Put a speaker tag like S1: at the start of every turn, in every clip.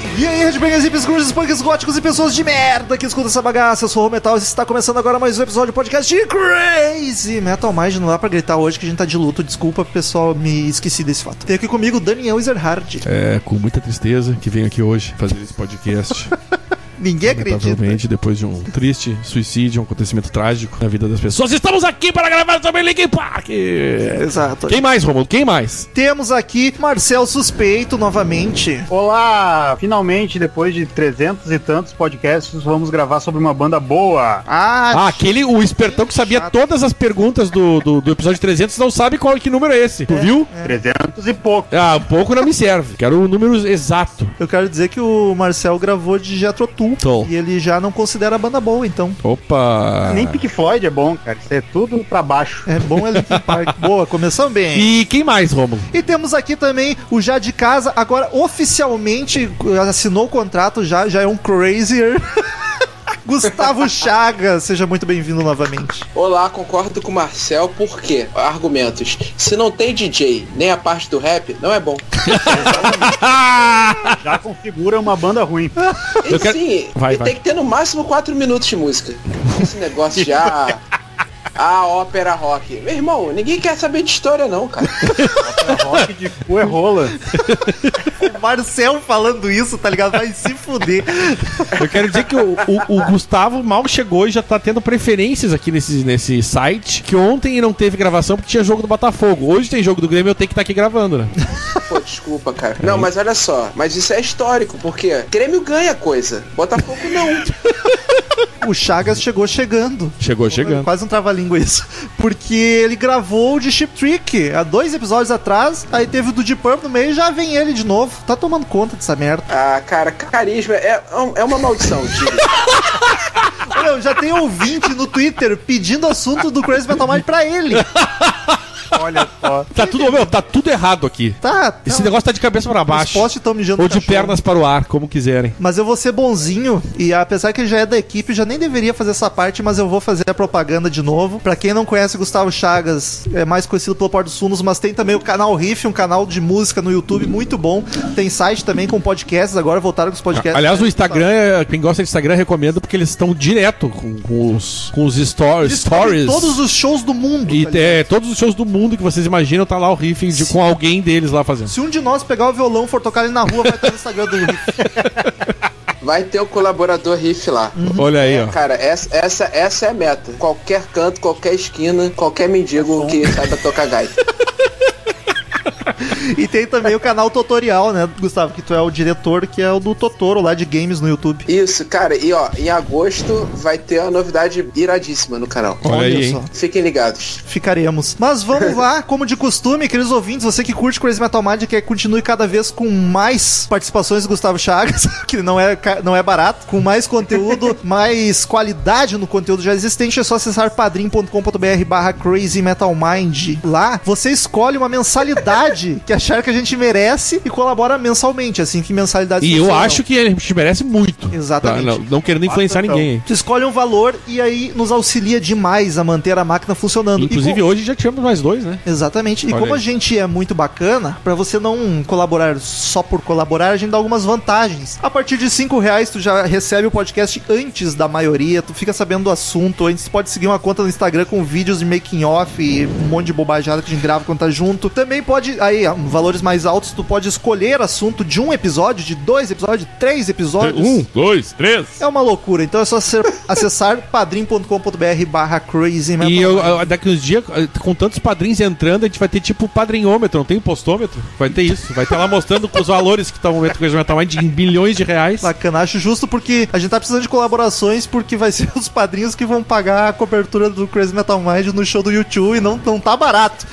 S1: headbangers, hips, grunges, punks, góticos e pessoas de merda que escutam essa bagaça. Eu sou o Metal e está começando agora mais um episódio do podcast de Crazy Metal Mind. Não dá pra gritar hoje que a gente tá de luto, desculpa, pessoal, me esqueci desse fato. Tem aqui comigo o Daniel Ezerhard.
S2: É, com muita tristeza que venho aqui hoje fazer esse podcast.
S1: Ninguém
S2: tá
S1: acredita.
S2: Lamentavelmente, depois de um triste suicídio, um acontecimento trágico na vida das pessoas. Estamos aqui para gravar sobre Linkin Park!
S1: Exato.
S2: Quem mais, Romulo? Quem mais?
S1: Temos aqui Marcel Suspeito novamente.
S3: Olá! Finalmente, depois de 300 e tantos podcasts, vamos gravar sobre uma banda boa.
S2: Ah,
S1: Ah,
S2: aquele, o espertão que sabia todas as perguntas do, do, do episódio 300 não sabe qual que número é esse. Tu viu?
S3: 300 e pouco.
S2: Ah, um pouco não me serve. Quero o número exato.
S1: eu quero dizer que o Marcel gravou de Jetrotul
S2: Tô.
S1: e ele já não considera a banda boa, então.
S2: Opa!
S3: Nem Pink Floyd é bom, cara. Isso é tudo pra baixo.
S1: É bom é Linkin Park. Boa, começamos bem.
S2: E quem mais, Romulo?
S1: E temos aqui também o Já de Casa, agora oficialmente assinou o contrato, já, já é um crazier. Gustavo Chaga, seja muito bem-vindo novamente.
S4: Olá, concordo com o Marcel, por quê? Argumentos. Se não tem DJ, nem a parte do rap, não é bom.
S3: Já configura uma banda ruim.
S4: E
S2: Eu quero-
S4: sim,
S2: Vai,
S4: e
S2: vai.
S4: tem que ter no máximo 4 minutos de música. Esse negócio de ah, ah, ópera rock. Meu irmão, ninguém quer saber de história não, cara.
S3: Rock de cu é rola.
S1: O Marcel falando isso, tá ligado? Vai se fuder.
S2: Eu quero dizer que o, o- o Gustavo mal chegou e já tá tendo preferências aqui nesse, nesse site. Que ontem não teve gravação porque tinha jogo do Botafogo. Hoje tem jogo do Grêmio, eu tenho que estar aqui gravando, né?
S4: Pô, desculpa, cara. Não, mas olha só, mas isso é histórico, porque Grêmio ganha coisa, Botafogo não.
S1: O Chagas chegou chegando.
S2: Chegou chegando.
S1: Quase um trava-língua isso. Porque ele gravou o de Chip Trick há dois episódios atrás, aí teve o do Deep Purple no meio e já vem ele de novo. Tá tomando conta dessa merda.
S4: Ah, cara, carisma é, é uma maldição, diga.
S1: Olha, já tem ouvinte no Twitter pedindo assunto do Crazy Metal Mind pra ele.
S3: Olha só.
S2: Tá tudo, meu, tá tudo errado aqui.
S1: Tá, tá
S2: Esse negócio tá de cabeça pra
S1: Os
S2: baixo.
S1: postes estão mijando
S2: Ou de
S1: cachorro.
S2: pernas para o ar, como quiserem.
S1: Mas eu vou ser bonzinho e apesar que ele já é da equipe, já nem deveria fazer essa parte, mas eu vou fazer a propaganda de novo. Pra quem não conhece Gustavo Chagas, é mais conhecido pelo Porto dos Fundos, mas tem também o canal Riff, um canal de música no YouTube muito bom. Tem site também com podcasts, agora voltaram com os podcasts.
S2: Ah, Aliás, o Instagram, é- quem gosta de Instagram, recomendo porque eles estão direto com, com os, com os stor-
S1: Eles cobrem
S2: stories.
S1: todos os shows do mundo.
S2: E
S1: tá ligado?
S2: é, todos os shows do mundo que vocês imaginam, tá lá o riffing de- com alguém deles lá fazendo.
S1: Se um de nós pegar o violão e for tocar ele na rua, vai estar no Instagram do Riff.
S4: Vai ter o colaborador riff lá.
S1: Uhum.
S2: Olha aí, ó.
S4: Cara, essa, essa, essa é a meta. Qualquer canto, qualquer esquina, qualquer mendigo que saiba tocar gaita.
S1: E tem também o canal Tutorial, né, Gustavo? Que tu é o diretor, que é o do Totoro lá de games no YouTube.
S4: Isso, cara, e ó, em agosto vai ter uma novidade iradíssima no canal.
S2: Olha aí, hein?
S4: Fiquem ligados.
S1: Ficaremos. Mas vamos lá, como de costume, queridos ouvintes, você que curte Crazy Metal Mind, quer que continue cada vez com mais participações do Gustavo Chagas, que não é, ca- não é barato, com mais conteúdo, mais qualidade no conteúdo já existente, é só acessar padrim.com.br barra Crazy Metal Mind. Lá, você escolhe uma mensalidade que achar que a gente merece e colabora mensalmente, assim, que mensalidade
S2: E eu acho que a gente merece muito.
S1: Exatamente.
S2: Tá? Não, não querendo influenciar
S3: Bastantão.
S2: ninguém. hein?
S1: Tu escolhe um valor e aí nos auxilia demais a manter a máquina funcionando. E com-
S2: Inclusive, hoje já tivemos mais dois, né?
S1: Exatamente. E
S2: Olha
S1: como
S2: aí.
S1: a gente é muito bacana, pra você não colaborar só por colaborar, a gente dá algumas vantagens. A partir de 5 reais, tu já recebe o podcast antes da maioria, tu fica sabendo do assunto, antes pode seguir uma conta no Instagram com vídeos de making off e um monte de bobajada que a gente grava quando tá junto. Também pode, aí, ó, valores mais altos, tu pode escolher assunto de um episódio, de dois episódios, de três episódios.
S2: Um, dois, três.
S1: É uma loucura, então é só ser- acessar padrim.com.br barra crazy né, Metal
S2: E eu,
S1: Mind.
S2: eu- daqui uns dias, com tantos padrinhos entrando, a gente vai ter tipo padrinhômetro, não tem postômetro? Vai ter isso. Vai ter lá mostrando com os valores que estão com coisa metal mais de em bilhões de reais.
S1: Bacana, acho justo porque a gente tá precisando de colaborações porque vai ser os padrinhos que vão pagar a cobertura do Crazy Metal Mind no show do YouTube e não, não tá barato.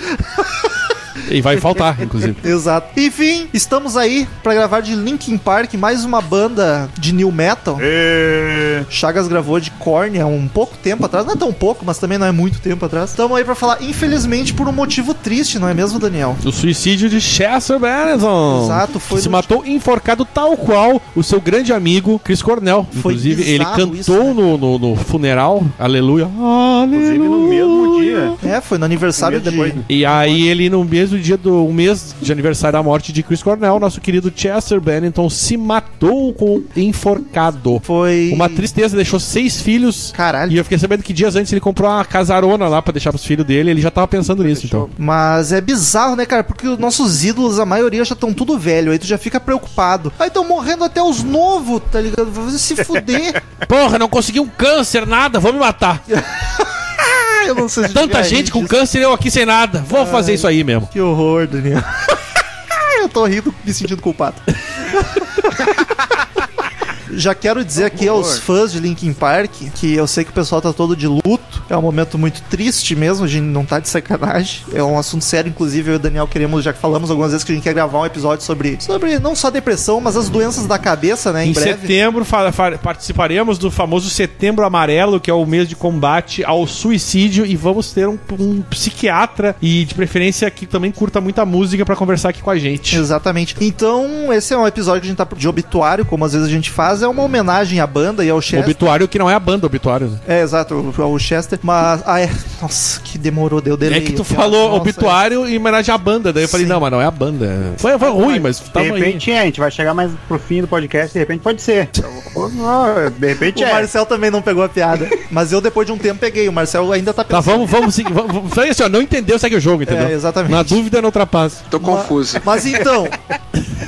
S2: E vai faltar, inclusive.
S1: Exato. Enfim, estamos aí pra gravar de Linkin Park, mais uma banda de new metal.
S3: É...
S1: Chagas gravou de Korn há um pouco tempo atrás, não é tão pouco, mas também não é muito tempo atrás. Estamos aí pra falar, infelizmente, por um motivo triste, não é mesmo, Daniel?
S2: O suicídio de Chester Bennington.
S1: Exato, foi
S2: que se
S1: no-
S2: matou enforcado tal qual o seu grande amigo Chris Cornell.
S1: Foi
S2: Inclusive,
S1: bizarro
S2: ele cantou
S1: isso, né?
S2: no, no- no funeral, aleluia.
S3: Inclusive no mesmo
S2: Aleluia.
S3: dia.
S1: É, É, foi no aniversário
S3: Um mês depois,
S1: de...
S3: né?
S2: E aí ele, no mesmo dia do um mês de aniversário da morte de Chris Cornell, nosso querido Chester Bennington se matou com um enforcado.
S1: Foi...
S2: Uma tristeza, deixou seis filhos.
S1: Caralho.
S2: E eu fiquei sabendo que dias antes ele comprou uma casarona lá pra deixar pros filhos dele, ele já tava pensando nisso, então.
S1: Mas é bizarro, né, cara? Porque os nossos ídolos, a maioria já estão tudo velho, aí tu já fica preocupado. Aí estão morrendo até os novos, tá ligado? Vai se fuder.
S2: Porra, não consegui um câncer, nada, vou me matar.
S1: Ah, eu não sei se
S2: Tanta
S1: diria
S2: gente com
S1: isso.
S2: câncer, eu aqui sem nada. Vou
S1: Ah,
S2: fazer isso aí mesmo.
S1: Que horror, Daniel. Ah, eu tô rindo, me sentindo culpado. Já quero dizer aqui aos fãs de Linkin Park que eu sei que o pessoal tá todo de luto. É um momento muito triste mesmo, a gente não tá de sacanagem. É um assunto sério, inclusive eu e o Daniel queremos, já que falamos algumas vezes que a gente quer gravar um episódio sobre, sobre não só depressão, mas as doenças da cabeça, né? Em,
S2: Em
S1: breve.
S2: setembro fa- fa- participaremos do famoso Setembro Amarelo, que é o mês de combate ao suicídio, e vamos ter um, um psiquiatra e de preferência que também curta muita música pra conversar aqui com a gente.
S1: Exatamente. Então, esse é um episódio que a gente tá de obituário, como às vezes a gente faz, é uma homenagem à banda e ao Chester.
S2: Obituário que não é a banda obituário. né?
S1: É, exato, o, o Chester. Mas, ah, é. Nossa, que demorou, deu delay.
S2: É que tu
S1: aqui, ó.
S2: falou
S1: Nossa,
S2: obituário em homenagem à banda, daí eu falei,
S1: Sim.
S2: não, mas não é a banda. Foi, foi ruim, mas
S3: De
S2: tava aí.
S3: repente é, a gente vai chegar mais pro fim do podcast, de repente pode ser. De repente
S1: O
S3: é.
S1: Marcel também não pegou a piada. Mas eu, depois de um tempo, peguei. O Marcel ainda tá
S2: Tá,
S1: pensando.
S2: vamos, vamos seguir. Vamos, vamos- foi assim, ó, não entendeu, segue o jogo, entendeu?
S1: É, exatamente.
S2: Na dúvida, não ultrapassa.
S4: Tô confuso.
S1: Mas então,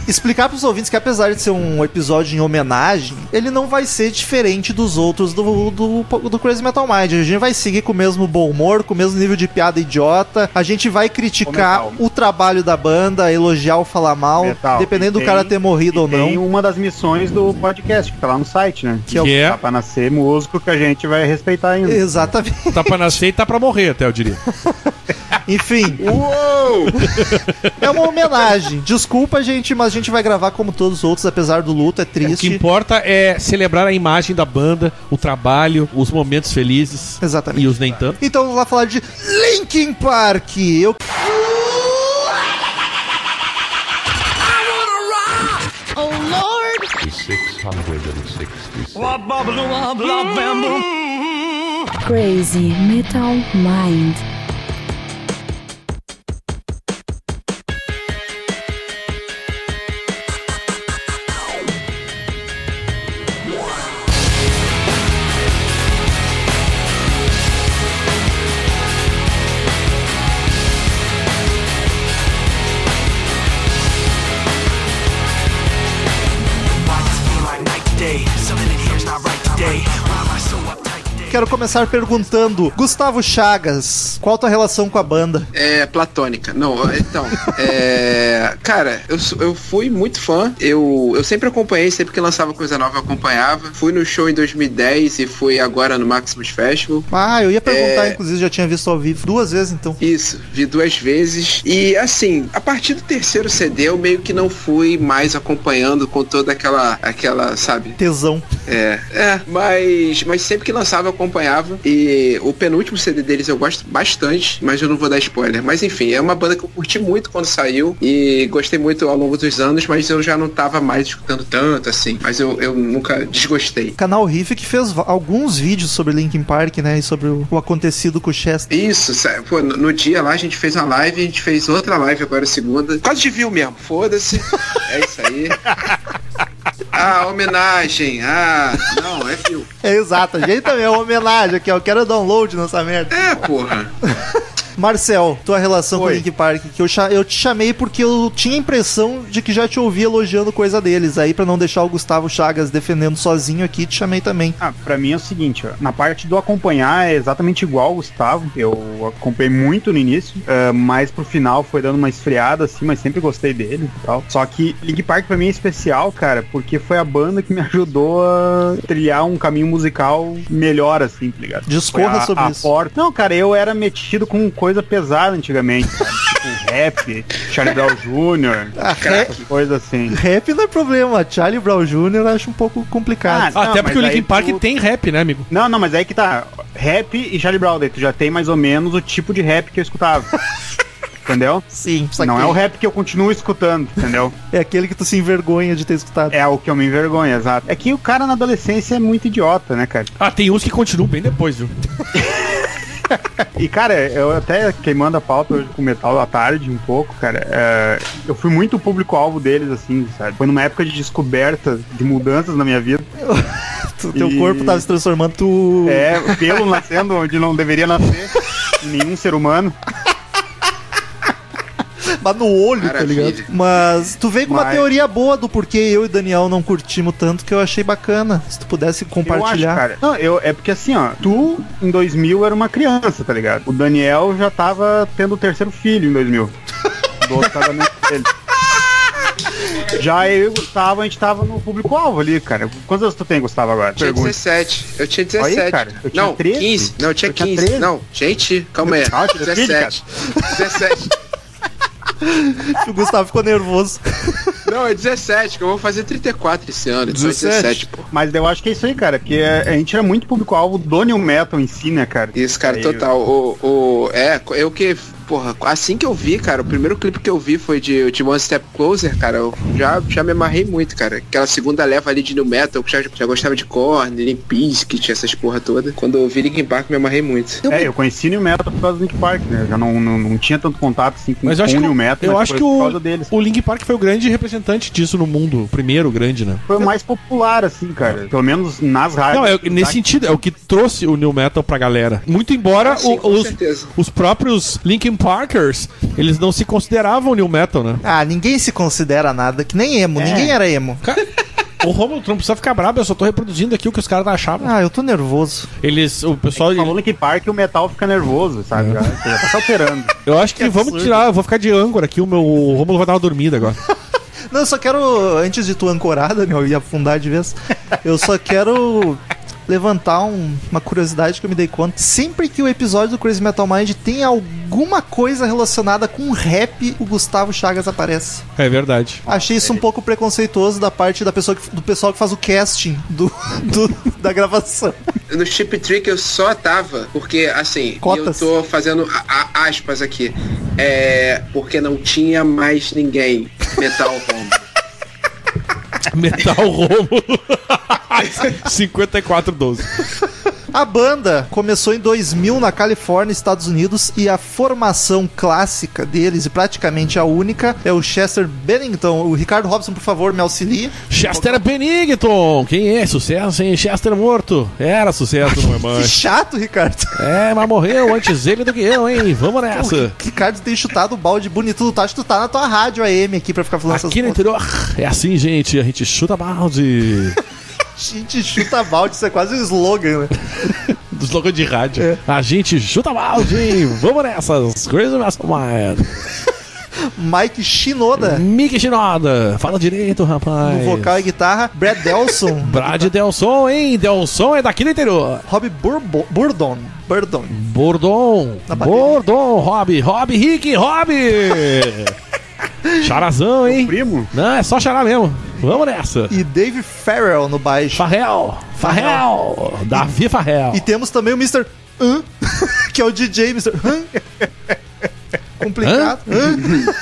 S1: explicar pros ouvintes que apesar de ser um episódio em homenagem, ele não vai ser diferente dos outros do, do, do Crazy Metal Mind. A gente vai seguir com o mesmo bom humor, com o mesmo nível de piada idiota. A gente vai criticar
S3: Comentar.
S1: o trabalho da banda, elogiar ou falar mal,
S3: Metal.
S1: dependendo
S3: E
S1: do cara
S3: tem-
S1: ter morrido
S3: e
S1: ou não.
S3: Tem uma das missões do podcast, que tá lá no site, né?
S1: Que é o-
S2: Que é?
S3: Tá pra nascer músico que a gente vai respeitar ainda.
S1: Exatamente.
S2: Tá pra nascer e tá pra morrer, até eu diria.
S1: Enfim.
S4: Uou!
S1: É uma homenagem. Desculpa, gente, mas a gente vai gravar como todos os outros, apesar do luto, é
S2: O que
S1: triste.
S2: importa é celebrar a imagem da banda, o trabalho, os momentos felizes
S1: Exatamente.
S2: e os nem tanto.
S1: Então vamos lá falar de Linkin Park. Eu
S5: Crazy Metal Mind.
S1: quero começar perguntando, Gustavo Chagas, qual tua relação com a banda?
S4: É, platônica. Não, então. é, cara, eu, sou- eu fui muito fã. Eu, eu sempre acompanhei, sempre que lançava coisa nova eu acompanhava. Fui no show em 2010 e fui agora no Maximus Festival.
S1: Ah, eu ia perguntar,
S4: É.
S1: inclusive, já tinha visto ao vivo duas vezes, então.
S4: Isso, vi duas vezes. E assim, a partir do terceiro CD eu meio que não fui mais acompanhando com toda aquela, aquela, sabe?
S1: Tesão.
S4: É, é, mas, mas sempre que lançava eu acompanhava. E o penúltimo CD deles eu gosto bastante, mas eu não vou dar spoiler. Mas enfim, é uma banda que eu curti muito quando saiu e gostei muito ao longo dos anos, mas eu já não tava mais escutando tanto assim. Mas eu, eu nunca desgostei.
S1: Canal Riff que fez va- alguns vídeos sobre Linkin Park, né? E sobre o, o acontecido com o Chester.
S4: Isso, sa- pô, no, no dia lá a gente fez uma live, a gente fez outra live agora segunda. Quase de view mesmo, foda-se. É isso aí. Ah, homenagem. Ah, não, é view.
S1: É exato, a gente também é uma homenagem aqui, ó. Eu quero download nessa merda.
S4: É, porra.
S1: Marcel, tua relação com
S3: Oi.
S1: o Link Park, que eu, cha- eu te chamei porque eu tinha a impressão de que já te ouvi elogiando coisa deles. Aí, pra não deixar o Gustavo Chagas defendendo sozinho aqui, te chamei também.
S3: Ah, pra mim é o seguinte, ó, na parte do acompanhar é exatamente igual o Gustavo, eu acompanhei muito no início, ah, mas pro final foi dando uma esfriada assim, mas sempre gostei dele e tal. Só que Link Park pra mim é especial, cara, porque foi a banda que me ajudou a trilhar um caminho musical melhor assim, tá ligado?
S1: Discorra
S3: Foi a-
S1: sobre
S3: a
S1: isso.
S3: porta- Não, cara, eu era metido com coisa pesada antigamente, sabe? tipo rap, Charlie Brown Jr.,
S1: Ah, rap,
S3: essas coisas assim.
S1: rap não é problema, Charlie Brown Jr. eu acho um pouco complicado.
S3: Ah,
S2: Até
S3: não,
S2: porque o
S3: mas
S2: Linkin
S3: aí
S2: Park
S3: tu-
S2: tem rap, né, amigo?
S3: Não, não, mas aí que tá. Rap e Charlie Brown, daí tu já tem mais ou menos o tipo de rap que eu escutava. entendeu?
S1: sim, saquei.
S3: Não é o rap que eu continuo escutando, entendeu?
S1: É aquele que tu se envergonha de ter escutado.
S3: É o que eu me envergonho, exato. É que o cara na adolescência é muito idiota, né, cara?
S2: Ah, tem uns que continuam bem depois, viu?
S3: E, cara, eu até queimando a pauta hoje com metal à tarde um pouco, cara, é, eu fui muito o público-alvo deles, assim, sabe? Foi numa época de descoberta, de mudanças na minha vida.
S1: Tu- Teu
S3: E-
S1: corpo tava se transformando, tu.
S3: É, pelo nascendo onde não deveria nascer em nenhum ser humano.
S1: Mas no olho,
S4: Maravilha.
S1: tá ligado? Mas tu veio com uma
S3: Mas-
S1: teoria boa do porquê eu e Daniel não curtimos tanto que eu achei bacana. Se tu pudesse
S3: Eu acho,
S1: compartilhar.
S3: cara. Não, eu, é porque assim, ó, tu em 2000 era uma criança, tá ligado? O Daniel já tava tendo o terceiro filho em 2000. Do outro casamento dele. Já eu e o Gustavo, a gente tava no público-alvo ali, cara. Quantos anos tu tem, Gustavo, agora?
S4: Eu tinha
S3: Pergunta.
S4: 17. Eu tinha
S3: Olha aí,
S4: 17.
S3: cara, eu tinha
S4: não,
S3: 13.
S4: 15. Não, eu tinha
S3: Eu tinha
S4: 15.
S3: 13.
S4: não, gente, calma aí.
S3: Ah, eu tinha
S4: 17. 17.
S1: O Gustavo ficou nervoso.
S4: Não, é 17, que eu vou fazer 34 esse ano. Então 17. 17, pô.
S3: Mas eu acho que é isso aí, cara. Porque é, a gente era muito público-alvo do New Metal em si, né, cara?
S4: Isso, cara,
S3: Aí,
S4: total. O, o, é, eu que. Porra, assim que eu vi, cara, o primeiro clipe que eu vi foi de, de One Step Closer, cara. Eu já, já me amarrei muito, cara. Aquela segunda leva ali de New Metal, que já, já gostava de Korn, Limp Bizkit, essas porra toda. Quando eu vi Linkin Park, me amarrei muito.
S3: É, eu conheci New Metal por causa do Nick Park, né? Eu já não, não, não tinha tanto contato assim com,
S2: Mas eu acho
S3: com
S2: que,
S3: New Metal,
S2: eu
S3: mas
S2: acho
S3: né, foi
S2: que
S3: por
S2: o,
S3: causa deles.
S2: o Link Park foi o grande representante disso no mundo. O primeiro grande, né?
S3: foi o mais popular, assim, cara. Pelo menos nas rádios.
S2: Não, é, nesse sentido, é o que trouxe o New Metal pra galera. Muito embora
S4: Ah, Sim,
S2: o-
S4: com
S2: os,
S4: certeza.
S2: os próprios Linkin Parkers, eles não se consideravam New Metal, né?
S1: Ah, ninguém se considera nada, que nem emo.
S3: É.
S1: Ninguém era emo.
S2: O Romulo, tu não precisa ficar brabo, eu só tô reproduzindo aqui o que os caras achavam.
S1: Ah, eu tô nervoso.
S2: Eles, o pessoal,
S3: Só É falou Linkin Park e o metal fica nervoso,
S2: É.
S3: sabe? Já, já tá se alterando.
S2: eu acho que, vamos tirar, eu vou ficar de âncora aqui, o meu o Romulo vai dar uma dormida agora.
S1: Não, eu só quero, antes de tu ancorar, Daniel, e afundar de vez, eu só quero levantar um- uma curiosidade que eu me dei conta. Sempre que o episódio do Crazy Metal Mind tem alguma coisa relacionada com rap, o Gustavo Chagas aparece.
S2: É verdade.
S1: Achei isso um pouco preconceituoso da parte da pessoa que- do pessoal que faz o casting do, do- da gravação.
S4: No Chip Trick eu só tava, porque assim,
S1: Cotas.
S4: e eu tô fazendo a- a- aspas aqui. É. Porque não tinha mais ninguém. Metal Home.
S2: Metal Romulo 5412.
S1: A banda começou em 2000 na Califórnia, Estados Unidos, e a formação clássica deles, e praticamente a única, é o Chester Bennington. O Ricardo Robson, por favor, me auxilie.
S2: Chester Bennington, quem é? Sucesso, hein? Chester morto. Era sucesso, não é
S1: Que
S2: mais.
S1: chato, Ricardo.
S2: É, mas morreu antes ele do que eu, hein? Vamos nessa.
S1: O Ricardo tem chutado o balde bonito do Tati. Tu tá na tua rádio AM aqui pra ficar falando
S2: Aqui no
S1: coisas.
S2: interior é assim, gente. A gente chuta balde.
S1: Gente, chuta balde, isso é quase um slogan, né?
S2: Dos logos de rádio. É. A gente chuta balde, hein? Vamos nessas. Crazy Mastermind.
S1: Mike Shinoda,
S2: Mickey Shinoda. Fala direito, rapaz.
S1: no vocal e guitarra. Brad Delson.
S2: Brad Delson, hein? Delson é daqui do interior.
S1: Rob Burbo- Burdon. Burdon.
S2: Hum. Bordon.
S1: Na bateria.
S2: Bordon. Rob. Rob Rick. Rob. Charazão, hein?
S3: Primo?
S2: Não, é só charar mesmo. Vamos nessa.
S1: E Dave Farrell no baixo.
S2: Farrell. Farrell. Davi Farrell.
S1: E temos também o Mr. Hã, que é o DJ Mr. Hã. Complicado. Hã?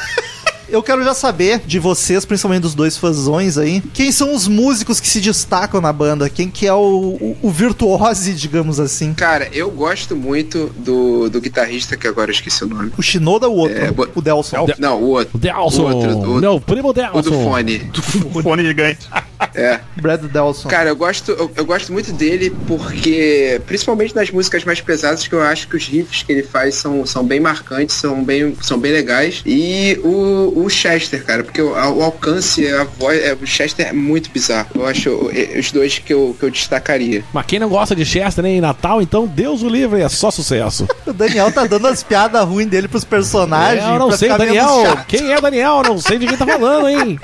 S1: Eu quero já saber de vocês, principalmente dos dois fãzões aí, quem são os músicos que se destacam na banda? Quem que é o, o, o virtuose, digamos assim?
S4: Cara, eu gosto muito do, do guitarrista, que agora eu esqueci o nome.
S1: O Shinoda ou o outro?
S4: É, bo-
S1: o Delson.
S4: Não, o outro.
S2: O Delson.
S4: O outro, o-
S2: Não, o primo Delson.
S4: O do fone.
S3: O fone gigante.
S4: É.
S1: Brad Delson.
S4: Cara, eu gosto, eu, eu gosto muito dele porque, principalmente nas músicas mais pesadas, que eu acho que os riffs que ele faz são, são bem marcantes, são bem, são bem legais. E o, o Chester, cara, porque o, a- o alcance, a voz, é, o Chester é muito bizarro. Eu acho é, os dois que eu, que eu destacaria.
S2: Mas quem não gosta de Chester nem Natal, então Deus o livre, é só sucesso.
S1: O Daniel tá dando as piadas ruins dele pros personagens.
S2: É, eu não
S1: Ah, pra
S2: sei,
S1: ficar menos
S2: Daniel.
S1: chato.
S2: Quem é Daniel? Não sei de quem tá falando, hein?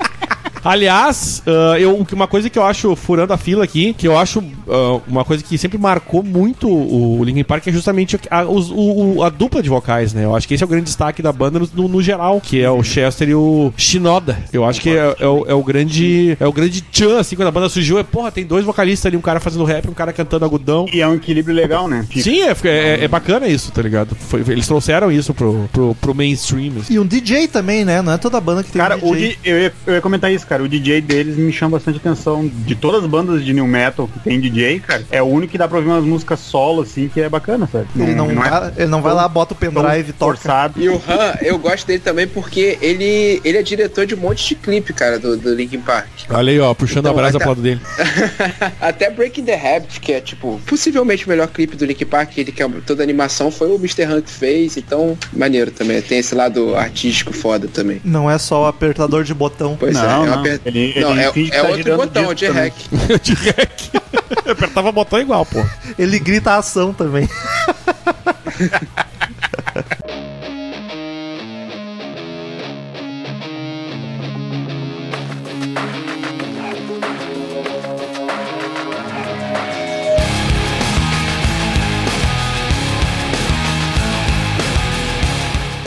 S2: Aliás, ah, eu, uma coisa que eu acho, furando a fila aqui, que eu acho ah, uma coisa que sempre marcou muito o Linkin Park é justamente a, os- o- o- a dupla de vocais, né? Eu acho que esse é o grande destaque da banda no, no- no geral, que é o Chester e o Shinoda. Eu acho que é, é o, é o grande é o grande tchan, assim, quando a banda surgiu, é, porra, tem dois vocalistas ali, um cara fazendo rap, um cara cantando agudão.
S3: E é um equilíbrio legal, né? Fica-
S2: Sim, é, é- é bacana isso, tá ligado? Foi- eles trouxeram isso pro, pro, pro mainstream. assim.
S1: E um DJ também, né? Não é toda banda que tem
S3: Cara,
S1: um
S3: o
S1: DJ.
S3: di- eu, ia, eu ia comentar isso, cara. O DJ deles me chama bastante atenção. De todas as bandas de New Metal que tem DJ, cara, é o único que dá pra ouvir umas músicas solo, assim, que é bacana, sabe?
S1: Ele não,
S3: é
S1: tá- ele não vai lá, bota o pendrive e
S3: tão
S1: toca.
S3: forçado.
S4: E o Han, eu gosto dele também porque ele, ele é diretor de um monte de clipe, cara, do, do Linkin Park.
S2: Olha aí, ó, puxando
S4: Então,
S2: a brasa
S4: vai,
S2: pro lado dele.
S4: Até Breaking the Habit, que é, tipo, possivelmente o melhor clipe do Linkin Park, ele que é toda a animação, foi o Mr. Han que fez, então, maneiro também. Tem esse lado artístico foda também.
S1: Não é só o apertador de botão.
S4: Pois
S3: Não,
S4: é, é, uma
S3: não.
S4: per-
S3: Ele-
S4: não,
S3: ele
S4: é,
S3: finge que
S4: é
S3: tá
S4: outro
S3: girando
S4: botão
S3: disco
S4: de
S3: também.
S4: hack.
S2: De rec. Apertava o botão igual, pô.
S1: Ele grita a ação também.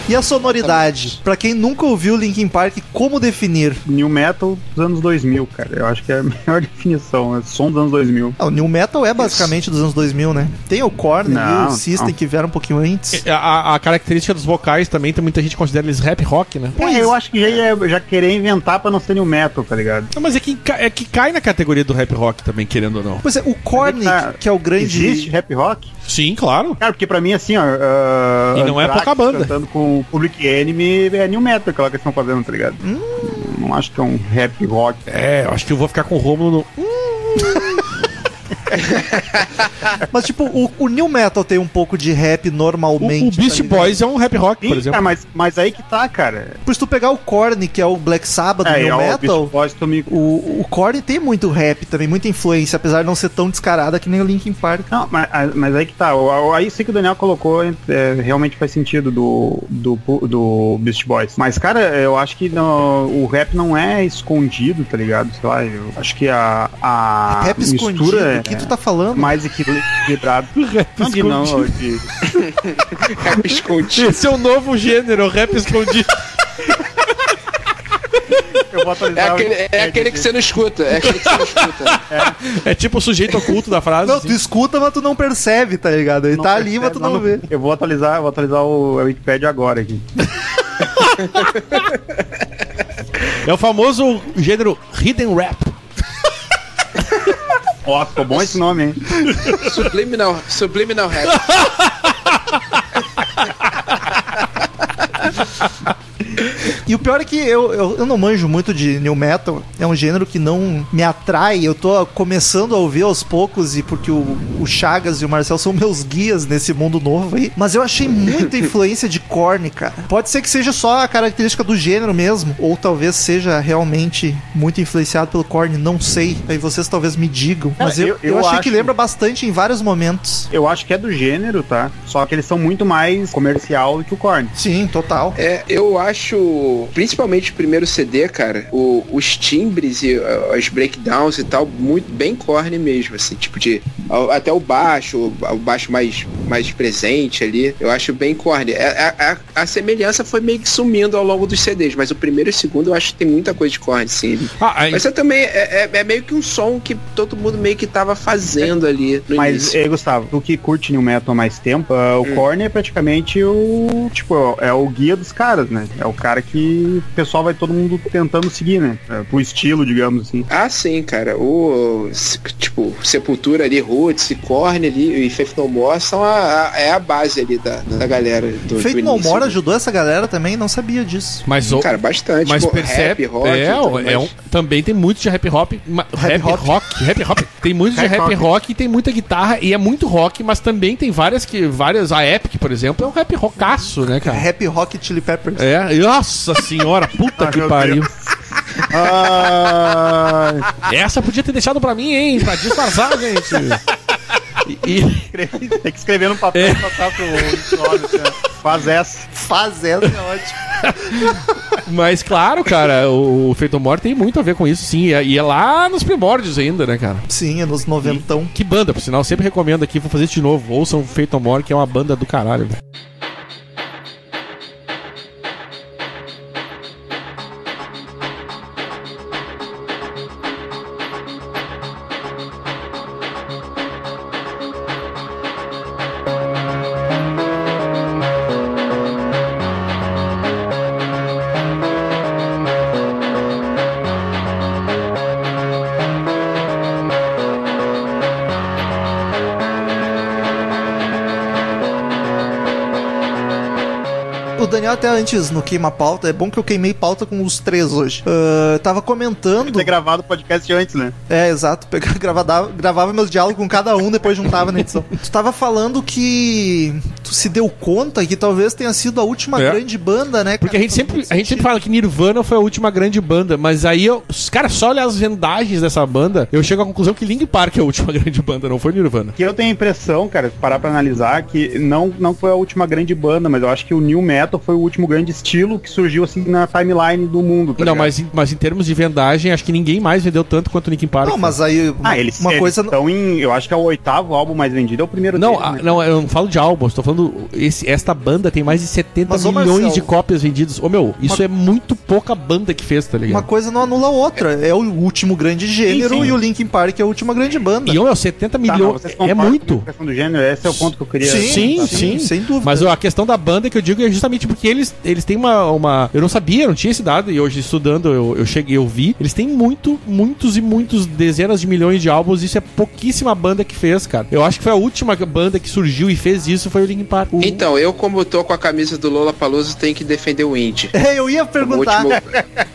S1: E a sonoridade? Pra quem nunca ouviu Linkin Park, como definir?
S3: New Metal dos anos 2000, cara. Eu acho que é a melhor definição. É som dos anos 2000.
S1: Ah, o New Metal é basicamente dos anos 2000, né? Tem o Korn e
S3: Não,
S1: o System
S3: não.
S1: que vieram um pouquinho antes.
S2: É, A, a característica dos vocais também, tem muita gente considera eles rap rock, né?
S3: É, eu acho que já, ia- já querer inventar pra não ser New Metal, tá ligado?
S2: Não, mas é que, ca- é que cai na categoria do rap rock também, querendo ou não.
S1: Pois é, o Korn,
S3: Tá.
S1: que é o grande.
S3: Existe rap rock?
S2: Sim, claro.
S3: Cara, porque pra mim, assim, ó... ah,
S2: E não é
S3: Anthrax
S2: pouca banda.
S3: Cantando com o Public Enemy é New Metal, aquela que eles estão fazendo, tá ligado?
S1: Hum.
S3: Não acho que é um rap rock.
S2: É, eu acho que eu vou ficar com o Romulo no...
S1: Mas, tipo, o, o New Metal tem um pouco de rap normalmente.
S2: O, o Beast
S1: tá ligado?
S2: Boys é um rap rock,
S3: Sim,
S2: por exemplo.
S3: cara, mas, mas aí que tá, cara.
S1: Pois tu pegar o Korn, que é o Black Sabbath do
S3: É, é
S1: New
S3: o
S1: Metal.
S3: Beast Boys também...
S1: O, o Korn tem muito rap também, muita influência, apesar de não ser tão descarada que nem o Linkin Park.
S3: Não, mas, mas aí que tá. o- o- Aí sei que o Daniel colocou, é, realmente faz sentido do, do, pu- do Beast Boys. Mas, cara, eu acho que não- o rap não é escondido, tá ligado? Sei lá, eu acho que a, a
S1: rap escondido,
S3: mistura é
S1: o que tu tá falando?
S3: mais equil- equilibrado.
S2: Rap
S3: Não, de não, de-
S4: Rap escondido.
S2: Esse é o novo gênero, rap escondido.
S3: eu vou
S4: É
S3: atualizar o
S4: aquele, é
S3: Wikipedia
S4: aquele que
S3: aqui.
S4: você não escuta, é aquele que você não escuta.
S2: É tipo o sujeito oculto da frase.
S1: Não,
S2: assim.
S1: tu escuta, mas tu não percebe, tá ligado? Ele
S3: Não
S1: tá ali,
S3: percebe,
S1: mas tu não, vê.
S3: Eu vou atualizar, eu vou atualizar o a Wikipedia agora aqui.
S2: É o famoso gênero hidden rap.
S3: Ó, ficou bom esse nome, hein?
S4: Subliminal, subliminal rap.
S1: E o pior é que eu, eu, eu não manjo muito de new metal, é um gênero que não me atrai. Eu tô começando a ouvir aos poucos, e porque o, o Chagas e o Marcel são meus guias nesse mundo novo aí. Mas eu achei muita influência de Korn, cara. Pode ser que seja só a característica do gênero mesmo, ou talvez seja realmente muito influenciado pelo Korn, não sei. Aí vocês talvez me digam.
S3: Cara,
S1: Mas eu, eu,
S3: eu- eu
S1: achei que
S3: acho-
S1: lembra bastante em vários momentos.
S3: Eu acho que é do gênero, tá? Só que eles são muito mais comercial que o Korn.
S1: Sim, total.
S4: É, eu acho, principalmente o primeiro CD, cara, o- os timbres e uh, os breakdowns e tal, muito bem corne mesmo, assim, tipo de. a- Até o baixo, o o baixo mais, mais presente ali, eu acho bem corne. A, a- a- a semelhança foi meio que sumindo ao longo dos CDs, mas o primeiro e o segundo eu acho que tem muita coisa de corne, sim.
S2: Ah, aí-
S4: Mas é também é, é- é meio que um som que todo mundo meio que tava fazendo ali no
S3: Mas,
S4: início.
S3: eh, Gustavo, tu que curte New Metal há mais tempo, ah, o
S2: Hum.
S3: Korn é praticamente o. Tipo, é o guia dos caras, né? É o cara que o pessoal vai todo mundo tentando seguir, né? É, pro estilo, digamos assim.
S4: Ah, sim, cara. O, se- tipo, Sepultura ali, Roots, e Korn ali e Faith No More são a, a- é a base ali da, da galera do
S1: Feito
S4: do
S1: No
S4: início,
S1: More um
S4: né?
S1: ajudou essa galera também, não sabia disso.
S2: Mas o-
S4: Cara, bastante.
S2: mas
S4: pô,
S2: percebe,
S4: Tipo, rap, rock,
S2: é,
S4: então,
S2: é
S4: mas-
S2: um- também tem muito de rap hop, ma- rap,
S1: hop.
S2: rock, rap hop. Tem muito de
S3: Rap
S2: rap
S3: rock.
S2: rock e tem muita guitarra e é muito rock, mas também tem várias que várias a Epic, por exemplo, é um rap rockaço, né, cara?
S1: Happy Rock Chili Peppers.
S2: É, nossa senhora, puta
S3: Ah,
S2: que
S3: meu
S2: pariu.
S3: Ah,
S2: Essa podia ter deixado pra mim, hein, pra disfarçar, gente. E, e-
S3: escre- tem que escrever no papel e
S2: É.
S3: passar pro nome, assim, ó. Faz essa.
S1: Faz essa, é ótimo.
S2: mas claro, cara, o, o Feito More tem muito a ver com isso, sim. E é, e é lá nos primórdios ainda, né, cara?
S1: Sim, é nos noventão.
S2: Que banda, por sinal, sempre recomendo aqui, vou fazer isso de novo. Ouçam Feito More, que é uma banda do caralho. velho.
S1: O Daniel até antes no Queima Pauta, é bom que eu queimei pauta com os três hoje. Ah, tava comentando.
S3: Ter gravado o podcast antes, né?
S1: É, exato. Pegava, gravava, gravava meus diálogos com cada um, depois juntava na edição. Tu tava falando que tu se deu conta que talvez tenha sido a última
S2: É.
S1: grande banda, né?
S2: Porque a
S1: cara?
S2: gente,
S1: Faz
S2: sempre,
S1: muito
S2: a gente sempre
S1: sentido.
S2: fala que Nirvana foi a última grande banda, mas aí eu. os- Cara, só olhar as vendagens dessa banda, eu chego à conclusão que Linkin Park é a última grande banda, não foi Nirvana.
S3: Que eu tenho a impressão, cara, se parar pra analisar, que não, não foi a última grande banda, mas eu acho que o New Metal foi o último grande estilo que surgiu, assim, na timeline do mundo. tá
S2: não,
S1: é.
S3: ligado?
S2: mas, em- mas em termos de vendagem, acho que ninguém mais vendeu tanto quanto Linkin Park.
S1: Não, mas aí uma,
S3: Ah, eles,
S1: uma
S3: eles
S1: coisa.
S3: estão em. Eu acho que é o oitavo álbum mais vendido, é o primeiro
S2: Não,
S3: deles,
S2: a-
S3: né?
S2: não, eu não falo de álbuns, tô falando. esse- esta banda tem mais de 70
S1: Mas, ô,
S2: milhões
S1: Marcelo,
S2: de cópias vendidas. Ô meu, isso é muito pouca banda que fez, tá
S1: Uma
S2: ligado?
S1: coisa não anula a outra. É o último grande gênero
S3: sim.
S1: e o Linkin Park é a última grande banda.
S2: E ô meu, 70
S3: Tá, não,
S2: milhões.
S3: vocês
S2: é
S3: concordam
S2: muito.
S3: com a questão do gênero, esse é o ponto que eu queria.
S2: Sim,
S1: sim,
S2: sim.
S1: sem dúvida.
S2: Mas ó, a questão da banda que eu digo é justamente porque eles, eles têm uma, uma. Eu não sabia, não tinha esse dado, e hoje estudando eu, eu cheguei, eu vi. Eles têm muito, muitos e muitos dezenas de milhões de álbuns. Isso é pouquíssima banda que fez, cara. Eu acho que foi a última banda que surgiu e fez isso foi o Linkin Park. O-
S4: Então, eu, como tô com a camisa do Lola Paluso, tenho que defender o Indy.
S1: É, eu ia
S4: Como
S1: perguntar
S4: último-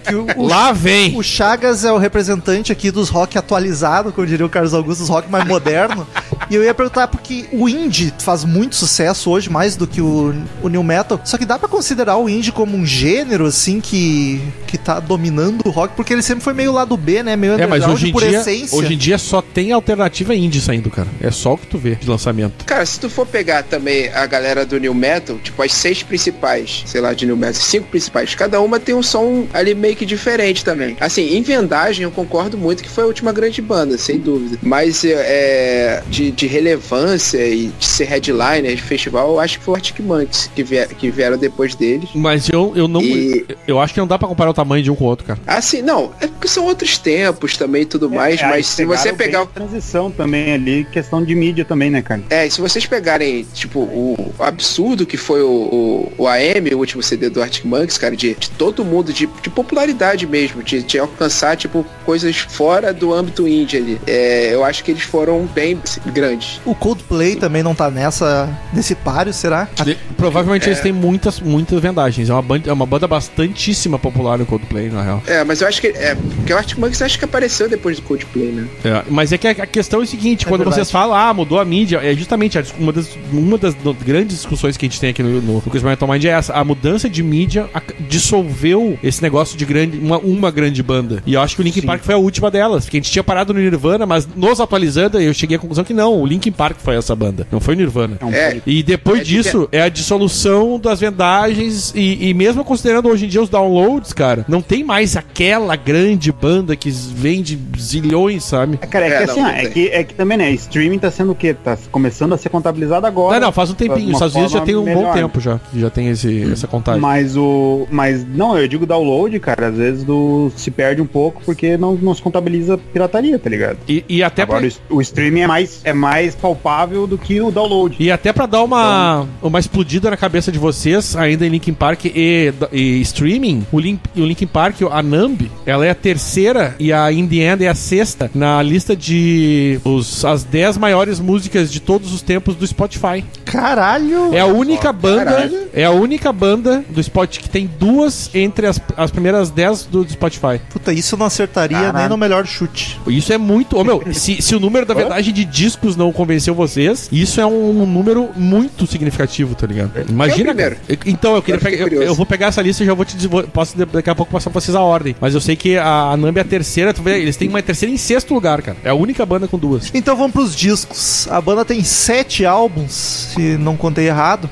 S1: que o, o
S2: Lá vem!
S1: O Chagas é o representante aqui dos rock atualizado, como diria o Carlos Augusto, dos rock mais moderno. e eu ia perguntar porque o indie faz muito sucesso hoje, mais do que o, o new metal. Só que dá pra considerar o indie como um gênero, assim, que, que tá dominando o rock, porque ele sempre foi meio lado B, né? Meio
S2: É, mas hoje em,
S1: por
S2: dia,
S1: essência.
S2: hoje em dia só tem alternativa indie saindo, cara. É só o que tu vê de lançamento.
S4: Cara, se tu for pegar também a galera do New Metal, tipo as seis principais, sei lá, de New Metal, cinco principais, cada uma tem um som ali meio que diferente também. Assim, em vendagem eu concordo muito que foi a última grande banda, sem dúvida. Mas é, de, de relevância e de ser headliner de festival, eu acho que foi o Arctic Monkeys que, vie- que vieram depois deles.
S2: Mas eu, eu não.
S4: E-
S2: Eu acho que não dá pra comparar o tamanho de um com o outro, cara.
S4: Assim, não, é porque são outros tempos também e tudo mais,
S3: É,
S4: mas
S3: eles
S4: se você
S3: pegaram bem
S4: pegar
S3: a transição também ali, questão de mídia também, né, cara?
S4: É, e se vocês pegarem, tipo, o absurdo que foi o, o, o AM, o último CD do Arctic Monkeys, cara, de, de todo mundo, de, de popularidade mesmo, de, de alcançar, tipo, coisas fora do âmbito indie ali. É, eu acho que eles foram bem assim, grandes.
S1: O Coldplay também não tá nessa nesse páreo, será? Ah,
S2: De- provavelmente eles têm muitas, muitas vendagens. É uma banda, é uma banda bastantíssima popular no Coldplay, na real.
S4: É, mas eu acho que... É, porque o Arctic Monkeys acho que apareceu depois do Coldplay, né?
S2: É, mas é que a a questão é o seguinte,
S1: É
S2: quando
S1: verdade.
S2: vocês falam, ah, mudou a mídia, é justamente a dis- uma das, uma das no- grandes discussões que a gente tem aqui no, no, no Quiz Metal Mind é essa. A mudança de mídia ac- dissolveu esse negócio de grande, uma, uma grande banda. E eu acho que o Linkin Park foi a última delas, porque a gente tinha parado no Nirvana, mas nos atualizando, eu cheguei à conclusão que não, o Linkin Park foi essa banda, não foi o Nirvana.
S3: É um
S4: É.
S3: público.
S2: E depois
S4: É de-
S2: disso, é a dissolução das vendagens e, e mesmo considerando hoje em dia os downloads, cara, não tem mais aquela grande banda que vende zilhões, sabe?
S3: É, Cara, é,
S4: É,
S3: que
S4: não,
S3: assim, ó,
S4: não
S3: é,
S4: tem.
S3: que, é que também, né? Streaming tá sendo o quê? Tá começando a ser contabilizado agora.
S2: Não, não, faz um tempinho. Os
S3: Uma
S2: Estados Unidos já
S3: forma
S2: tem um bom
S3: melhor. né?
S2: tempo já. que Já tem esse, essa contagem.
S3: Mas o. Mas não, eu digo download, cara, às vezes do, se perde um pouco porque não, não se contabiliza pirataria, tá ligado?
S2: E, e até pra,
S3: Agora o, o streaming é mais, é mais palpável do que o download.
S2: e até pra dar uma, uma explodida na cabeça de vocês, ainda em Linkin Park e, e streaming, o, Link, o Linkin Park, a Numb, ela é a terceira e a In The End é a sexta na lista de os, as 10 maiores músicas de todos os tempos do Spotify.
S1: Caralho!
S2: É a única banda,
S4: caralho.
S2: é a única banda do Spotify que tem duas entre as, as primeiras 10 do, do Spotify.
S1: Puta, isso eu não acertaria nem
S3: Caralho.
S1: no melhor chute.
S2: Isso é muito. Ô, meu, se, se o número da verdade de discos não convenceu vocês, isso é um, número muito significativo, tá ligado? Imagina.
S4: É o primeiro.
S2: cara. Eu- Então, eu queria
S4: Agora
S2: pegar-
S4: fiquei
S2: eu,
S4: curioso.
S2: eu vou pegar essa lista e já vou te dizer. vou- Posso de- daqui a pouco passar pra vocês a ordem. Mas eu sei que a, a Nambi é a terceira. Tu vê, eles têm uma terceira em sexto lugar, cara. É a única banda com duas.
S1: Então vamos pros discos. A banda tem sete álbuns, se não contei errado.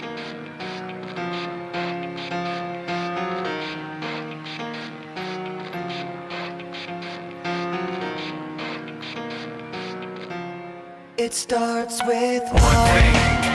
S6: It starts with one.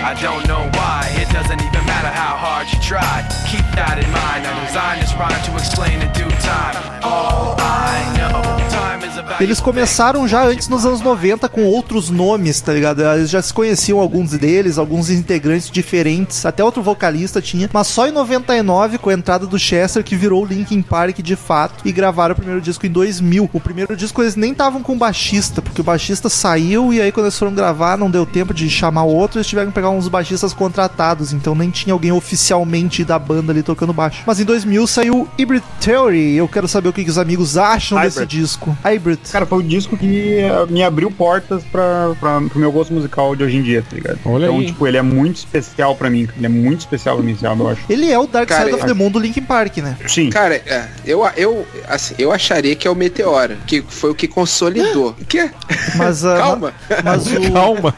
S7: I don't know why, it doesn't even matter.
S6: matter how hard you try. Keep that in mind. I designed this rhyme to explain in due time. All I know, time is a valuable
S1: Eles começaram já antes nos anos 90 com outros nomes, tá ligado? Eles já se conheciam alguns deles, alguns integrantes diferentes, até outro vocalista tinha, mas só em 99 com a entrada do Chester que virou o Linkin Park de fato e gravaram o primeiro disco em 2000. O primeiro disco eles nem estavam com baixista, porque o baixista saiu e aí quando eles foram gravar não deu tempo de chamar outro, eles tiveram que pegar uns baixistas contratados, então nem tinha alguém oficialmente da banda ali tocando baixo. Mas em 2000 saiu Hybrid Theory, eu quero saber o que, que os amigos acham desse
S3: Hybrid.
S1: disco. Hybrid.
S3: Cara, foi o disco que eh, me abriu portas pra, pra, pro meu gosto musical de hoje em dia, tá ligado?
S2: Olha
S3: então,
S2: aí.
S3: tipo, ele é muito especial pra mim. cara. Ele é muito especial pra mim, esse álbum, eu acho.
S1: Ele é o Dark
S4: Cara,
S1: Side of the Moon do Linkin Park, né?
S3: Sim.
S4: Cara, é, eu, eu, assim, eu acharia que é o Meteora, que foi o que consolidou. O quê?
S1: Mas, ah,
S4: Calma.
S1: Mas o...
S2: Calma.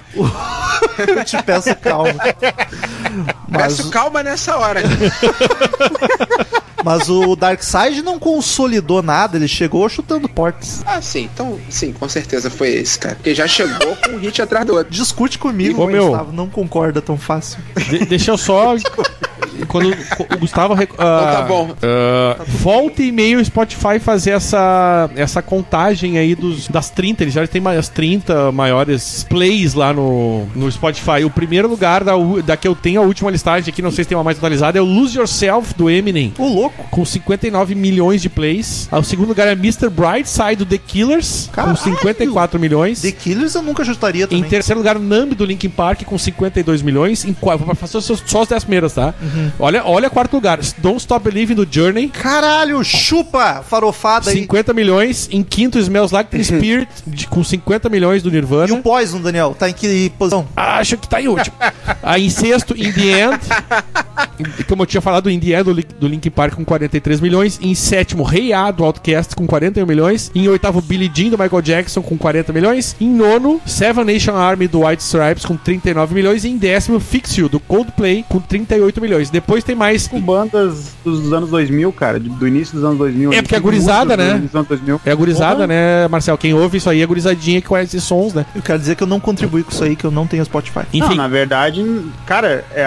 S1: Eu te peço calma. Mas,
S4: Peço calma nessa hora.
S1: mas o Darkseid não consolidou nada, ele chegou chutando portas.
S4: Ah, sim. Então, sim, com certeza foi esse, cara. Porque já chegou com um hit atrás do outro.
S1: Discute comigo,
S2: Ô, meu.
S1: Gustavo, não concorda tão fácil.
S2: De- deixa eu só. Quando o Gustavo. rec- ah,
S4: tá bom.
S2: ah, volta e meio o Spotify fazer essa, essa contagem aí dos, das 30. Eles já tem ma- as 30 maiores plays lá no, no Spotify. O primeiro lugar da, u- da que eu tenho, a última listagem aqui, não sei se tem uma mais atualizada, é o Lose Yourself do Eminem.
S1: Ô, louco.
S2: Com 59 milhões de plays. Ah, O segundo lugar é Mr. Brightside do The Killers,
S1: Caralho!
S2: com 54 milhões.
S1: The Killers eu nunca chutaria
S2: Em
S1: também.
S2: terceiro lugar, o Numb do Linkin Park com 52 milhões. Em quarto, vou passar só, só os 10 primeiros, tá?
S1: Uhum.
S2: Olha, olha quarto lugar. Don't Stop Believing do Journey.
S1: Caralho, chupa, farofada aí.
S2: 50 milhões. Em quinto, Smells Like Teen Spirit de- com 50 milhões do
S1: E o
S2: Nirvana.
S1: Poison, Daniel, tá em que posição?
S2: Acho que tá em último. Aí em sexto, In The End. Como eu tinha falado, In The End do, Lin- do Linkin Park com 43 milhões. Em sétimo, Rei A do Outcast com 41 milhões. Em oitavo, Billy Jean do Michael Jackson com 40 milhões. Em nono, Seven Nation Army do White Stripes com 39 milhões. E em décimo, Fix You do Coldplay com 38 milhões. Depois tem mais.
S3: Com bandas dos anos 2000, cara, de- do início dos anos 2000.
S2: É, porque é gurizada, né?
S3: Dos anos 2000.
S2: É gurizada, né, Marcel? Quem ouve isso aí é gurizadinha que conhece esses sons, né?
S1: Eu quero dizer que eu não contribuí com isso aí, que eu não tenho Spotify.
S3: Não,
S2: Enfim,
S3: na verdade, cara, é,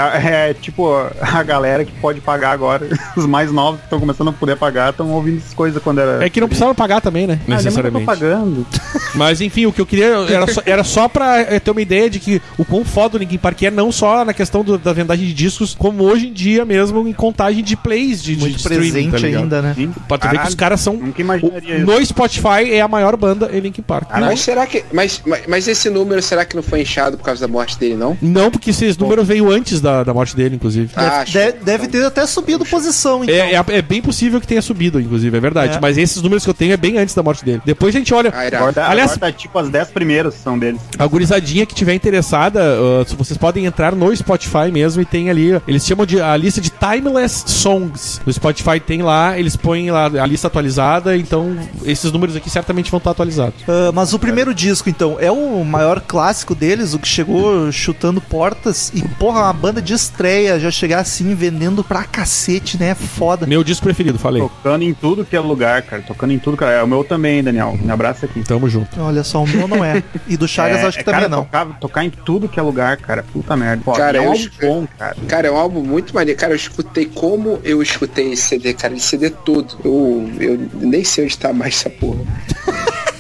S3: é tipo a galera que pode pagar agora. Os mais novos que estão começando a poder pagar estão ouvindo essas coisas quando era.
S2: é que não precisava pagar também, né?
S3: Ah, lembra que eu tô pagando.
S2: Mas enfim, o que eu queria era só, era só pra eh, ter uma ideia de que o quão foda o Linkin Park é, não só na questão do- da vendagem de discos, como hoje em dia mesmo em contagem de plays de, de
S1: Muito
S2: streaming,
S1: presente
S2: tá ligado?
S1: ainda, né?
S3: Sim,
S2: Pra tu ver que os
S3: caralho,
S2: caras são.
S3: Nunca imaginaria
S2: o-
S3: isso.
S2: no Spotify é a maior banda é Linkin Park.
S3: Caralho.
S4: Mas será que. Mas, mas, mas esse número será que não foi inchado por causa da morte dele, não?
S2: Não, porque esses números veio antes da, da morte dele, inclusive.
S4: Acho.
S1: Deve, deve ter até subido posição, Ah, então.
S2: É, é, é bem possível que tenha subido, inclusive, é verdade.
S1: É.
S2: Mas esses números que eu tenho é bem antes da morte dele. Depois a gente olha.
S4: Ah, irado.
S3: Agora, tá-
S2: Aliás-
S3: agora tá tipo as 10 primeiras são deles.
S2: A gurizadinha que tiver interessada, uh, se vocês podem entrar no Spotify mesmo e tem ali, eles chamam de a lista de Timeless Songs. No Spotify tem lá, eles põem lá a lista atualizada, então esses números aqui certamente vão estar atualizados.
S1: Ah, mas o primeiro disco, então, é o maior clássico deles, o que chegou chutando portas. E, porra, uma banda de estreia já chegar assim, vendendo pra cacete, né? Foda.
S2: Meu disco preferido, falei.
S3: Tocando em tudo que é lugar, cara. Tocando em tudo, cara. É o meu também, Daniel. Me abraça aqui.
S2: Tamo junto.
S1: Olha só, o meu não é. E do Chagas
S3: É,
S1: acho que
S3: é,
S1: também
S3: cara,
S1: não.
S3: Tocar, tocar em tudo que é lugar, cara. Puta merda. Pô,
S4: Cara,
S3: é um
S4: eu-
S3: álbum bom, cara.
S4: Cara, é um álbum muito maneiro. Cara, eu escutei como eu escutei esse CD, cara. Esse CD todo. Eu, eu nem sei onde tá mais essa porra.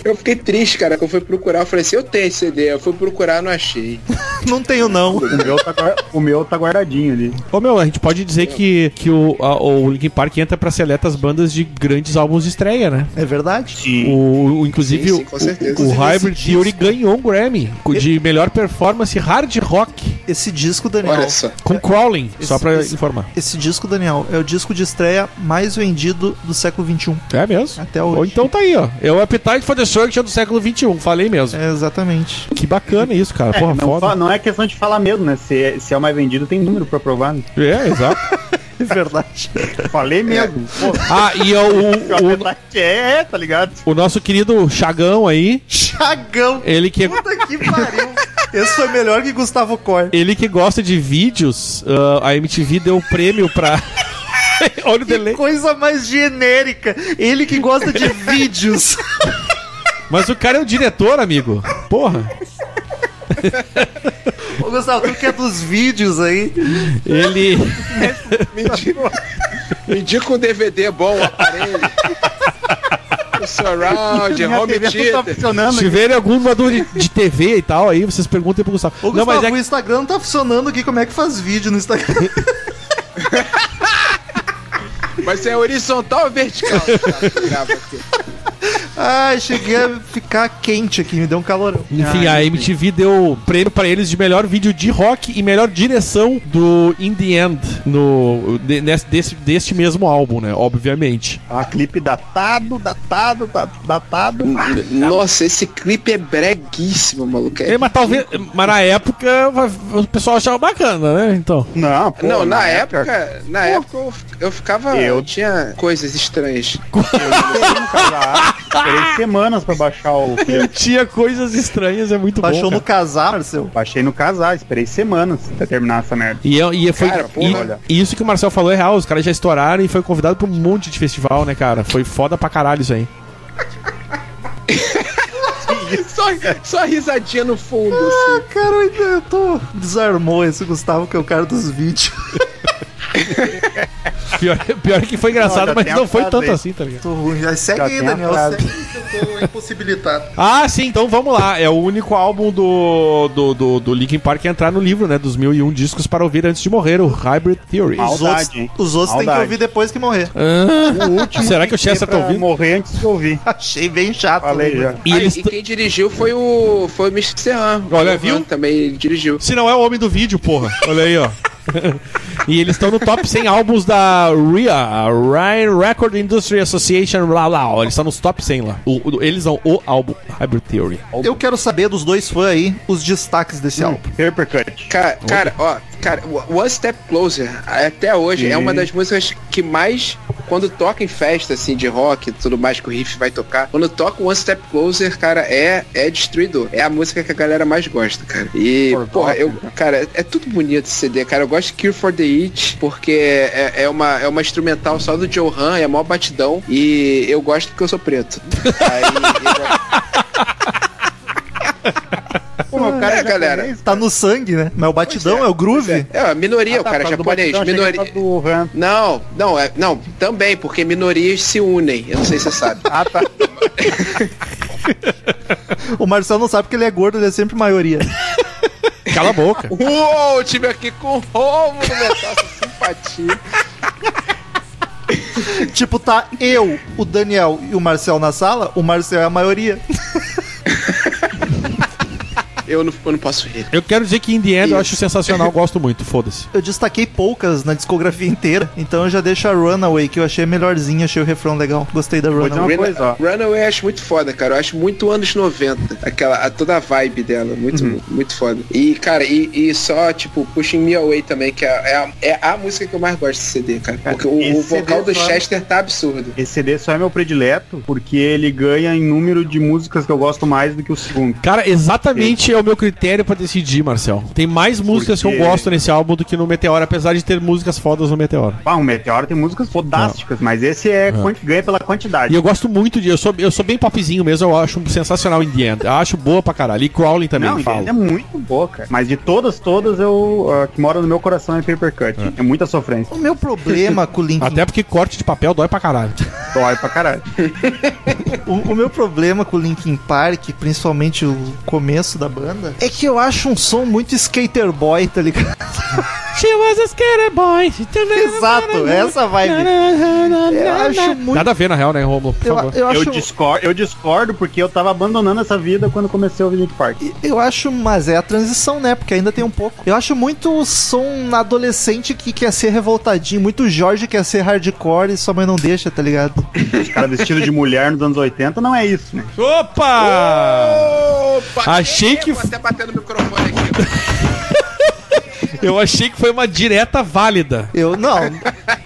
S4: Eu fiquei triste, cara, que eu fui procurar, eu falei assim, eu tenho esse CD, eu fui procurar, não achei.
S1: Não tenho, não.
S3: O meu, tá, guar- o meu tá guardadinho ali.
S2: Ô meu, a gente pode dizer que, que o, a- o Linkin Park entra pra seleta as bandas de grandes álbuns de estreia, né?
S1: É verdade?
S3: Sim.
S2: O, o- inclusive,
S4: Sim, sim, com
S2: o-
S4: certeza.
S2: o, o
S1: Inclusive,
S2: Hybrid
S1: esse
S2: Theory
S1: disco-
S2: ganhou um Grammy de melhor performance hard rock
S1: Esse disco, Daniel.
S4: Olha só.
S2: com Crawling, só
S1: Esse-
S2: pra
S1: esse-
S2: informar.
S1: Esse disco, Daniel, é o disco de estreia mais vendido do século XXI.
S2: É mesmo?
S1: Até hoje.
S2: Ou então tá aí, ó. É o Appetite for the Destruction do século XXI, falei mesmo.
S1: É, exatamente.
S2: Que bacana isso, cara. Porra,
S3: Não,
S2: foda.
S3: fa- não é questão de falar mesmo, né? Se, é- se é o mais vendido, tem número pra provar. Né?
S2: É, exato.
S1: É verdade.
S3: Falei mesmo. Pô,
S2: Ah, e é o, o,
S3: o... é, é, tá ligado?
S2: o nosso querido Chagão aí,
S1: Chagão,
S2: ele que,
S1: puta que pariu. Esse foi melhor que Gustavo Corte.
S2: ele que gosta de vídeos, ah, a MTV deu o prêmio pra. Olha o delay.
S1: Coisa mais genérica. Ele que gosta de vídeos.
S2: Mas o cara é o diretor, amigo. Porra.
S1: Ô, Gustavo, tu que é dos vídeos aí.
S2: Ele.
S4: Me indica, me indica um DVD bom, um aparelho. O surround,
S3: Minha
S4: home
S3: TV não tá
S4: theater.
S3: funcionando.
S2: Se tiverem algum dublador de, de TV e tal, aí vocês perguntem pro Gustavo.
S1: Ô,
S2: não,
S1: Gustavo,
S2: mas é
S1: o
S2: que
S1: Instagram não tá funcionando aqui. Como é que faz vídeo no Instagram?
S4: Mas é horizontal ou vertical? Cara, que grava aqui.
S1: Ai, cheguei a ficar quente aqui, me deu um calorão.
S2: Enfim, a MTV deu prêmio pra eles de melhor vídeo de rock e melhor direção do In The End, no, de- nesse- desse, deste mesmo álbum, né? Obviamente.
S3: Ah, clipe datado, datado, da- datado.
S4: Nossa, esse clipe é breguíssimo, maluco. É-
S2: É, mas talvez. Mas na época va- o pessoal achava bacana, né? Então.
S3: Não, pô,
S4: Não, na época, na época eu, eu ficava,
S3: Eu-
S4: eu tinha coisas estranhas.
S3: cara, Três semanas pra baixar o filme.
S2: Tinha coisas estranhas, é muito
S1: Baixou
S2: bom.
S1: no casar, Marcel.
S3: Baixei no casar, esperei semanas pra terminar essa merda.
S2: E, eu- e foi
S4: Cara, porra,
S2: e-
S3: olha.
S2: e isso que o Marcel falou é real, os caras já estouraram e foi convidado pra um monte de festival, né, cara? Foi foda pra caralho isso aí.
S4: só, só risadinha no fundo, assim.
S1: Ah, Cara, eu ainda- eu tô. Desarmou esse Gustavo, que é o cara dos vídeos.
S2: Pior, pior que foi engraçado,
S3: já
S2: mas
S3: tem a
S2: não foi
S3: frase
S2: tanto
S3: aí.
S2: assim, tá ligado?
S1: Tô ruim. Aí segue
S3: Já
S1: aí,
S3: tem a
S1: Daniel.
S3: frase.
S1: Segue que
S4: assim.
S1: eu tô impossibilitado.
S2: Ah, sim, então vamos lá. É o único álbum do, do, do, do Linkin Park a entrar no livro, né? Dos 1001 discos para ouvir antes de morrer, o Hybrid Theory.
S3: Mal.
S1: Os
S3: Maldade,
S1: outros,
S3: hein?
S1: os outros têm que
S3: Maldade.
S1: ouvir depois que morrer.
S2: Ah,
S3: O último
S2: será que o
S3: tem
S2: Chester tá
S3: pra
S2: ouvindo?
S3: Morrer antes de ouvir.
S1: Achei bem chato.
S3: Falei
S1: né?
S3: já.
S2: E
S4: Ah,
S2: eles
S4: e
S2: t-
S4: quem dirigiu foi o foi o Mr. Serran.
S2: Olha,
S4: O
S2: viu?
S4: Han Também dirigiu.
S2: Se não é o homem do vídeo, porra. Olha aí, ó. e eles estão no top 100 álbuns da RIA, a Ryan Record Industry Association, lá lá. ó. Eles estão nos top 100 lá. O- o- eles são o álbum Hybrid Theory.
S1: Eu quero saber dos dois fãs aí os destaques desse
S3: Hum,
S1: álbum.
S3: Papercut.
S4: Cara, cara, ó, cara, o- One Step Closer, até hoje, é uma das músicas que mais, quando toca em festa, assim, de rock e tudo mais que o riff vai tocar, quando toca One Step Closer, cara, é, é destruidor. É a música que a galera mais gosta, cara. E,
S3: Forgotten,
S4: porra, eu, cara, é tudo bonito esse CD, cara. Eu gosto de Cure for the It, porque é, é uma, é uma instrumental só do Johan, é mó batidão, e eu gosto porque eu sou preto. Aí, eu-
S3: Pô, mas o cara
S4: É,
S3: é
S4: galera.
S3: japonês,
S1: Tá no sangue, né? Mas o batidão é,
S4: Pois é,
S1: o groove.
S4: é, a minoria,
S3: Ah,
S4: o cara
S3: tá,
S4: é
S3: por causa do
S4: japonês,
S3: batidão, achei que era
S4: minoria.
S3: por causa do Han.
S4: Não, não, é, não, também, porque minorias se unem. Eu não sei se você sabe.
S3: Ah, tá.
S1: O Marcel não sabe porque ele é gordo, ele é sempre maioria.
S2: Cala a boca.
S4: Uou, tive aqui com o Rômulo, nossa simpatia.
S1: tipo, tá eu, o Daniel e o Marcel na sala, o Marcel é a maioria.
S4: Eu não, eu não posso rir.
S2: Eu quero dizer que In The End eu acho
S4: Isso.
S2: sensacional, gosto muito, foda-se.
S1: Eu destaquei poucas na discografia inteira, então eu já deixo a Runaway, que eu achei melhorzinha, achei o refrão legal. Gostei da
S3: Pois é,
S1: Runaway.
S3: uma coisa, ó.
S4: Runaway eu acho muito foda, cara. Eu acho muito anos 90. Aquela, a- toda a vibe dela. Muito, muito foda. E, cara, e, e só, tipo, Pushing Me Away também, que é, é, a, é a música que eu mais gosto desse CD, cara.
S3: Cara,
S4: Porque o, o
S3: esse
S4: vocal
S3: CD
S4: do
S3: só-
S4: Chester tá absurdo.
S3: Esse CD só é meu predileto porque ele ganha em número de músicas que eu gosto mais do que o segundo.
S2: Cara, exatamente é o meu critério pra decidir, Marcel. Tem mais músicas que
S3: Porque-
S2: eu gosto nesse álbum do que no Meteoro, apesar de ter músicas fodas no Meteoro.
S3: Ah, o Meteoro tem músicas fodásticas, mas esse é quanti- ganha pela quantidade.
S2: E eu gosto muito de. Eu sou, eu sou bem popzinho mesmo, eu acho sensacional In The End. Eu acho boa pra caralho. E Crawling também,
S3: Não,
S2: eu falo.
S3: é muito boa, cara. Mas de todas, todas, eu a que mora no meu coração é Paper Cut.
S2: Ah.
S3: É, muita sofrência.
S1: O meu problema com o Linkin
S2: Até porque corte de papel dói pra caralho.
S3: Dói pra caralho.
S1: O, o meu problema com o Linkin Park, principalmente o começo da banda, é que eu acho um som muito skater boy, tá ligado?
S2: She was a skater boy.
S1: Exato, essa vibe. Eu acho muito.
S2: Nada a ver, na real, né, Romulo? Por
S1: Eu,
S2: favor.
S1: eu
S3: Eu,
S1: acho,
S3: discordo, eu discordo porque eu tava abandonando essa vida quando comecei a ouvir Link Park.
S1: eu acho, mas é a transição, né? Porque ainda tem um pouco. Eu acho muito som adolescente que quer ser revoltadinho, muito Jorge quer ser hardcore e sua mãe não deixa, tá ligado?
S3: Os caras vestidos de mulher nos anos 80 não é isso, né?
S2: Opa!
S4: Opa,
S2: Achei que-
S4: Eu vou até bater no microfone aqui.
S2: Eu achei que foi uma direta válida.
S1: Eu não.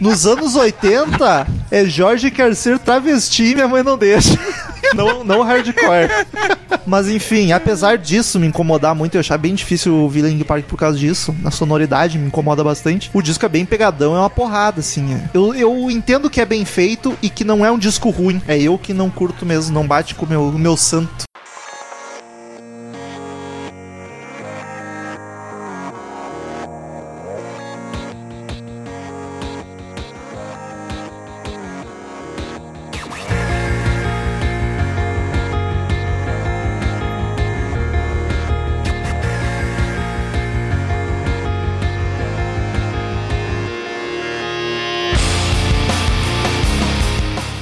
S1: Nos anos 80 é Jorge quer ser travesti e minha mãe não deixa. Não, não hardcore. Mas enfim, apesar disso me incomodar muito, eu achar bem difícil o Villain Park por causa disso. Na sonoridade me incomoda bastante. O disco é bem pegadão, é uma porrada, assim. é. Eu, eu entendo que é bem feito e que não é um disco ruim. É eu que não curto mesmo, não bate com o meu, o meu santo.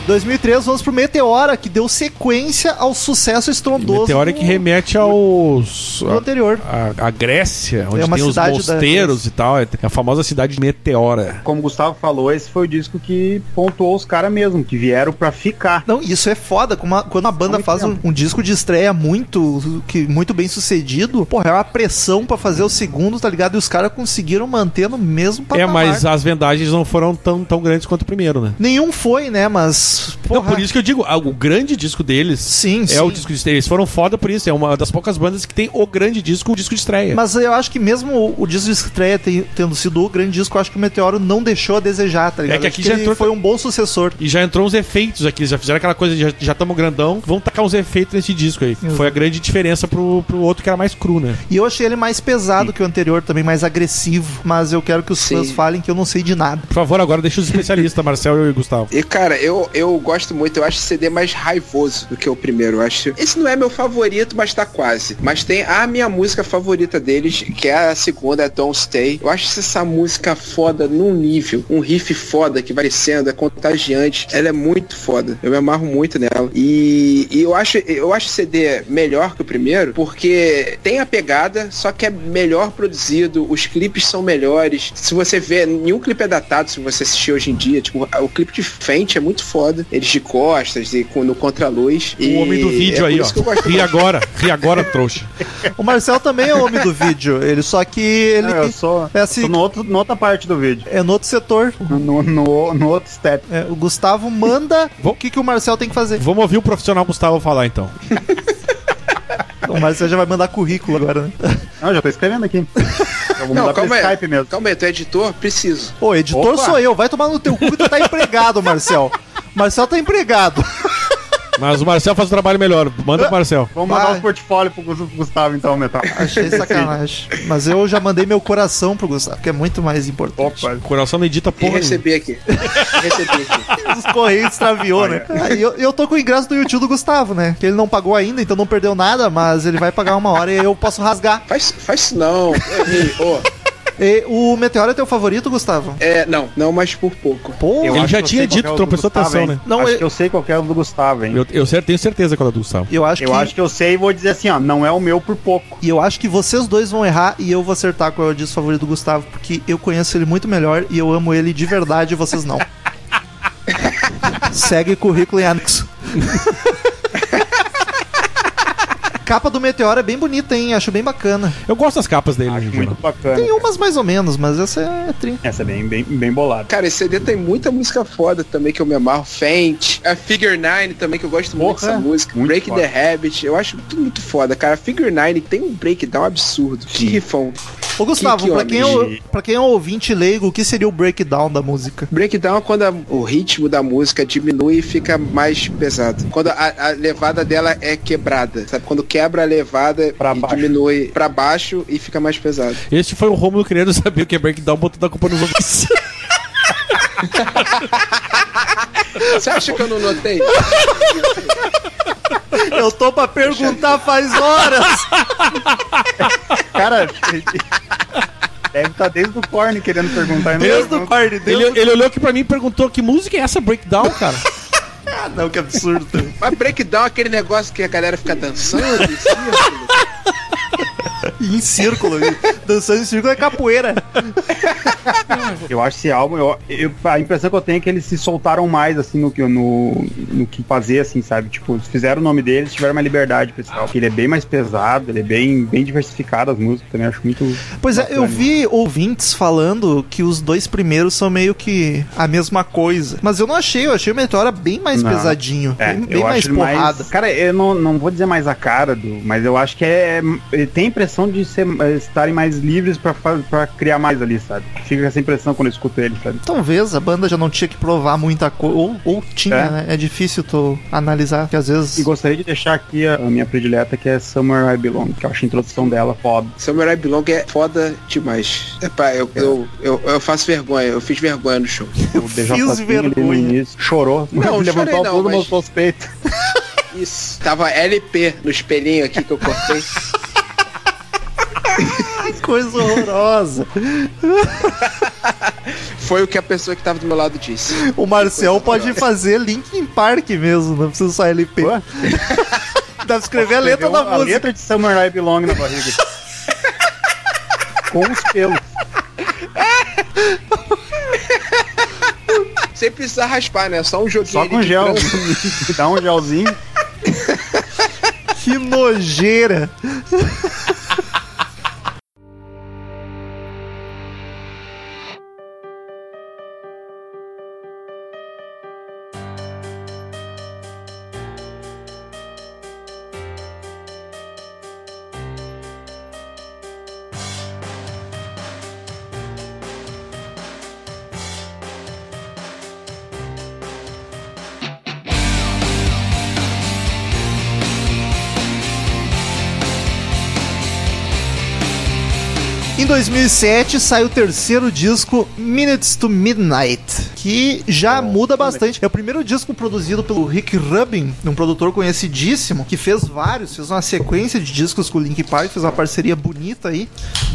S1: 2003, vamos pro Meteora, que deu sequência ao sucesso estrondoso
S2: Meteora
S1: do-
S2: é que remete aos.
S1: do anterior.
S2: A, a Grécia, onde
S1: É uma
S2: tem os
S1: cidade da
S2: mosteiros
S1: Grécia.
S2: e tal. É a famosa cidade de Meteora.
S3: Como o Gustavo falou, esse foi o disco que pontuou os caras mesmo, que vieram pra ficar.
S1: Não, isso é foda. como a- quando a banda
S3: Muito
S1: faz um, um disco de estreia muito, que, muito bem sucedido, porra, é uma pressão pra fazer o segundo, tá ligado? E os caras conseguiram manter no mesmo
S2: É,
S1: patamar.
S2: mas as vendagens não foram tão, tão grandes quanto o primeiro, né?
S1: Nenhum foi, né? Mas.
S2: Não,
S1: Porra,
S2: por isso que eu digo, ah, o grande disco deles
S1: Sim,
S2: é
S1: sim.
S2: o disco de estreia. Eles foram foda por isso. É uma das poucas bandas que tem o grande disco, o disco de estreia.
S1: Mas eu acho que mesmo o, o disco de estreia ten- tendo sido o grande disco, eu acho que o Meteoro não deixou a desejar, tá ligado?
S2: É que
S1: Acho
S2: aqui já
S1: ele
S2: entrou-
S1: foi um bom sucessor.
S2: E já entrou uns efeitos aqui, eles já fizeram aquela coisa de já- já tamo grandão, vamos tacar uns efeitos nesse disco aí. Foi a grande diferença pro, pro outro que era mais cru, né?
S1: E eu achei ele mais pesado que o anterior, também mais agressivo. Mas eu quero que os
S4: Sim.
S1: fãs falem que eu não sei de nada.
S2: Por favor, agora deixa os especialistas, Marcel e Gustavo.
S4: E cara, eu, eu gosto muito, eu acho esse CD mais raivoso do que o primeiro, eu acho. Esse não é meu favorito, mas tá quase. Mas tem a minha música favorita deles, que é a segunda, é Don't Stay. Eu acho essa música foda num nível, um riff foda que vai descendo, é contagiante. Ela é muito foda. Eu me amarro muito nela. E, e eu acho eu acho o CD melhor que o primeiro, porque tem a pegada, só que é melhor produzido, os clipes são melhores. Se você vê, nenhum clipe é datado se você assistir hoje em dia. Tipo, o clipe de Fenty é muito foda. Eles de costas e com, no contraluz. E
S2: O homem do vídeo
S4: é
S2: aí,
S4: por
S2: ó.
S4: isso que eu gosto
S2: Ri
S4: mais.
S2: agora, ri agora, trouxa.
S1: O Marcel também é homem do vídeo. Ele só que ele
S3: Não, eu sou,
S1: é assim-
S3: tô no outro, na outra parte do vídeo.
S1: é no outro setor.
S3: No, no, no- no outro step.
S1: É, o Gustavo manda
S2: Vou-
S1: o que, que o Marcel tem que fazer.
S2: Vamos ouvir o profissional Gustavo falar então.
S1: O Marcel já vai mandar currículo agora, né?
S3: Não, já tô escrevendo aqui. Eu vou
S4: Não,
S3: mandar
S4: calma
S3: pro
S4: aí.
S3: Skype mesmo.
S4: Calma aí, tu é editor? Preciso.
S1: Ô, editor
S3: Opa!
S1: sou eu. Vai tomar no teu cu que tu tá empregado, Marcel. Marcel tá empregado.
S2: Mas o Marcel faz o trabalho melhor. Manda pro Marcel.
S3: Vamos mandar
S1: Vai.
S3: os portfólios pro Gus- Gustavo então, Metal.
S1: Achei sacanagem. Mas eu já mandei meu coração pro Gustavo, que é muito mais importante.
S3: Opa,
S2: O coração não edita
S4: E
S2: porra. nenhuma.
S4: receber aqui. receber aqui.
S1: Os correios extraviou, né? Ah, e eu, eu tô com o ingresso do YouTube do Gustavo, né? Que ele não pagou ainda, então não perdeu nada, mas ele vai pagar uma hora e eu posso rasgar.
S4: Faz, faz isso não. Eu errei. Ô,
S1: E o Meteoro é teu favorito, Gustavo?
S4: é, não, não, mas por pouco.
S1: Pô,
S3: eu
S2: Ele
S3: acho
S2: já
S3: que eu
S2: tinha
S3: sei qual
S2: dito,
S3: é o do
S2: tropeçou
S3: Gustavo,
S2: atenção,
S3: hein?
S2: né?
S1: Não,
S3: acho
S1: eu-
S3: que eu sei qual que é o do Gustavo, hein? Eu,
S2: Eu, eu cer- tenho certeza que é o do Gustavo.
S1: eu acho que...
S3: acho que eu sei e vou dizer assim, ó, não é o meu por pouco.
S1: E eu acho que vocês dois vão errar e eu vou acertar qual é o disco favorito do Gustavo, porque eu conheço ele muito melhor e eu amo ele de verdade e vocês não. Segue currículo em anexo. Capa do Meteoro é bem bonita, hein? Acho bem bacana.
S2: Eu gosto das capas dele,
S3: Acho
S2: né,
S3: muito
S2: Juliano?
S3: bacana.
S1: Tem um- umas mais ou menos, mas essa é trin.
S3: Essa é bem, bem, bem bolada.
S4: Cara, esse CD tem muita música foda também que eu me amarro. Faint, a Figure Nine também, que eu gosto muito
S3: Porra,
S4: dessa música.
S3: muito
S4: Break
S3: foda.
S4: the Habit, eu acho tudo muito foda, cara. A Figure Nine tem um breakdown absurdo. Que rifão.
S1: Ô, Gustavo,
S4: Que que
S1: pra, quem é,
S4: homem.
S1: o- pra quem é um ouvinte leigo, o que seria o breakdown da música?
S4: Breakdown é quando a- o ritmo da música diminui e fica mais pesado. Quando a, a levada dela é quebrada, sabe? Quando quebra a levada
S3: Pra
S4: e
S3: baixo.
S4: diminui pra baixo e fica mais pesado.
S2: Este foi o Romulo querendo saber o que é breakdown, botando a culpa nos outros.
S4: Você acha que eu não notei?
S1: Eu tô pra perguntar faz horas!
S3: Cara, deve estar desde o corne querendo perguntar. e não
S1: Desde o
S3: pergunta.
S1: quarto
S2: ele,
S1: dele.
S2: ele olhou aqui pra mim e perguntou que música é essa breakdown, cara?
S1: Ah, não, que absurdo.
S4: Mas breakdown é aquele negócio que a galera fica dançando. em cima.
S1: em círculo. Dançando em círculo é capoeira.
S3: Eu acho esse álbum, eu- eu- a impressão que eu tenho é que eles se soltaram mais, assim, no, que- no, no que fazer, assim, sabe? Tipo, eles fizeram o nome deles, tiveram uma liberdade, pessoal. Ele é bem mais pesado, ele é bem, bem diversificado as músicas também, acho muito...
S1: Pois é, eu
S3: bacana.
S1: vi ouvintes falando que os dois primeiros são meio que a mesma coisa. Mas eu não achei, eu achei o Meteora bem mais
S3: Não.
S1: pesadinho.
S3: É,
S1: bem
S3: eu
S1: bem mais
S3: acho ele mais
S1: porrada.
S3: Cara, eu não, não vou dizer mais a cara do, mas eu acho que é ele tem a impressão de ser, é, estarem mais livres pra, fa- pra criar mais ali, sabe? Fica com essa impressão quando eu escuto ele, sabe?
S1: Talvez a banda já não tinha que provar muita coisa. Ou, ou tinha,
S3: É.
S1: né? É difícil tu analisar, porque às
S3: E
S1: vezes.
S3: gostaria de deixar aqui a, a minha predileta que é Summer I Belong, que eu acho a introdução dela foda.
S4: Samurai Belong é foda demais. Epá,
S3: É.
S4: eu, eu, eu, eu faço vergonha, eu fiz vergonha no show.
S3: O DJ
S1: Fiz
S3: Flavinho ali no
S1: vergonha.
S3: início Chorou.
S4: Não,
S3: levantou
S4: chorei
S3: a
S4: não,
S3: blusa
S4: mas-
S3: mostrou os peitos.
S4: Isso. Tava LP no espelhinho aqui que eu cortei.
S1: Que coisa horrorosa.
S4: Foi o que a pessoa que tava do meu lado disse.
S1: O Marcel pode fazer Linkin Park mesmo, não precisa só LP.
S3: Ué?
S1: Dá pra escrever é a letra da
S3: A
S1: música.
S3: letra de Samurai Belong na barriga. Com os pelos.
S4: Sem precisar raspar, né? Só um joguinho
S3: Só
S4: ali
S3: com
S4: de
S3: gel.
S4: trança.
S3: Dá um gelzinho.
S1: Que nojeira. Em 2007 sai o terceiro disco Minutes to Midnight, que já muda bastante. É o primeiro disco produzido pelo Rick Rubin, um produtor conhecidíssimo, que fez vários, fez uma sequência de discos com o Linkin Park, fez uma parceria bonita aí,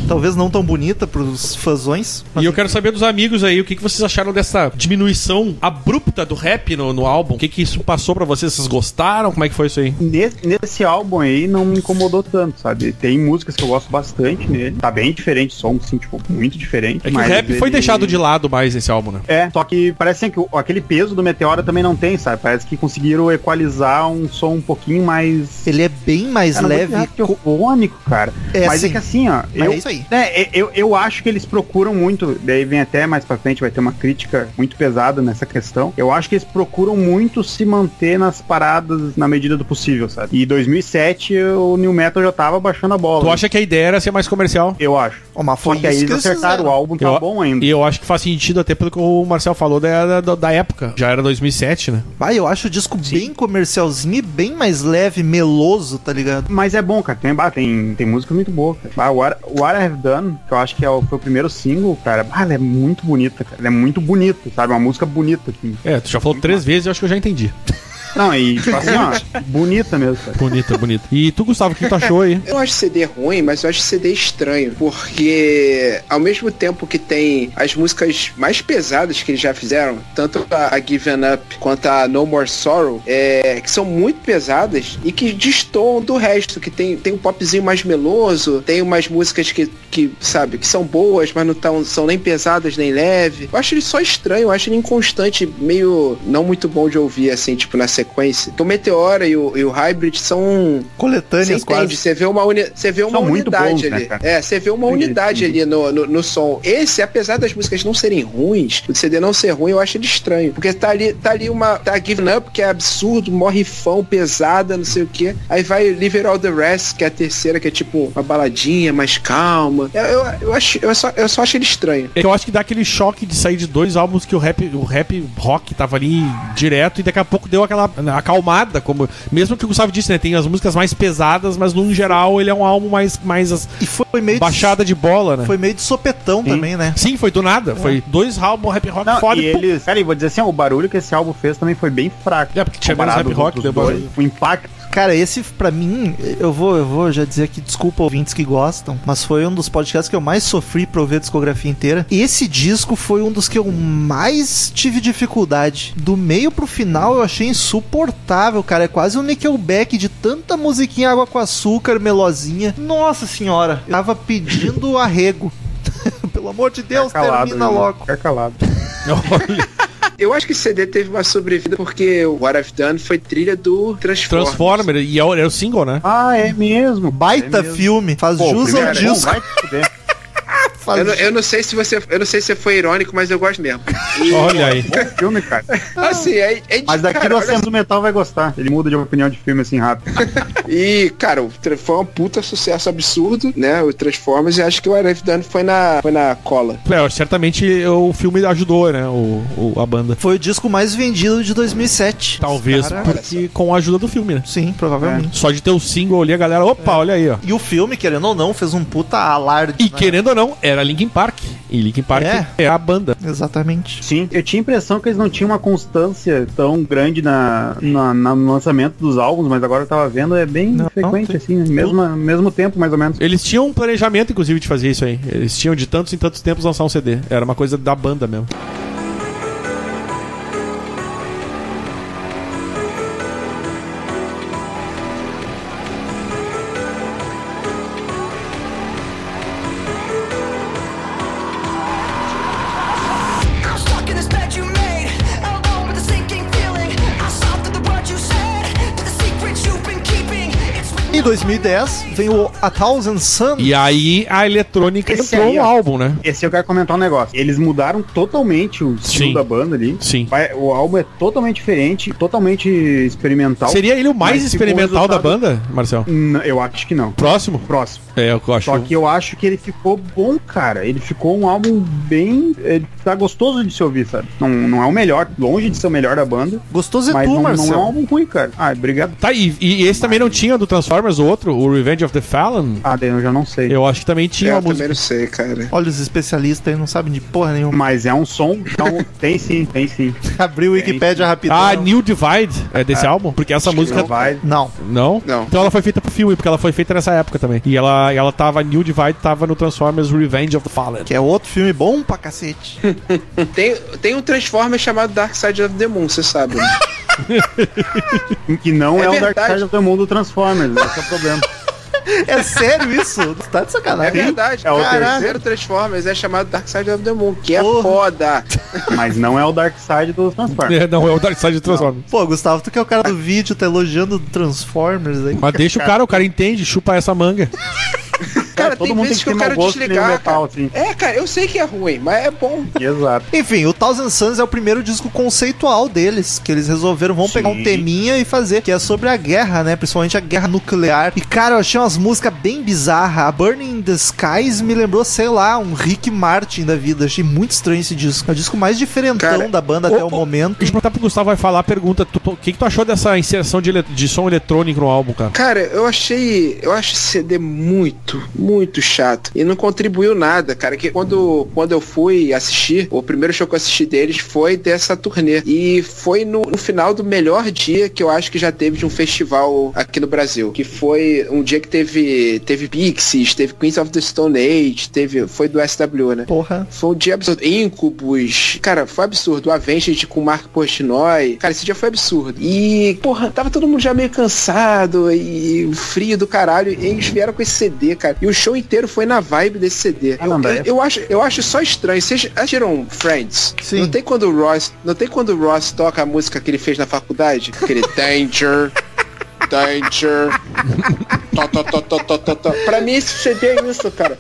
S1: talvez não tão bonita pros fãzões. mas
S2: E eu quero saber dos amigos aí, o que, que vocês acharam dessa diminuição abrupta do rap no, no álbum? O que, que isso passou pra vocês? Vocês gostaram? Como é que foi isso aí?
S3: Nesse, nesse álbum aí não me incomodou tanto, sabe? Tem músicas que eu gosto bastante nele. Tá bem diferente, som, sim, tipo, muito diferente.
S2: É que
S3: mas
S2: o rap foi
S3: ele-
S2: deixado de lado mais nesse álbum, né?
S3: É, só que parece assim que o- aquele peso do Meteora também não tem, sabe? Parece que conseguiram equalizar um som um pouquinho mais.
S1: Ele é bem mais
S3: Cara, muito
S1: leve.
S3: radiofônico, cara.
S1: É,
S3: Mas
S1: sim.
S3: é que assim, ó.
S1: Mas
S3: eu-
S1: é isso aí.
S3: É, é, eu, eu acho que eles procuram muito, daí vem até mais pra frente, vai ter uma crítica muito pesada nessa questão. Eu acho que eles procuram muito se manter nas paradas na medida do possível, sabe? E 2007 o New Metal já tava baixando a bola.
S2: Tu acha que a ideia era ser mais comercial?
S3: Eu acho.
S1: Ó, mas
S3: Só
S1: foi
S3: que aí
S1: isso que né?
S3: eles
S1: eles
S3: acertaram, o
S1: fizeram.
S3: álbum tá
S2: Eu-
S3: bom ainda.
S2: E eu acho que faz sentido até pelo que o Marcel falou da, da, da época. Já era 2007, né?
S1: Vai, eu acho o disco bem comercialzinho e bem mais leve, meloso, tá ligado?
S3: Mas é bom, cara. Tem, bah, tem, tem música muito boa, cara. Bah, What, What I Have Done, que eu acho que é o- foi o primeiro single, cara. Bah, ela é muito bonita, cara. Ela é muito bonita, sabe? Uma música bonita, assim.
S2: É, tu já falou três vezes e eu acho que eu já entendi.
S3: Não, e tipo assim, ó, bonita mesmo, cara.
S2: Bonita, bonita. E tu, Gustavo, o que tu achou aí?
S4: Eu acho CD ruim, mas eu acho CD estranho, porque ao mesmo tempo que tem as músicas mais pesadas que eles já fizeram, tanto a, a Given Up quanto a No More Sorrow, é, que são muito pesadas e que destoam do resto, que tem, tem um popzinho mais meloso, tem umas músicas que, que sabe, que são boas, mas não tão, são nem pesadas nem leve. Eu acho ele só estranho, eu acho ele inconstante, meio não muito bom de ouvir, assim, tipo, na sequência. Então, o Meteora e o, e o Hybrid são você
S1: Coletâneas
S4: entende,
S1: quase.
S4: você vê uma, uni você vê uma
S3: São muito
S4: unidade
S3: bons, né,
S4: ali.
S3: cara?
S4: é, você vê uma
S3: Entendi,
S4: unidade
S3: entendi.
S4: ali no, no, no som. Esse, apesar das músicas não serem ruins, o CD não ser ruim, eu acho ele estranho. Porque tá ali, tá ali uma. Tá Giving Up, que é absurdo, morrifão, pesada, não sei o quê. Aí vai Live It All the Rest, que é a terceira, que é tipo uma baladinha mais calma. Eu, eu, eu acho, eu, só, eu só acho ele estranho.
S2: É que eu acho que dá aquele choque de sair de dois álbuns que o rap, o rap rock tava ali direto e daqui a pouco deu aquela acalmada, como mesmo que o Gustavo disse, né, tem as músicas mais pesadas, mas no geral ele é um álbum mais mais as-
S1: E foi meio de-
S2: baixada de bola, né?
S1: Foi É. meio de sopetão também, né?
S2: Sim, foi do nada, foi dois álbuns rap rock
S3: Não,
S2: foda
S3: e
S2: e pum.
S3: eles, cara, e vou dizer assim, ó, o barulho que esse álbum fez também foi bem fraco.
S2: É, porque tinha menos
S3: comparado
S2: rap
S3: com
S2: rock,
S3: os
S2: deu
S3: dois.
S2: barulho.
S3: O impacto.
S1: Cara, esse pra mim, eu vou, eu vou já dizer aqui, desculpa ouvintes que gostam, mas foi um dos podcasts que eu mais sofri pra ouvir a discografia inteira. Esse disco foi um dos que eu mais tive dificuldade. Do meio pro final eu achei insuportável, cara. É quase um Nickelback de tanta musiquinha água com açúcar, melosinha. Nossa senhora, eu tava pedindo arrego. Pelo amor de Deus, termina
S3: né?
S1: logo.
S3: Ficar calado.
S2: Olha,
S4: Eu acho que o CD teve uma sobrevida porque o What I've Done foi trilha do Transformers.
S2: Transformer e é o, é o single, né?
S3: Ah, é mesmo.
S1: Baita
S3: É mesmo.
S1: filme, faz
S3: Pô, o
S1: jus
S3: primeiro
S1: ao
S3: é bom,
S1: disco.
S3: vai te fuder.
S1: faz
S4: Eu não,
S1: jus.
S4: eu não sei se você. Eu não sei se foi irônico, mas eu gosto mesmo.
S2: Olha aí.
S3: Bom filme, cara.
S4: Assim, é, é de-
S3: Mas daqui
S4: cara,
S3: do
S4: olha
S3: Acento do Metal vai gostar. Ele muda de opinião de filme assim rápido.
S4: E, cara, o Tra- foi um puta sucesso absurdo, né? O Transformers, e acho que o Arif Dano foi na, foi na cola.
S2: É, certamente o filme ajudou, né, o, o- a banda.
S1: Foi o disco mais vendido de 2007.
S2: Talvez
S1: Cara,
S2: porque com a ajuda do filme, né?
S1: Sim, provavelmente.
S2: Só
S1: É.
S2: de ter o single ali a galera, opa, olha aí, ó.
S1: E o filme, querendo ou não, fez um puta alarde.
S2: E
S1: né?
S2: querendo ou não, é era Linkin Park. E Linkin Park
S1: É.
S2: é, a banda.
S1: Exatamente.
S3: Sim, eu tinha a impressão que eles não tinham uma constância tão grande na, na- na- no lançamento dos álbuns, mas agora eu tava vendo, é bem
S1: Não,
S3: frequente,
S1: tem-
S3: assim, né? mesmo, mesmo tempo, mais ou menos.
S2: Eles tinham um planejamento, inclusive, de fazer isso aí. Eles tinham de tantos em tantos tempos lançar um CD. Era uma coisa da banda mesmo.
S7: I'm stuck in this bed you made, alone with a sinking feeling. I saw through the words you said, to the secrets you've been keeping. It's written
S1: Em 2010 vem o A Thousand Suns.
S2: E aí a eletrônica
S3: Esse
S2: entrou
S3: aí,
S2: no
S3: ó.
S2: álbum, né?
S3: Esse eu quero comentar um negócio. Eles mudaram totalmente o estilo
S2: Sim.
S3: da banda ali.
S2: Sim.
S3: Vai- O álbum é totalmente diferente, totalmente experimental.
S2: Seria ele o mais
S3: Mas ficou um
S2: experimental da
S3: resultado-
S2: banda, Marcel?
S3: N- eu acho que não.
S2: Próximo?
S3: Próximo.
S2: É, eu acho.
S3: Só que eu acho que ele ficou bom, cara. Ele ficou um álbum bem. Ele tá gostoso de se ouvir, sabe? Não, não é o melhor, longe de ser o melhor da banda.
S1: Gostoso é
S3: mas
S1: tu,
S3: não, não é um
S1: Marcel.
S3: álbum ruim, cara. Ah, obrigado.
S2: Tá, e, e esse também não tinha do Transformers, o outro, o Revenge of the Fallen?
S3: Ah, daí eu já não sei.
S2: Eu acho que também
S3: É,
S2: tinha
S4: eu
S2: uma música.
S4: também não sei, cara.
S1: Olha, os especialistas aí não sabem de porra nenhuma.
S3: Mas é um som. Então, tem sim, tem sim.
S1: Abriu o Wikipedia rapidão.
S2: Ah, New Divide é desse álbum? Porque essa música.
S3: Não vai.
S1: Não.
S2: Não?
S4: Não.
S2: Então ela foi feita pro filme, porque ela foi feita nessa época também. E ela, ela tava, New Divide tava no Transformers Revenge of the Fallen.
S1: Que é outro filme bom pra cacete.
S4: Tem, tem um Transformer chamado Dark Side of the Moon, você sabe. né?
S3: Que não é,
S4: É
S3: o Dark
S4: verdade.
S3: Side of the Moon do Transformers. Esse é o problema.
S1: é sério isso? Tu Tá de
S4: É
S1: sacanagem.
S4: verdade.
S3: É o
S4: Caraca,
S3: terceiro?
S4: primeiro Transformers é chamado Dark Side of the Moon, que é
S1: Porra.
S4: foda.
S3: Mas não é o Dark Side do Transformers.
S2: É, não, é o Dark Side do Transformers.
S1: Pô, Gustavo, tu que é o cara do vídeo, tá elogiando Transformers aí.
S2: Mas deixa o cara, o cara entende, chupa essa manga. É.
S4: Cara, tem vezes que eu
S3: mau
S4: quero
S3: gosto e nem
S4: desligar,
S3: metal, assim.
S4: É, cara, eu sei que é ruim, mas é bom.
S3: Exato.
S1: Enfim, o Thousand Suns é o primeiro disco conceitual deles, que eles resolveram, vão pegar um teminha e fazer, que é sobre a guerra, né? Principalmente a guerra nuclear. E, cara, eu achei umas músicas bem bizarras. A Burning in the Skies me lembrou, sei lá, um Rick Martin da vida. Achei muito estranho esse disco. É o disco mais diferentão
S4: Cara,
S1: da banda
S2: ô,
S1: até o
S2: ô,
S1: momento.
S2: Deixa eu perguntar pro Gustavo, vai falar, pergunta, tu- tu- o que, que tu achou dessa inserção de, ele- de som eletrônico no álbum, cara?
S4: Cara, eu achei. Eu acho esse CD muito, muito chato. E não contribuiu nada, cara. Que quando, quando eu fui assistir, o primeiro show que eu assisti deles foi dessa turnê. E foi no, no final do melhor dia que eu acho que já teve de um festival aqui no Brasil. Que foi um dia que teve. Teve Pixies, teve Queens of the Stone Age, teve. Foi do SW, né?
S1: Porra.
S4: Foi um dia absurdo. Incubus. Cara, foi absurdo. O Avenged com o Mark Portnoy. Cara, esse dia foi absurdo. E, porra, tava todo mundo já meio cansado e frio do caralho. E eles vieram com esse CD, cara. E o show inteiro foi na vibe desse CD.
S3: Ah, não,
S4: eu,
S3: daí é
S4: eu- eu acho, eu acho só estranho. Vocês acharam Friends?
S1: Sim.
S4: Não tem quando o Ross. Não tem quando o Ross toca a música que ele fez na faculdade? Aquele Danger. Danger. Tó, tó, tó, tó, tó, tó, tó. Pra mim, esse CD é isso, cara.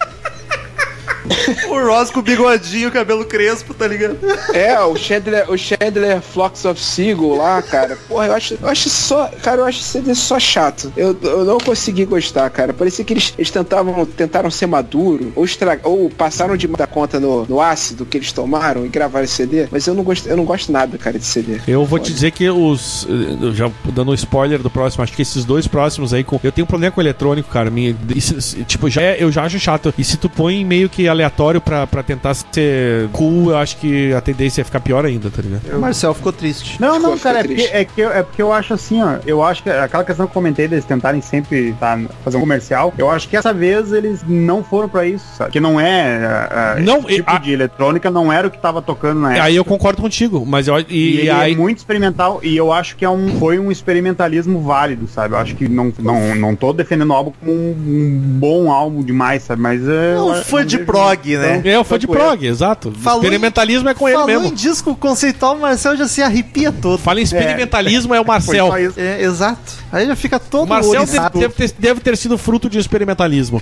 S1: O Ross com o bigodinho, cabelo crespo, tá ligado?
S4: É, o Chandler, o Chandler Flocks of Seagull lá, cara. Porra, eu acho, eu acho só. Cara, eu acho esse CD só chato. Eu, eu não consegui gostar, cara. Parecia que eles, eles tentavam, tentaram ser maduro, ou estra- ou passaram de da conta no, no ácido que eles tomaram e gravaram esse CD. Mas eu não gosto, eu não gosto nada, cara, de CD.
S2: Eu vou te dizer que os. eh, Já dando um spoiler do próximo, acho que esses dois próximos aí. com- eu tenho um problema com o eletrônico, cara. Minha, isso- isso- tipo, já é- eu já acho chato. E se tu põe meio que aleatório pra, pra tentar ser cool, eu acho que a tendência é ficar pior ainda, tá ligado?
S1: O Marcel ficou triste.
S3: Não, não,
S4: Ficou-
S3: cara, é
S4: ficou
S3: porque,
S4: triste.
S3: é, que eu, é porque eu acho assim, ó. Eu acho que aquela questão que eu comentei deles tentarem sempre tá, fazer um comercial, eu acho que essa vez eles não foram pra isso, sabe? Que não é. ah, ah,
S2: Não,
S3: esse tipo
S2: e- a-
S3: de eletrônica não era o que tava tocando na época.
S2: Aí eu concordo contigo, mas eu.
S3: É. E
S2: E,
S3: ele
S2: aí.
S3: é muito experimental e eu acho que é um, foi um experimentalismo válido, sabe? Eu acho que não, não, não tô defendendo o álbum como um, um bom álbum demais, sabe? Mas é.
S1: É um fã de prog, né?
S2: É, eu fã de
S3: Tanto
S2: prog, exato.
S1: Falou em-
S2: experimentalismo é com ele
S1: Falou
S2: mesmo.
S1: em disco conceitual, o Marcel já se arrepia todo.
S2: Fala em experimentalismo, é, o Marcel.
S3: Foi só isso.
S1: É, exato. Aí já fica
S2: O
S1: todo
S2: Marcel deve,
S1: ouriçado.
S2: deve ter, deve ter sido fruto de experimentalismo.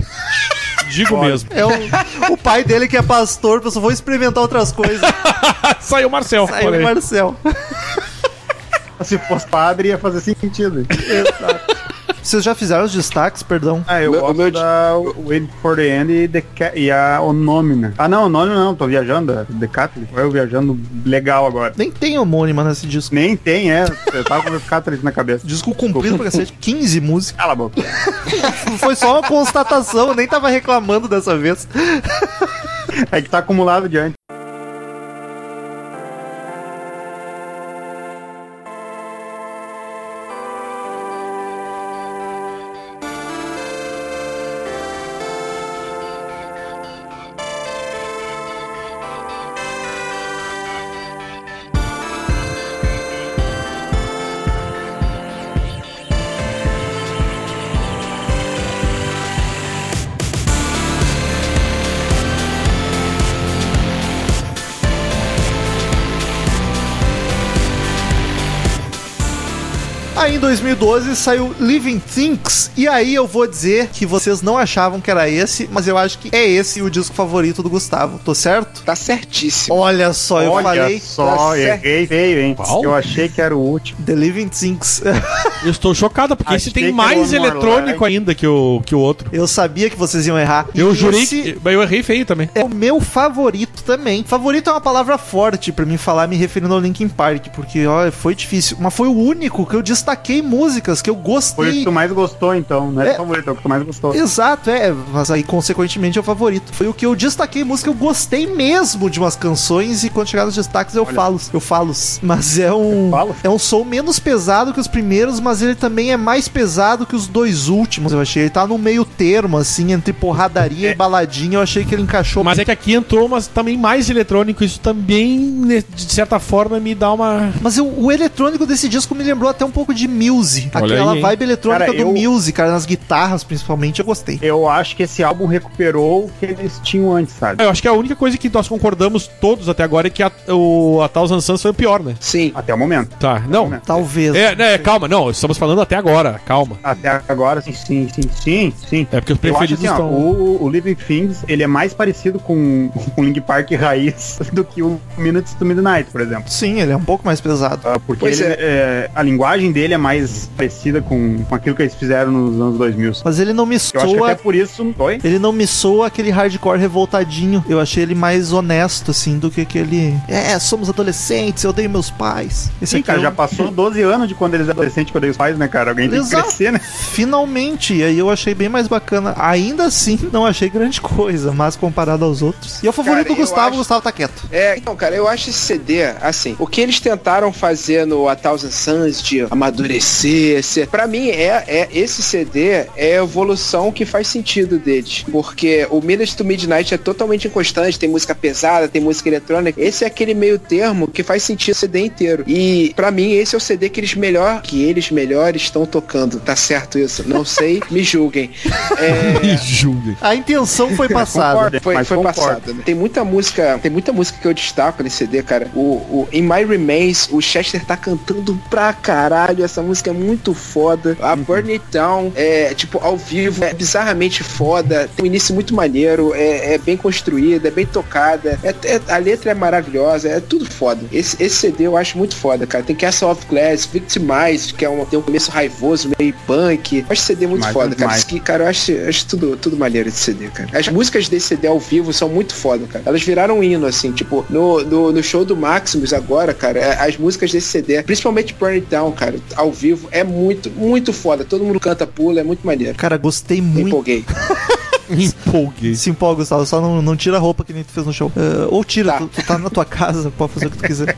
S2: Digo mesmo.
S1: É o, o pai dele que é pastor, eu só vou experimentar outras coisas.
S2: Saiu o Marcel.
S1: Aí
S2: olha
S1: o
S2: aí.
S1: Marcel.
S3: Se fosse padre, ia fazer sentido.
S1: Vocês já fizeram os destaques, perdão?
S3: Ah, eu
S4: Meu-
S3: gosto
S4: meu-
S3: da Wait for the End e, the Ca- e a Onomina. Ah, não, Onomina não, tô viajando, é Decathlon. Eu viajando legal agora.
S1: Nem tem homônima nesse disco.
S3: Nem tem, é. Eu tava com o Decathlon na cabeça.
S1: Disco cumprido pra cacete. 15 músicas.
S3: Cala a boca.
S1: Foi só uma constatação, eu nem tava reclamando dessa vez.
S3: É que tá acumulado diante.
S1: Aí em 2012 saiu Living Things, e aí eu vou dizer que vocês não achavam que era esse, mas eu acho que é esse o disco favorito do Gustavo, tô certo?
S4: Tá certíssimo.
S1: Olha só, eu
S3: Olha
S1: falei
S3: só,
S4: tá
S3: errei feio, hein?
S2: Qual?
S3: Eu achei que era o último.
S1: The Living Things.
S2: Eu estou chocada, porque esse
S3: Achei
S2: tem
S3: que
S2: mais
S3: era o
S2: eletrônico ainda que o, que o outro.
S1: eu sabia que vocês iam errar.
S2: Eu
S1: E
S2: jurei
S1: esse
S2: que. Mas eu errei feio também.
S1: É o meu favorito também. Favorito é uma palavra forte pra mim falar me referindo ao Linkin Park, porque ó, foi difícil. Mas foi o único que eu destaquei músicas que eu
S3: Foi o que
S1: gostei.
S3: tu mais gostou, então. Não é,
S1: É.
S3: o favorito, é o que tu mais gostou.
S1: Exato, é, mas aí consequentemente é o favorito. Foi o que eu destaquei música, eu gostei mesmo de umas canções e quando chegar nos destaques eu falo, eu falo, mas é um
S3: Fala.
S1: é um som menos pesado que os primeiros, mas ele também é mais pesado que os dois últimos, eu achei. Ele tá no meio termo assim, entre
S3: É.
S1: porradaria e baladinha, eu achei que ele encaixou
S2: Mas é que aqui entrou, mas também mais eletrônico. Isso também, ne- de certa forma, me dá uma.
S1: Mas eu- o eletrônico desse disco me lembrou até um pouco de Muse.
S2: Olha
S1: Aquela
S2: aí, hein?
S1: vibe eletrônica
S3: Cara,
S1: do
S3: eu-
S1: Muse, cara, nas guitarras principalmente, eu gostei.
S3: Eu acho que esse álbum recuperou o que eles tinham antes, sabe?
S2: Eu acho que é a única coisa que nós concordamos todos até agora é que a, o, a Thousand Suns foi o pior, né?
S4: Sim.
S3: Até o momento.
S2: Tá, não.
S3: Né?
S1: Talvez.
S2: É, né, calma, não, estamos falando até agora, calma.
S3: Até agora, sim, sim, sim, sim, sim.
S2: É porque os
S3: Eu acho
S2: preferidos
S3: assim, ó,
S2: estão.
S3: o, o Living Things, ele é mais parecido com o Link Park raiz do que o Minutes to Midnight, por exemplo.
S1: Sim, ele é um pouco mais pesado.
S3: Ah, Porque
S4: Pois
S3: ele, é, a linguagem dele é mais parecida com, com aquilo que eles fizeram nos anos 2000.
S1: Mas ele não me
S3: Eu acho que até
S1: soa.
S3: por isso... Oi?
S1: Ele não me soa aquele hardcore revoltadinho. Eu achei ele mais honesto, assim, do que aquele. É, somos adolescentes, eu odeio meus pais. Esse aqui
S3: Sim,
S1: é um-
S3: cara,
S1: eu-
S3: já passou 12 anos de quando eles eram adolescentes, quando eles pais, né, cara? Alguém tem
S1: Exato.
S3: que crescer, né?
S1: Finalmente, e aí eu achei bem mais bacana. Ainda assim, não achei grande coisa, mas comparado aos outros. E é o favorito
S4: Cara,
S1: do
S4: eu
S1: Gustavo,
S4: acho-
S1: o Gustavo tá quieto.
S4: É, então, cara, eu acho esse CD, assim, o que eles tentaram fazer no A Thousand Suns de amadurecer, ser, pra mim, é, é esse CD é a evolução que faz sentido deles, porque o Minutes to Midnight é totalmente inconstante, tem música pesada, tem música eletrônica, esse é aquele meio termo que faz sentido o CD inteiro, e pra mim esse é o CD que eles melhor, que eles melhor estão tocando, tá certo isso, não sei, me julguem. É...
S2: Me julguem.
S1: A intenção foi passada.
S3: Concordo,
S4: Foi,
S3: mas
S4: foi
S3: concordo.
S4: passada, né? Tem muita música, tem muita música que eu destaco nesse CD, cara. O, o In My Remains, o Chester tá cantando pra caralho. Essa música é muito foda.
S3: Uhum.
S4: A Burn It Down é, tipo, ao vivo, é bizarramente foda. Tem um início muito maneiro, é, é bem construída, é bem tocada. É, é- a letra é maravilhosa, é tudo foda. Esse, esse CD eu acho muito foda, cara. Tem Castle of Glass, Victimized, que é um, tem um começo raivoso, meio punk. Eu acho esse CD muito
S3: Demais,
S4: foda, cara.
S3: é demais.
S4: Que, cara, eu acho, eu acho tudo, tudo maneiro esse CD, cara. As músicas desse CD ao vivo são muito foda, cara. Elas viraram um hino, assim, tipo, no, no, no show do Maximus agora, cara, é- as músicas desse CD, principalmente Burn It Down, cara, ao vivo, é muito, muito foda. Todo mundo canta, pula, é muito maneiro.
S1: Cara, gostei
S4: Me
S1: muito.
S4: Empolguei.
S2: Me empolguei.
S1: Se empolga, Gustavo, só não, não tira a roupa que nem tu fez no show. Ah, ou tira,
S4: Tá.
S1: tu, tu tá na tua casa, pode fazer o que tu quiser.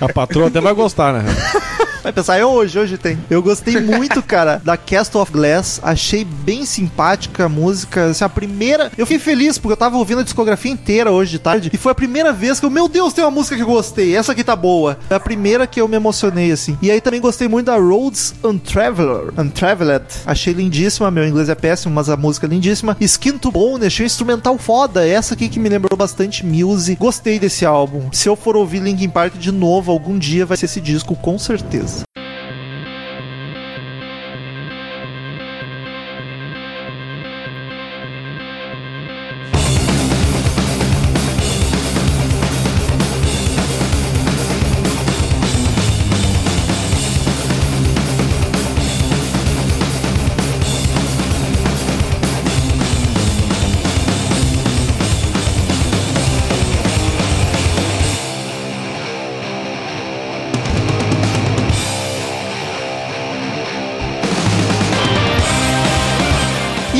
S2: A patroa até vai gostar, né?
S1: Vai pensar, eu hoje, hoje tem. Eu gostei muito, cara, da Cast of Glass. Achei bem simpática a música. Assim, a primeira. Eu fiquei feliz porque eu tava ouvindo a discografia inteira hoje de tarde. E foi a primeira vez que eu, meu Deus, tem uma música que eu gostei. Essa aqui tá boa. É a primeira que eu me emocionei, assim. E aí também gostei muito da Roads Untraveler. Untraveled. Achei lindíssima. Meu inglês é péssimo, mas a música é lindíssima. Skin to Bone, achei um instrumental foda. Essa aqui que me lembrou bastante Muse. Gostei desse álbum. Se eu for ouvir Linkin Park de novo algum dia, vai ser esse disco, com certeza.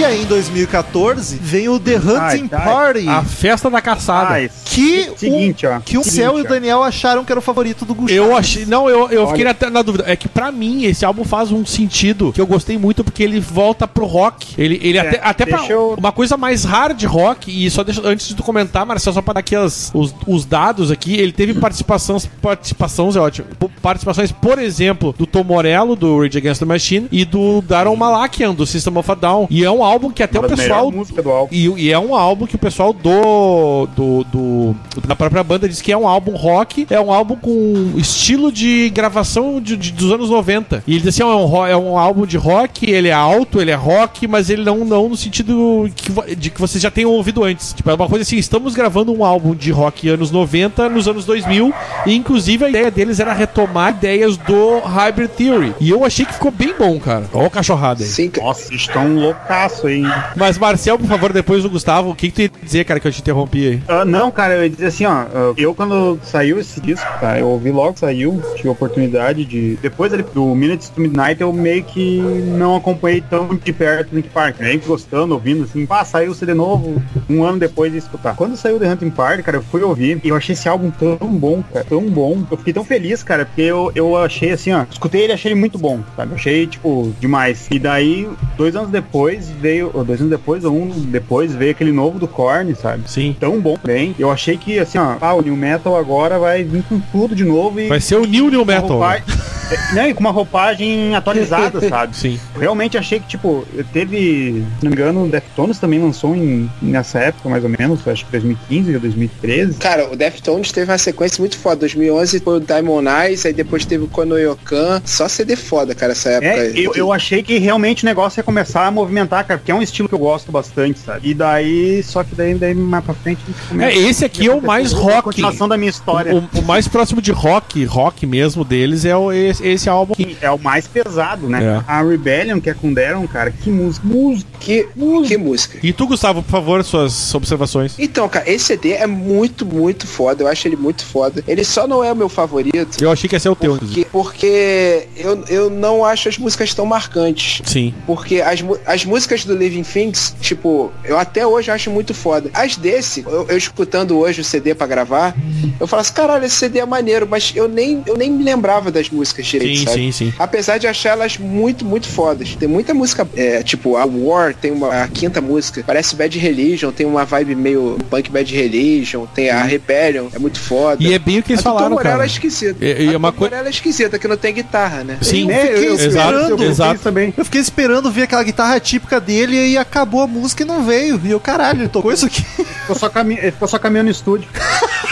S1: em 2014, vem o The Hunting
S3: ai.
S1: Party.
S2: A festa da caçada.
S3: Ah,
S1: Que o,
S3: seguinte, ó.
S1: que o
S3: Seguinte,
S1: Céu e o
S3: ó.
S1: Daniel acharam que era o favorito do Gucci.
S2: Eu achei. Não, eu, eu fiquei
S3: Olha.
S2: até na dúvida. É que pra mim esse álbum faz um sentido que eu gostei muito porque ele volta pro rock. Ele, ele
S3: É,
S2: até, até pra
S3: deixa eu-
S2: uma coisa mais hard rock. E só deixa, antes de tu comentar, Marcel, só pra dar aqui as- os, os dados aqui, ele teve participações. Participações é ótimo. po- Participações, por exemplo, do Tom Morello, do Rage Against the Machine, e do Daron Malakian, do System of a Down. E é um álbum que até
S3: Uma
S2: o
S3: das
S2: pessoal.
S3: melhores músicas do álbum.
S2: E, e é um álbum que o pessoal do, do, do- da própria banda diz que é um álbum rock, é um álbum com estilo de gravação de, de- dos anos 90. E ele diz assim, "Ó, é, um, ro- é um álbum de rock, ele é alto, ele é rock, mas ele não, não no sentido que, vo- de que vocês já tenham ouvido antes. Tipo, é uma coisa assim, estamos gravando um álbum de rock anos 90, nos anos 2000, e inclusive a ideia deles era retomar ideias do Hybrid Theory. E eu achei que ficou bem bom, cara. Ó o cachorrada aí.
S4: Sim, cara.
S3: Nossa, estão loucaço, hein?
S2: Mas, Marcel, por favor, depois do Gustavo, o que, que tu ia dizer, cara, que eu te interrompi aí?
S3: Ah, não, cara, eu ia dizer assim, ó. ah, Eu, quando saiu esse disco, tá, eu ouvi logo que saiu, tive a oportunidade de. Depois ali do Minutes to Midnight, eu meio que não acompanhei tão de perto o Link Park. Meio que gostando, ouvindo, assim. Ah, saiu o CD novo, um ano depois de escutar. Quando saiu The Hunting Party, cara, eu fui ouvir e eu achei esse álbum tão bom, cara, tão bom. Eu fiquei tão feliz, cara, porque eu, eu achei assim, ó. Escutei ele, achei ele muito bom, sabe? Eu achei, tipo, demais. E daí, dois anos depois, veio. Ou dois anos depois, ou um depois, veio aquele novo do Korn, sabe?
S2: Sim.
S3: tão bom também. Eu achei que, assim, ó, ah, o New Metal agora vai vir com tudo de novo e.
S2: Vai ser o New New
S3: com uma
S2: Metal. né?
S3: roupagem- Não, e com uma roupagem atualizada, sabe?
S2: Sim.
S3: Realmente achei que, tipo, teve, se não me engano, o Deftones também lançou em, nessa época, mais ou menos, acho que 2015 ou 2013.
S4: Cara, o Deftones teve uma sequência muito foda. 2011 foi o Diamond Eyes, aí depois teve o Konoyokan. Só CD foda, cara, essa época.
S3: É,
S4: aí.
S3: eu, eu achei que realmente o negócio ia começar a movimentar, cara, porque é um estilo que eu gosto bastante, sabe? E daí, só que daí, daí mais pra frente.
S2: É, esse aqui é o mais
S3: A
S2: rock.
S3: continuação da minha história.
S2: O, o mais próximo de rock, rock mesmo deles, é o, esse, esse álbum. aqui.
S3: que é o mais pesado, né?
S2: É.
S3: A Rebellion, que é com Deron, cara, que música. Música.
S4: Que, que música.
S2: E tu, Gustavo, por favor, suas observações.
S4: Então, cara, esse CD é muito, muito foda. Eu acho ele muito foda. Ele só não é o meu favorito.
S2: Eu achei que ia ser o teu, inclusive.
S4: que- porque eu, eu não acho as músicas tão marcantes.
S2: Sim.
S4: Porque as, mu- as músicas do Living Things, tipo, eu até hoje acho muito foda. As desse, eu, eu escutando hoje o CD pra gravar, eu falo assim, caralho, esse CD é maneiro, mas eu nem, eu nem me lembrava das músicas direito,
S2: Sim,
S4: sabe?
S2: sim, sim.
S4: Apesar de achar elas muito, muito fodas. Tem muita música, é, tipo, a War tem uma a quinta música, parece Bad Religion, tem uma vibe meio punk Bad Religion, tem a Rebellion, é muito foda.
S2: E é bem o que eles
S4: a do Tom
S2: falaram,
S4: Morello
S2: cara.
S4: é esquisita.
S2: E- e é
S4: a
S2: uma
S4: do Tom
S2: coi-
S4: Morello é esquisita, que não tem guitarra, né?
S2: Sim,
S3: né?
S1: fiquei esperando.
S2: exato,
S3: eu
S2: exato.
S3: fiz também.
S1: Eu fiquei esperando ver aquela guitarra típica dele e acabou a música e não veio. E eu, caralho, ele tocou isso aqui.
S3: Ficou só, cami... ele ficou só caminhando no estúdio.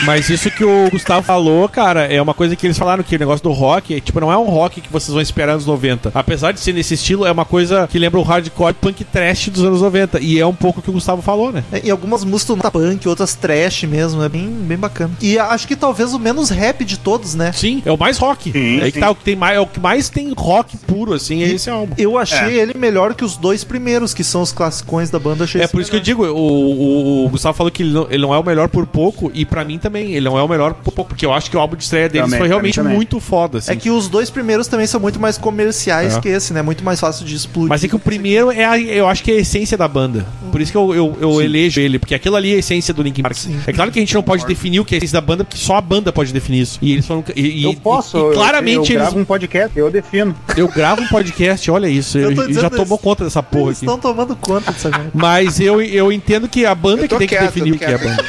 S2: Mas isso que o Gustavo falou, cara, é uma coisa que eles falaram que o negócio do rock, é, tipo, não é um rock que vocês vão esperar nos 90. Apesar de ser nesse estilo, é uma coisa que lembra o hardcore punk trash dos anos 90. E é um pouco o que o Gustavo falou, né?
S1: É, E algumas músicas tu nota punk, outras trash mesmo. É bem, bem bacana. E acho que talvez o menos rap de todos, né?
S2: Sim, é o mais rock.
S3: Sim,
S2: é aí que
S3: sim.
S2: tá, o que tem mais, é o que mais tem rock puro, assim, é esse álbum.
S1: Eu achei ele melhor que os dois primeiros, que são os classicões da banda. eu Achei
S2: É
S1: esse
S2: por isso que eu digo, o, o- o Gustavo falou que ele não, ele não é o melhor por pouco, e pra mim também, ele não é o melhor por pouco, porque eu acho que o álbum de estreia deles
S3: Também,
S2: foi
S3: pra
S2: realmente
S3: mim também.
S2: muito foda, assim.
S1: É que os dois primeiros também são muito mais comerciais
S2: É.
S1: que esse, né? Muito mais fácil de explodir.
S2: Mas é que o primeiro é a- eu acho que é a essência da banda. Por isso que eu, eu, eu elejo ele, porque aquilo ali é a essência do Linkin Park. É claro que a gente não pode definir o que é a essência da banda, porque só a banda pode definir isso. E eles foram. E, e-
S3: eu posso.
S2: e
S3: eu-
S2: claramente
S3: eu,
S2: eles-
S3: gravo um podcast, eu defino.
S2: um podcast, olha isso.
S1: Eu
S2: Ele
S1: tô
S2: ele já
S1: dizendo
S2: tomou
S1: isso.
S2: conta dessa porra
S1: Eles
S2: aqui.
S1: estão tomando conta dessa merda.
S2: Mas eu, eu entendo que a banda
S4: Eu
S2: que
S4: tô
S2: tem que
S4: quieto,
S2: definir o
S4: tô
S2: que é a
S4: quieto.
S2: banda.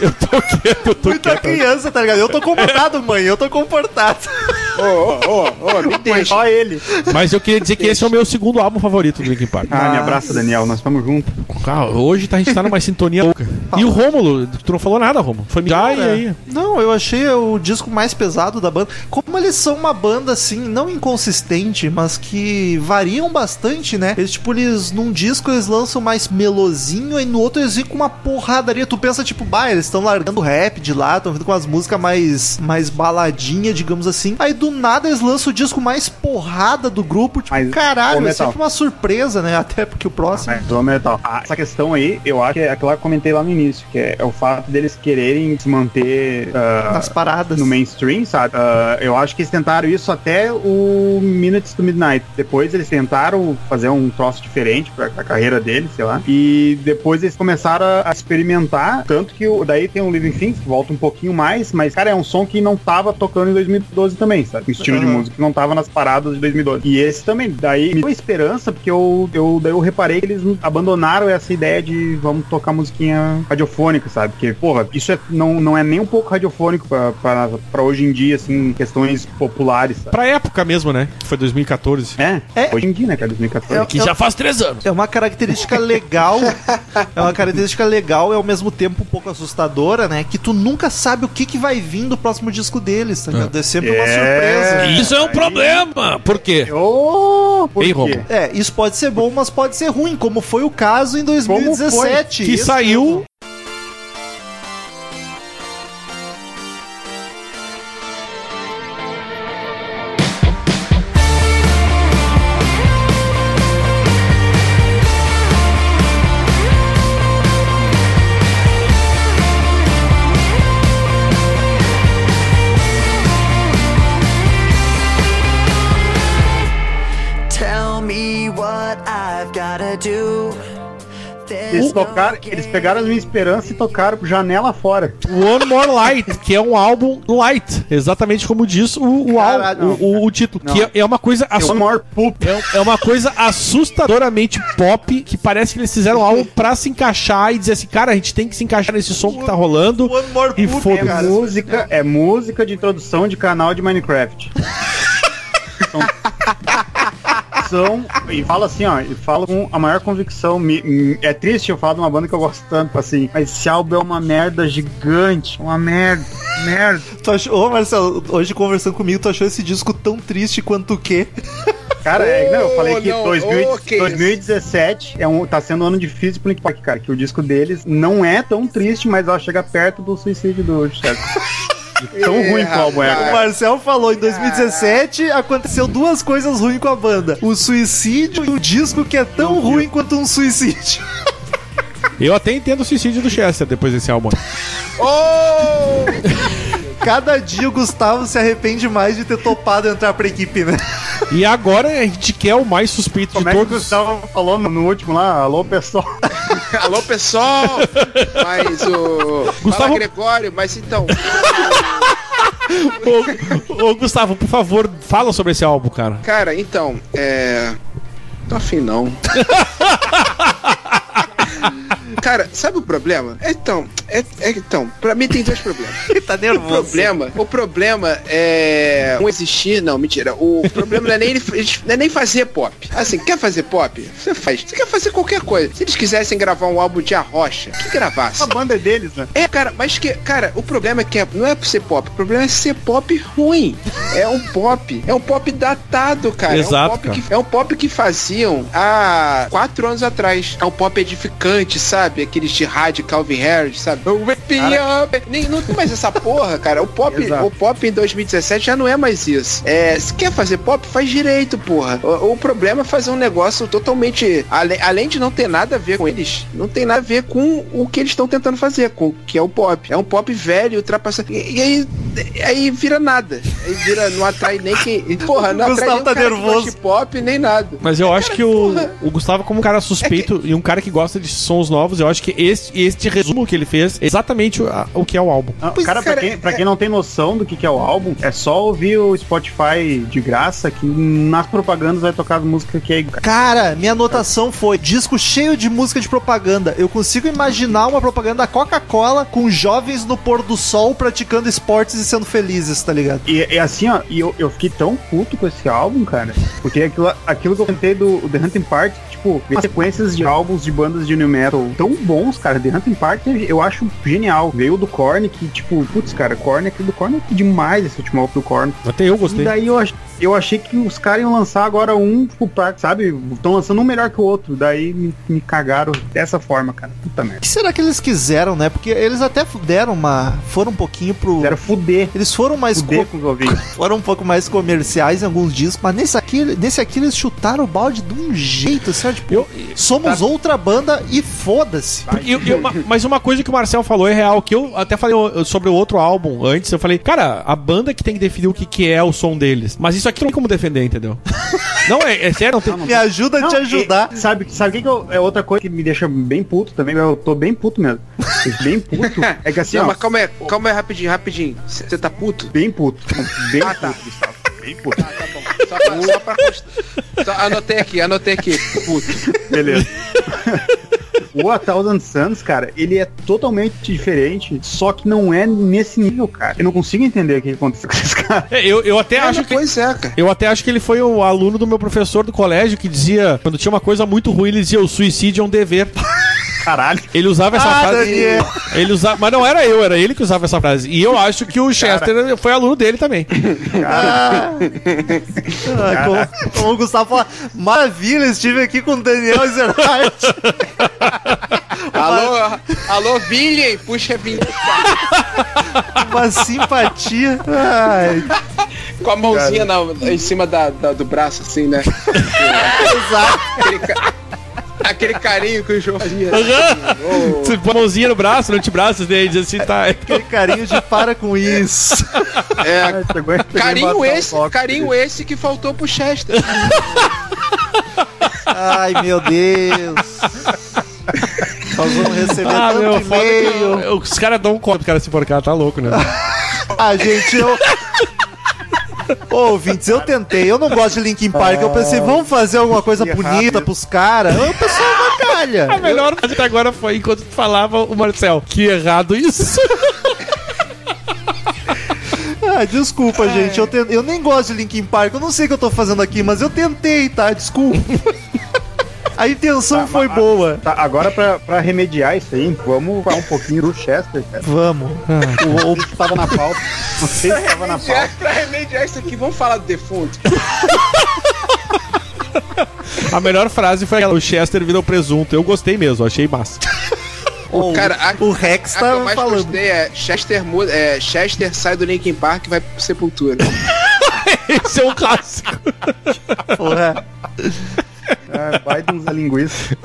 S2: Eu tô quieto, eu tô
S1: Muita
S2: quieto.
S1: criança, tá ligado? Eu tô comportado, mãe. Eu tô comportado.
S4: Ô, ô, ô, ô, me
S3: Foi
S4: deixa.
S3: só ele.
S2: Mas eu queria dizer que esse é o meu segundo álbum favorito do Linkin Park.
S3: Ah, me abraça, Daniel. Nós estamos juntos.
S2: Ah, hoje tá- a gente tá numa sintonia louca. E o Rômulo, tu não falou nada, Rômulo. Foi mijar e aí.
S1: Não, eu achei o disco mais pesado da banda. Como eles são uma banda assim, não inconsistente, mas que variam bastante, né? Eles, tipo, eles num disco eles lançam mais melosinho e no outro eles vêm com uma porradaria. Tu pensa, tipo, bah, eles estão largando o rap de lá, estão vindo com as músicas mais, mais baladinha, digamos assim. Aí do do nada eles lançam o disco mais porrada do grupo. Tipo,
S3: Mas, ô,
S1: caralho, é
S3: Metal.
S1: sempre uma surpresa, né? Até porque o próximo.
S3: É, do metal. Ah, Essa questão aí, eu acho que é aquela que eu comentei lá no início, que é, é o fato deles quererem se manter ah,
S1: nas paradas.
S3: no mainstream, sabe? Ah, eu acho que eles tentaram isso até o Minutes to Midnight. Depois eles tentaram fazer um troço diferente pra, pra carreira deles, sei lá. E depois eles começaram a, a experimentar. Tanto que o, daí tem o Living Things, que volta um pouquinho mais, mas, cara, é um som que não tava tocando em 2012 também, sabe? Um estilo de
S1: Aham.
S3: música que não tava nas paradas de 2012. E esse também. Daí me deu esperança, porque eu, eu, daí eu reparei que eles abandonaram essa ideia de vamos tocar musiquinha radiofônica, sabe? Porque, porra, isso é- não, não é nem um pouco radiofônico pra- pra pra hoje em dia, assim, questões populares, sabe?
S2: Pra época mesmo, né? Que foi 2014.
S3: É,
S1: É.
S3: hoje em dia, né, cara? 2014.
S1: É,
S2: Que já faz três anos.
S1: É uma característica legal. é uma característica legal e ao mesmo tempo um pouco assustadora, né? Que tu nunca sabe o que, que vai vir do próximo disco deles, tá ligado? É sempre uma
S3: É.
S1: surpresa.
S8: Isso é um problema. Por quê?
S3: Ô, por
S8: Ei,
S3: quê?
S8: Romulo.
S1: É, isso pode ser bom, mas pode ser ruim, como foi o caso em
S3: foi?
S1: 2017.
S2: Que
S1: Isso
S2: saiu.
S7: Tell me what I've gotta do.
S3: Eles tocaram, eles pegaram a minha esperança e tocaram pro janela fora.
S2: One More Light, que é um álbum light. Exatamente como diz o, o, álbum,
S1: Caralho, não,
S2: o- o, o título.
S3: Não.
S2: Que é- é uma coisa
S3: É o
S2: assustadora.
S3: maior poop.
S2: É, é uma coisa assustadoramente pop que parece que eles fizeram algo pra se encaixar e dizer assim, cara, a gente tem que se encaixar nesse som que tá rolando.
S1: One more
S2: E
S1: poop,
S2: foda-se.
S1: cara.
S3: música, é música de introdução de canal de Minecraft. Então, São, são- e fala assim, ó, e fala com a maior convicção. me- me- é triste eu falar de uma banda que eu gosto tanto, assim, mas esse álbum é uma merda gigante, uma merda, merda.
S1: Tu achou, ô Marcelo, hoje conversando comigo, tu achou esse disco tão triste quanto o quê?
S3: Cara, é, não, eu falei que
S4: não,
S3: 2000
S4: oh, que isso.
S3: 2017 é um, tá sendo um ano difícil pro Link Park, cara, que o disco deles não é tão triste, mas ela chega perto do suicídio do Chaco. Tão
S4: Ih,
S3: ruim que o álbum é,
S1: O
S3: cara.
S1: Marcel falou, em 2017 aconteceu duas coisas ruins com a banda. O suicídio e o disco que é tão ruim quanto um suicídio.
S2: Eu até entendo o suicídio do Chester depois desse álbum.
S1: Cada dia o Gustavo se arrepende mais de ter topado entrar pra equipe, né?
S2: E agora a gente quer o mais suspeito
S3: Como
S2: de
S3: é que o
S2: todos.
S3: Gustavo falou no, no último lá? Alô, pessoal.
S4: Alô, pessoal! Mas o.
S2: Gustavo-
S4: Fala, Gregório, mas então.
S2: Ô, ô, Gustavo, por favor, fala sobre esse álbum, cara.
S4: Cara, então, é. Tô afim não. Cara, sabe o problema? Então, é, é- então, pra mim tem dois problemas.
S1: tá
S4: O problema, o problema é não existir, não, mentira. O problema não é nem, ele- não é nem fazer pop. Assim, quer fazer pop? Você faz. Você quer fazer qualquer coisa. Se eles quisessem gravar um álbum de arrocha, que gravasse.
S3: A banda é deles, né?
S4: É, cara, mas que, cara, o problema é que é- não é ser pop, o problema é ser pop ruim. É um pop, é um pop datado, cara.
S2: Exato,
S4: é um pop,
S2: cara.
S4: Que, é um pop que faziam há quatro anos atrás. É um pop edificante, sabe? Aqueles de rádio Calvin Harris, sabe? Whip me up. Nem, não tem mais essa porra, cara. O pop,
S3: Exato.
S4: o pop em 2017 já não é mais isso. É, se quer fazer pop, faz direito, porra. O, o problema é fazer um negócio totalmente. ale- além de não ter nada a ver com eles, não tem nada a ver com o que eles estão tentando fazer, com o que é o pop. É um pop velho, ultrapassado. E, e aí. Aí vira nada. Aí vira, não atrai nem quem. Porra, não atrai
S1: Gustavo
S4: nem o
S1: tá
S4: cara que
S1: nervoso.
S4: gosta de pop, nem nada.
S2: Mas eu acho que o, o Gustavo, como um cara suspeito e um cara que gosta de sons novos, eu acho que este, este resumo que ele fez é exatamente o, a- o que é o álbum.
S3: Ah,
S4: Pois,
S3: cara,
S4: cara,
S3: pra, quem, pra quem não tem noção do que, que é o álbum, é só ouvir o Spotify de graça que nas propagandas vai tocar as músicas que é.
S1: Cara, minha anotação foi: disco cheio de música de propaganda. Eu consigo imaginar uma propaganda da Coca-Cola com jovens no pôr do sol praticando esportes e sendo felizes, tá ligado?
S3: E é assim, ó, e eu, eu fiquei tão puto com esse álbum, cara. Porque aquilo, aquilo que eu cantei do The Hunting Part, tipo, ver sequências de álbuns de bandas de New Metal tão bons, cara. The Hunting Part eu acho genial. Veio o do Korn, que, tipo, putz, cara, Korn, aquilo do Korn é demais esse último álbum do Korn.
S2: Até eu
S3: E
S2: gostei.
S3: daí eu, ach- eu achei que os caras iam lançar agora um, tipo, pra, sabe? Estão lançando um melhor que o outro. Daí me, me cagaram dessa forma, cara. Puta merda.
S1: O que será que eles quiseram, né? Porque eles até deram uma. foram um pouquinho pro.
S3: Fizeram fuder fuder.
S1: Eles foram mais
S3: Fuder
S1: co-
S3: com os ouvintes.
S1: foram um pouco mais comerciais em alguns discos, mas nesse aqui, nesse aqui eles chutaram o balde de um jeito, assim, ó, tipo,
S2: Eu-
S1: somos outra banda e foda-se.
S2: Porque eu- eu- ma- mas uma coisa que o Marcel falou é real, que eu até falei o- sobre o outro álbum antes, eu falei, cara, a banda que tem que definir o que, que é o som deles. Mas isso aqui não tem como defender, entendeu? não, é, é sério, não tem.
S1: Me ajuda a te
S3: Não,
S1: ajudar.
S3: e- sabe sabe o que, que eu- é outra coisa que me deixa bem puto também? Eu tô bem puto mesmo. Bem puto. É que assim,
S4: Não,
S3: ó,
S4: mas calma aí, calma aí rapidinho, rapidinho. Você tá puto?
S3: bem puto. Bem
S4: Ah, tá.
S3: puto, Gustavo. Bem puto.
S4: Tá bom. Só pra, só pra constar. Só- anotei aqui, anotei aqui. Puto.
S3: Beleza. O A Thousand Suns, cara, ele é totalmente diferente, só que não é nesse nível, cara. Eu não consigo entender o que aconteceu com esses caras.
S2: É, eu, eu até
S4: Ah,
S2: acho
S4: mas
S2: que.
S4: Pois é, cara.
S2: Eu até acho que ele foi o aluno do meu professor do colégio que dizia, quando tinha uma coisa muito ruim, ele dizia o suicídio é um dever.
S3: Caralho.
S2: Ele usava essa frase. Ele usava, mas não era eu, era ele que usava essa frase. E eu acho que o Chester foi aluno dele também.
S1: Ah, como, como o Gustavo fala, maravilha, estive aqui com o Daniel Zerati.
S4: Alô, alô, Billy, puxa Billy
S1: Uma simpatia. Ai,
S4: com a mãozinha na- em cima da, da- do braço, assim, né?
S1: exato.
S4: Aquele, ca- aquele carinho que o João fazia.
S2: Você põe a mãozinha no braço, no antebraço dele, diz assim, tá.
S1: Aquele carinho de para com isso.
S4: É,
S3: Ah, Chegou- chegou a
S4: carinho
S3: matar o
S4: esse,
S3: Fox.
S4: carinho esse que faltou pro Chester.
S1: Ai, meu Deus. Nós vamos receber
S2: Ah,
S1: tanto
S2: meu, foda que
S1: e-mail.
S2: eu- os caras dão um copo pro cara se porcar, tá louco, né?
S1: Ah, gente, eu. Ô, ouvintes, eu tentei. Eu não gosto de Linkin Park. Eu pensei, vamos fazer alguma coisa
S3: errado
S1: bonita
S3: isso.
S1: pros caras. O pessoal bacalha.
S2: A melhor coisa até agora foi enquanto tu falava o Marcel. Que errado isso.
S1: Ah, desculpa, gente. Eu, ten- eu nem gosto de Linkin Park. Eu não sei o que eu tô fazendo aqui, mas eu tentei, tá? Desculpa. A intenção foi boa.
S3: Tá, agora pra, pra remediar isso aí, vamos falar um pouquinho do Chester, cara.
S1: Vamos.
S3: O, o que tava na pauta. Não sei se tava na pauta.
S4: pra é remediar isso aqui, vamos falar do defunto.
S2: A melhor frase foi aquela: o Chester virou presunto. Eu gostei mesmo, achei massa.
S1: O,
S4: cara, a-
S1: o Rex
S4: A que eu
S1: tá
S4: mais
S1: falando.
S4: gostei é Chester, muda- é Chester sai do Linkin Park e vai pro Sepultura.
S2: Esse é um clássico.
S1: Porra.
S3: Ah, Vai de uns a linguiça.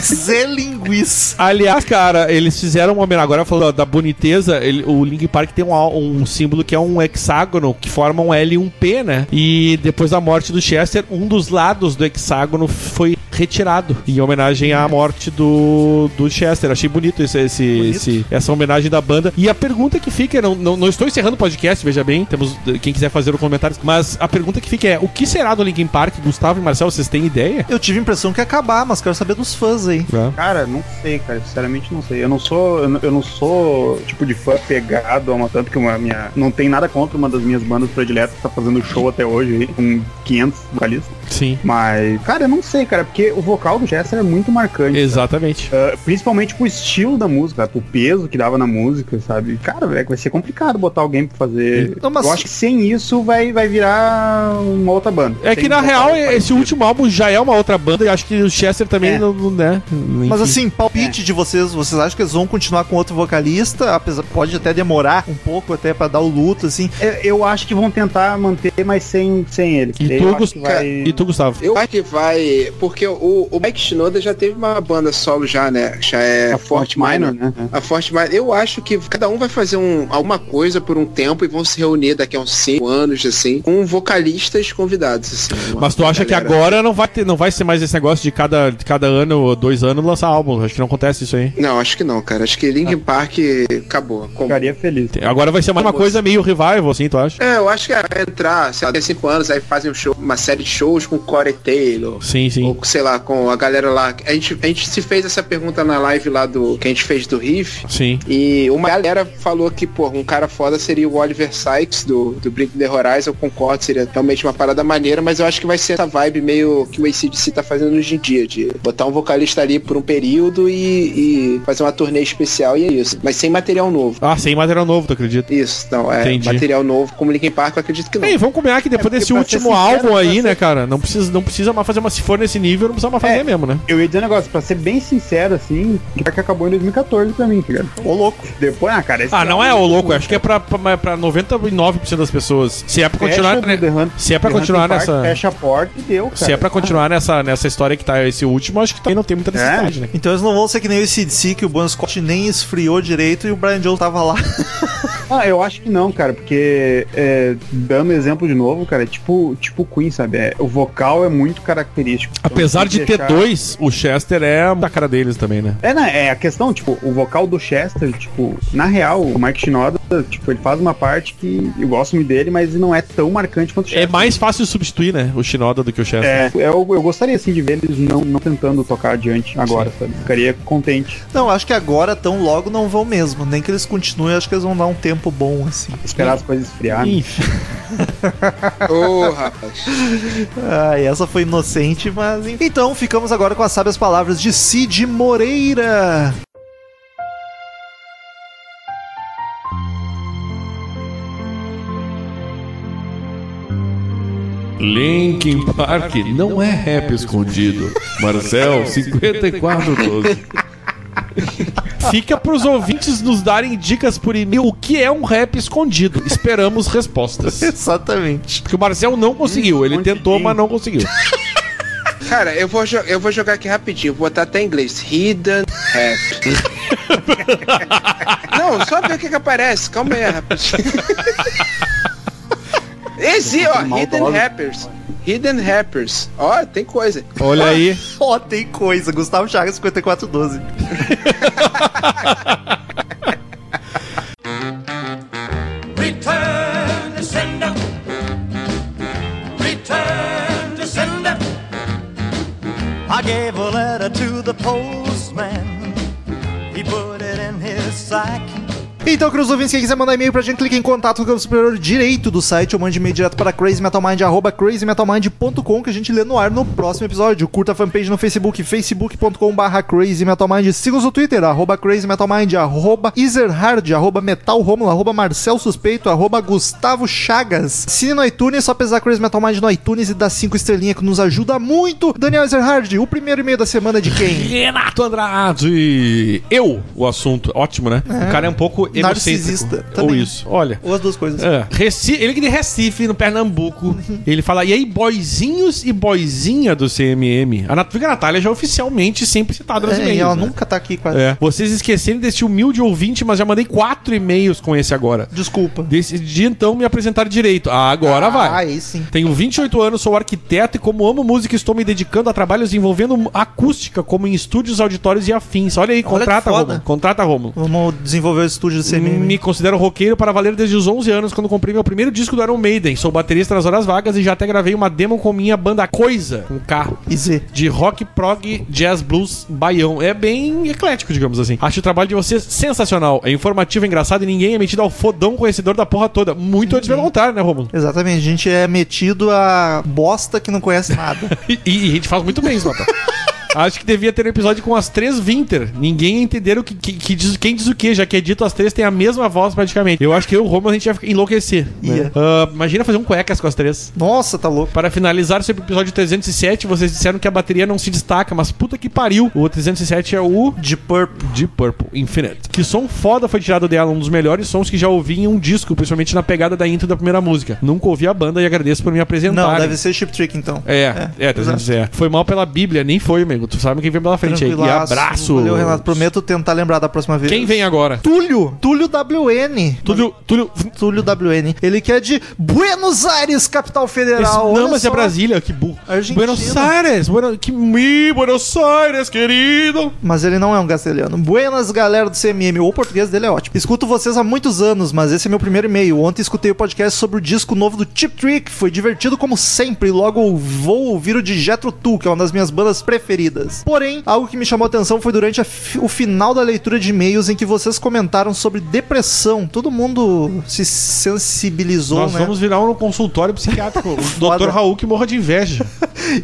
S1: Zé Linguiça.
S2: Aliás, cara, eles fizeram uma homenagem. Agora falando da boniteza, ele- o Link Park tem um, al- um símbolo que é um hexágono que forma um L e um P, né? E depois da morte do Chester, um dos lados do hexágono foi retirado em homenagem à morte do, do Chester. Achei bonito, esse, esse- esse- essa homenagem da banda. E a pergunta que fica, não, não, não estou encerrando o podcast, veja bem, temos quem quiser fazer os comentários, mas a pergunta que fica é: o que será do Linkin Park? Gustavo e Marcel, vocês têm ideia?
S1: Eu tive a impressão que ia acabar, mas quero saber dos fãs aí.
S3: Cara, não sei, cara. Sinceramente não sei. Eu não sou. Eu não, eu não sou tipo de fã pegado a uma tanto que uma minha. Não tem nada contra uma das minhas bandas prediletas que tá fazendo show até hoje aí, com 500 vocalistas.
S2: Sim.
S3: Mas, cara, eu não sei, cara, porque o vocal do Chester é muito marcante.
S2: Exatamente.
S3: Ah, principalmente pro estilo da música, pro peso que dava na música, sabe? Cara, velho, vai ser complicado botar alguém pra fazer.
S1: Não, mas-
S3: Eu acho que sem isso vai, vai virar uma outra banda.
S2: É que
S3: Sem
S2: na
S3: botar
S2: real,
S3: alguém
S2: esse
S3: parecido.
S2: último álbum já é uma outra banda e acho que o Chester também
S3: É.
S2: não, não- né?
S1: Mas
S2: Enfim.
S1: assim,
S4: É.
S1: palpite de vocês, vocês acham que eles vão continuar com outro vocalista? Apesar, pode até demorar um pouco até pra dar o luto, assim.
S3: É, Eu acho que vão tentar manter, mas sem, sem ele.
S2: E
S3: Eu
S2: tu,
S3: acho
S2: Gus-
S3: que vai-
S2: e tu, Gustavo?
S4: Eu acho que vai. Porque o, o Mike Shinoda já teve uma banda solo já, né? Já é,
S3: a
S4: Fort
S3: Fort
S4: Minor.
S3: Minor, né?
S4: A Forte Minor. Eu acho que cada um vai fazer um, alguma coisa por um tempo e vão se reunir daqui a uns 5 anos, assim, com vocalistas convidados, assim.
S2: Mas tu acha que
S4: Galera.
S2: agora não vai, ter, não vai ser mais esse negócio de cada, de cada ano ou dois anos lançar álbum? Acho que não acontece isso aí.
S4: Não, acho que não, cara. Acho que
S2: Ah.
S4: Linkin Park acabou. acabou.
S3: Ficaria feliz.
S2: Agora vai ser mais uma
S4: Almoço.
S2: coisa meio revival, assim, tu acha?
S4: É, eu acho que vai entrar, sei lá, tem cinco anos, aí fazem um show, uma série de shows com Corey Taylor.
S2: Sim, sim.
S4: Ou, sei lá, com a galera lá. A gente, a gente se fez essa pergunta na live lá do. Que a gente fez do Riff.
S2: Sim.
S4: E uma galera falou que, porra, um cara foda seria o Oliver Sykes do, do Bring the Horizon. Eu concordo, seria realmente uma parada maneira, mas eu acho que vai ser essa vibe meio que o ACDC tá fazendo hoje em dia, de botar um vocalista ali por um período e, e fazer uma turnê especial e é isso. Mas sem material novo.
S2: Ah, sem material novo, tu acredita?
S4: Isso, não, é
S2: Entendi.
S4: material novo, como Linkin Park, eu acredito que não.
S2: Ei, vamos combinar que depois
S3: É, porque
S2: desse
S3: pra ser
S2: último
S3: sincero,
S2: álbum
S3: pra
S2: aí,
S3: ser-
S2: né, cara? Não precisa, não precisa mais fazer uma. Se for nesse nível, foram precisar pra fazer
S3: É.
S2: mesmo, né?
S3: Eu ia dizer um negócio, pra ser bem sincero, assim, que parque acabou em 2014 pra mim, tá ligado? Ô louco. Depois, ah, cara, esse
S2: Ah, não é o louco, acho que é pra, pra, pra 99% das pessoas. Se é pra continuar,
S3: Fecha do
S2: né,
S3: The Hunt-
S2: se é pra
S3: The
S2: continuar
S3: Hunting Park,
S2: nessa-
S3: Fecha a porta e deu, cara.
S2: se é pra continuar nessa, nessa história que tá esse último, acho que também não tem
S3: É?
S2: muita necessidade, né?
S1: Então eles não vão ser que nem o CDC, que o Bon Scott nem esfriou direito e o Brian Jones tava lá.
S3: Ah, eu acho que não, cara, porque é, dando exemplo de novo, cara, é tipo, tipo Queen, sabe? É, o vocal é muito característico. Então,
S2: Apesar
S3: tem que
S2: de ter
S3: deixar-
S2: dois, o Chester é da cara deles também, né?
S3: É, né? É a questão, tipo, o vocal do Chester, tipo, na real, o Mark Shinoda, tipo, ele faz uma parte que eu gosto muito dele, mas não é tão marcante quanto o
S2: É
S3: Chester.
S2: mais fácil de substituir, né? O Shinoda do que o Chester.
S3: É, eu, eu gostaria assim de ver eles não, não tentando tocar adiante agora, sabe? Ficaria contente.
S1: Não, acho que agora, tão logo, não vão mesmo. Nem que eles continuem, acho que eles vão dar um tempo bom, assim.
S3: Esperar as coisas esfriar. né?
S2: Enfim.
S4: Ô, rapaz.
S1: Ai, essa foi inocente, mas. enfim. Então, ficamos agora com as sábias palavras de Cid Moreira.
S8: Linkin Park não é rap escondido. Marcel 5412.
S2: Fica pros ouvintes nos darem dicas por e-mail o que é um rap escondido. Esperamos respostas.
S1: Exatamente.
S2: Porque o Marcel não conseguiu. Ele tentou, mas não conseguiu.
S4: Cara, eu vou, jo- eu vou jogar aqui rapidinho, vou botar até em inglês. Hidden Rap. Não, só ver o que, que aparece. Calma aí, rapidinho. Esse, ó, Hidden Rappers. Hidden Rappers. Ó, tem coisa.
S2: Olha aí.
S1: Ó, tem coisa. Gustavo Chagas 5412.
S6: Return to sender. Return to sender.
S9: I gave a letter to the postman. He put it in his sack.
S1: Então, queridos ouvintes, quem quiser mandar e-mail pra gente, clique em contato no campo superior direito do site ou mande e-mail direto para crazymetalmind, arroba crazymetalmind.com que a gente lê no ar no próximo episódio. Curta a fanpage no Facebook, facebook.com barra crazymetalmind. Siga-nos no Twitter, arroba crazymetalmind, arroba ezerhard, arroba metalromulo, arroba marcel suspeito, arroba gustavo chagas. Assine no iTunes, só pesar Crazy Metal Mind no iTunes e dá 5 estrelinhas que nos ajuda muito. Daniel Ezerhard, o primeiro e-mail da semana é de quem?
S2: Renato Andrade. Eu, o assunto. Ótimo, né? O cara é um pouco
S1: Narcisista
S2: egocêntrico. Ou
S1: também.
S2: isso. Olha.
S1: Ou as duas coisas.
S2: É. Reci- ele que de Recife, no Pernambuco.
S1: Uhum.
S2: Ele fala, e aí, boizinhos e boizinha do CMM. A Nat... Fica a Natália já oficialmente sempre citada nos
S1: É,
S2: e-mails.
S1: e ela
S2: né?
S1: nunca tá aqui quase.
S2: É. Vocês esqueceram desse humilde ouvinte, mas já mandei quatro e-mails com esse agora.
S1: Desculpa.
S2: Decidi então me apresentar direito. Ah, agora vai.
S1: aí sim.
S2: Tenho 28 anos, sou arquiteto e como amo música, estou me dedicando a trabalhos envolvendo acústica, como em estúdios, auditórios e afins. Olha aí, contrata,
S1: que foda.
S2: Romulo. Contrata, Romulo.
S1: Vamos desenvolver o estúdio do CMM.
S2: Me considero roqueiro para valer desde os 11 anos, quando comprei meu primeiro disco do Iron Maiden. Sou baterista nas horas vagas e já até gravei uma demo com minha banda Coisa, um carro
S1: E Z.
S2: de rock, prog, jazz, blues, baião. É bem eclético, digamos assim. Acho o trabalho de vocês sensacional. É informativo, engraçado e ninguém é metido ao fodão conhecedor da porra toda. Muito antes pelo contrário, né, Romulo?
S1: Exatamente, a gente é metido a bosta que não conhece nada.
S2: E, e a gente faz muito bem isso, Natal. Acho que devia ter um episódio com as três Winter. Ninguém ia entender o que, que- que diz, quem diz o que, já que é dito as três têm a mesma voz praticamente. Eu acho que eu e o Romulo a gente ia ficar- enlouquecer. né?
S1: Ia.
S2: Ah, imagina fazer um cuecas com as três.
S1: Nossa, tá louco.
S2: Para finalizar sobre o episódio 307, vocês disseram que a bateria não se destaca, mas puta que pariu. O 307 é o
S1: De Purple.
S2: Deep Purple, Infinite. Que som foda foi tirado dela, um dos melhores sons que já ouvi em um disco, principalmente na pegada da intro da primeira música. Nunca ouvi a banda e agradeço por me apresentar.
S1: Não, deve ser Chip Trick então.
S2: É, é, é, 300 é. Foi mal pela Bíblia, nem foi, amigo. Tu sabe quem vem pela frente aí. E
S1: Tranquilaço.
S2: abraço.
S1: Valeu, Renato. Prometo tentar lembrar da próxima vez.
S2: Quem vem agora?
S1: Túlio. Túlio WN.
S2: Túlio, Túlio.
S1: Túlio WN. Ele que é de Buenos Aires, capital
S2: Esse-
S1: federal.
S2: não,
S1: Olha
S2: mas é
S1: só.
S2: Brasília, que burro.
S1: Argentina.
S2: Buenos Aires, Buenos, que mi, Buenos Aires, querido.
S1: Mas ele não é um castelhano. Buenas, galera do CMM. O português dele é ótimo. Escuto vocês há muitos anos, mas esse é meu primeiro e-mail. Ontem escutei o podcast sobre o disco novo do Chip Trick. Foi divertido como sempre. Logo vou ouvir o de Jetro Tool, que é uma das minhas bandas preferidas. parecidas. Porém, algo que me chamou a atenção foi durante a fi- o final da leitura de e-mails em que vocês comentaram sobre depressão. Todo mundo se sensibilizou,
S2: Nós
S1: né?
S2: vamos virar um consultório psiquiátrico. O
S1: Foda.
S2: Dr. Raul que morra de inveja.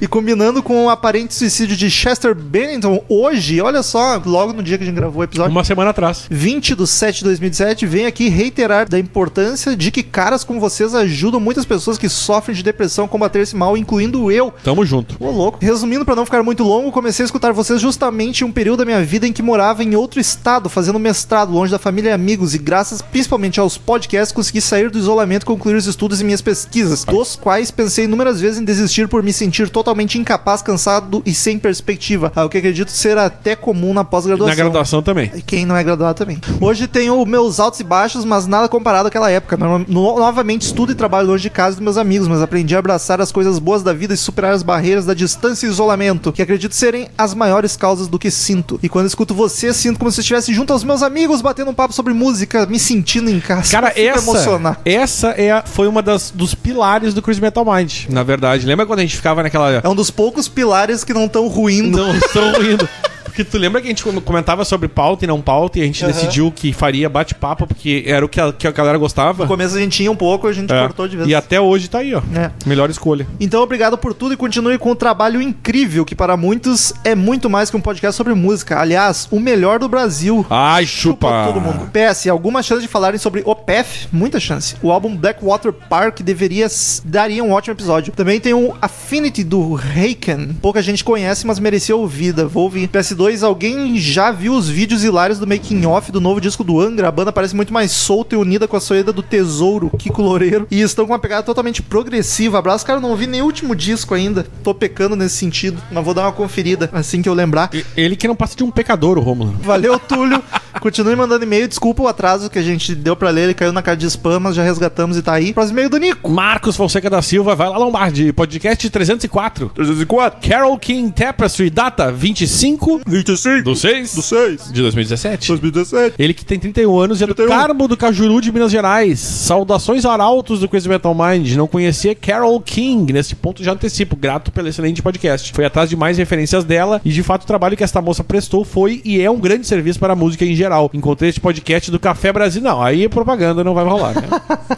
S1: E combinando com o aparente suicídio de Chester Bennington hoje, olha só, logo no dia que a gente gravou o episódio.
S2: Uma semana atrás.
S1: 20 de 7 de 2017, venho aqui reiterar da importância de que caras como vocês ajudam muitas pessoas que sofrem de depressão a combater esse mal, incluindo eu.
S2: Tamo junto.
S1: Ô, louco. Resumindo, pra não ficar muito longo, comecei a escutar vocês justamente em um período da minha vida em que morava em outro estado, fazendo mestrado, longe da família e amigos, e graças principalmente aos podcasts, consegui sair do isolamento, concluir os estudos e minhas pesquisas, dos quais pensei inúmeras vezes em desistir por me sentir totalmente incapaz, cansado e sem perspectiva, algo que acredito ser até comum na
S2: Na
S1: pós-graduação.
S2: graduação também.
S1: E Quem não é graduado também. Hoje tenho meus altos e baixos, mas nada comparado àquela época. No- no- novamente estudo e trabalho longe de casa dos meus amigos, mas aprendi a abraçar as coisas boas da vida e superar as barreiras da distância e isolamento, que acredito serem as maiores causas do que sinto. E quando escuto você, sinto como se estivesse junto aos meus amigos, batendo um papo sobre música, me sentindo em casa.
S2: Cara,
S1: Eu fico
S2: essa,
S1: emocionado.
S2: essa é a- foi uma das, dos pilares do Crazy Metal Mind, na verdade. Lembra quando a gente ficava naquela.
S1: É um dos poucos pilares que não estão ruindo.
S2: Não estão rindo. Porque tu lembra que a gente comentava sobre pauta e não pauta e a gente decidiu que faria bate-papo porque era o que a, que a galera gostava?
S1: No começo a gente tinha um pouco, a gente
S2: É.
S1: cortou de vez.
S2: E até hoje tá aí, ó.
S1: É.
S2: Melhor escolha.
S1: Então, obrigado por tudo e continue com o trabalho incrível, que para muitos é muito mais que um podcast sobre música. Aliás, o melhor do Brasil.
S2: Ai, chupa!
S1: Todo mundo. PS, alguma chance de falarem sobre OPEF? Muita chance. O álbum Blackwater Park deveria daria um ótimo episódio. Também tem o Affinity do Haken. Pouca gente conhece, mas merecia ouvida. Vou ouvir. PS2, alguém já viu os vídeos hilários do making off do novo disco do Angra? A banda parece muito mais solta e unida com a soeda do Tesouro, Kiko Loureiro. E estão com uma pegada totalmente progressiva. Abraço, cara, eu não ouvi nem o último disco ainda. Tô pecando nesse sentido, mas vou dar uma conferida assim que eu lembrar.
S2: E- Ele que não passa de um pecador, o Romulo.
S1: Valeu, Túlio. Continue mandando e-mail. Desculpa o atraso que a gente deu pra ler. Ele caiu na cara de spam, mas já resgatamos e tá aí. Próximo e-mail do Nico.
S2: Marcos Fonseca da Silva, vai lá Lombardi, podcast 304. 304. Carol King Tapestry, data 25
S1: 25
S2: do 6
S1: 6
S2: de 2017.
S1: 2017.
S2: Ele que tem 31 anos e é do Carmo do Cajuru de Minas Gerais. Saudações arautos do Crazy Metal Mind. Não conhecia Carol King. Nesse ponto já antecipo. Grato pelo excelente podcast. Foi atrás de mais referências dela e de fato o trabalho que esta moça prestou foi e é um grande serviço para a música em geral. Encontrei este podcast do Café Brasil. Não, aí é propaganda não vai rolar, né?